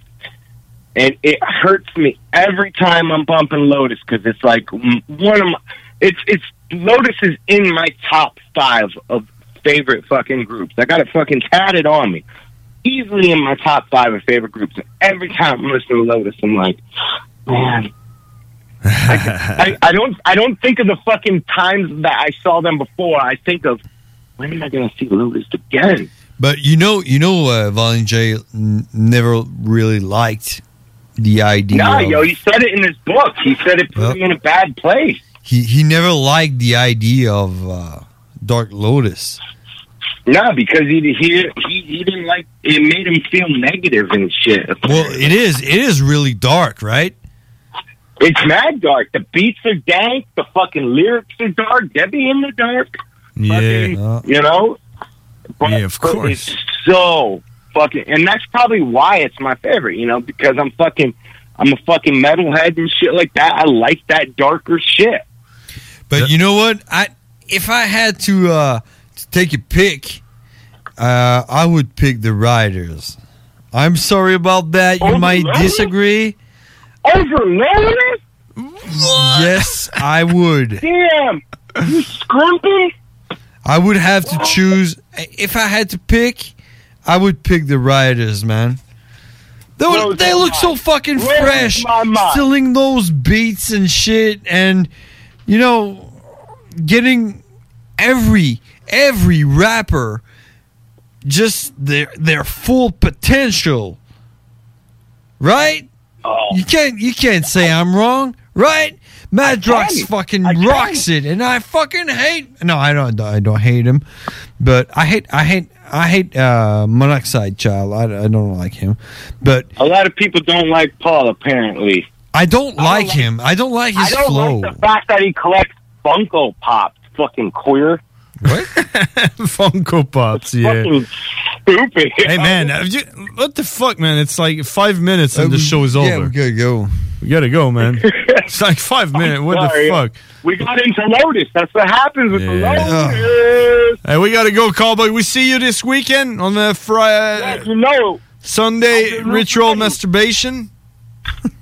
and it hurts me every time I'm bumping Lotus because it's like m- one of my it's it's Lotus is in my top five of favorite fucking groups. I got it fucking tatted on me. Easily in my top five of favorite groups. And every time I'm listening to Lotus, I'm like, man, I, I don't I don't think of the fucking times that I saw them before. I think of when am I going to see Lotus again? But you know, you know, uh, Violent J n- never really liked the idea. Nah, of- yo, he said it in his book. He said it put Well- me in a bad place. he he never liked the idea of uh, Dark Lotus. Nah, because he he he, he didn't like it. Made him feel negative and shit. Well, it is it is really dark, right? It's mad dark. The beats are dank. The fucking lyrics are dark. Debbie in the dark. uh, Yeah, You know. But yeah, of course. It's so fucking, and that's probably why it's my favorite. You know, because I'm fucking, I'm a fucking metalhead and shit like that. I like that darker shit. But you know what? I if I had to uh, to take a pick, uh, I would pick the Riders. I'm sorry about that. You might disagree. Over Lotus? Yes, I would. Damn, you scrimpy. I would have to choose if I had to pick. I would pick the Riders, man. They, were- Blows they my look so mind. fucking Blows fresh, my mind. filling those beats and shit, and you know, getting every every rapper just their their full potential. Right? You can't you can't say I'm wrong, right? Madrox fucking rocks it, and I fucking hate. No, I don't. I don't hate him, but I hate. I hate. I hate uh, Monoxide Child. I, I don't like him, but A lot of people don't like Paul, apparently. I don't like him. I don't like his I don't flow. like the fact that he collects Funko Pops. Fucking queer. Funko Pops, yeah. Stupid. Hey man, have you, what the fuck, man? It's like five minutes and the show is over. yeah, Uh, we gotta go. We gotta go, man. it's like five minutes. What the Sorry. fuck? We got into Lotus. That's what happens with the Lotus. Hey, we gotta go, cowboy. We see you this weekend on the Friday. you know. Sunday ritual masturbation.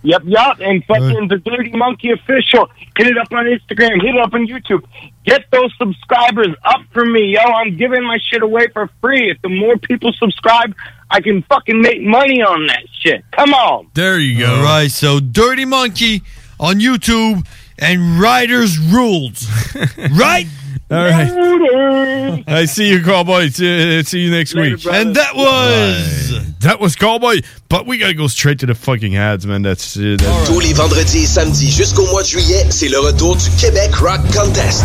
Yep, yep. And fucking the Dirty Monkey Official. Hit it up on Instagram. Hit it up on YouTube. Get those subscribers up for me, yo. I'm giving my shit away for free. If the more people subscribe, I can fucking make money on that shit. Come on. There you go. All right, so Dirty Monkey on YouTube and Riders Rules. right? All right. I see you, cowboy. See, uh, see you next week. And that was that was cowboy. But we gotta go straight to the fucking ads, man. That's, uh, that's Tous les vendredis et samedis jusqu'au mois de juillet, c'est le retour du Québec Rock Contest.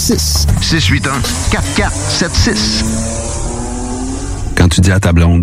681 4476. Quand tu dis à ta blonde,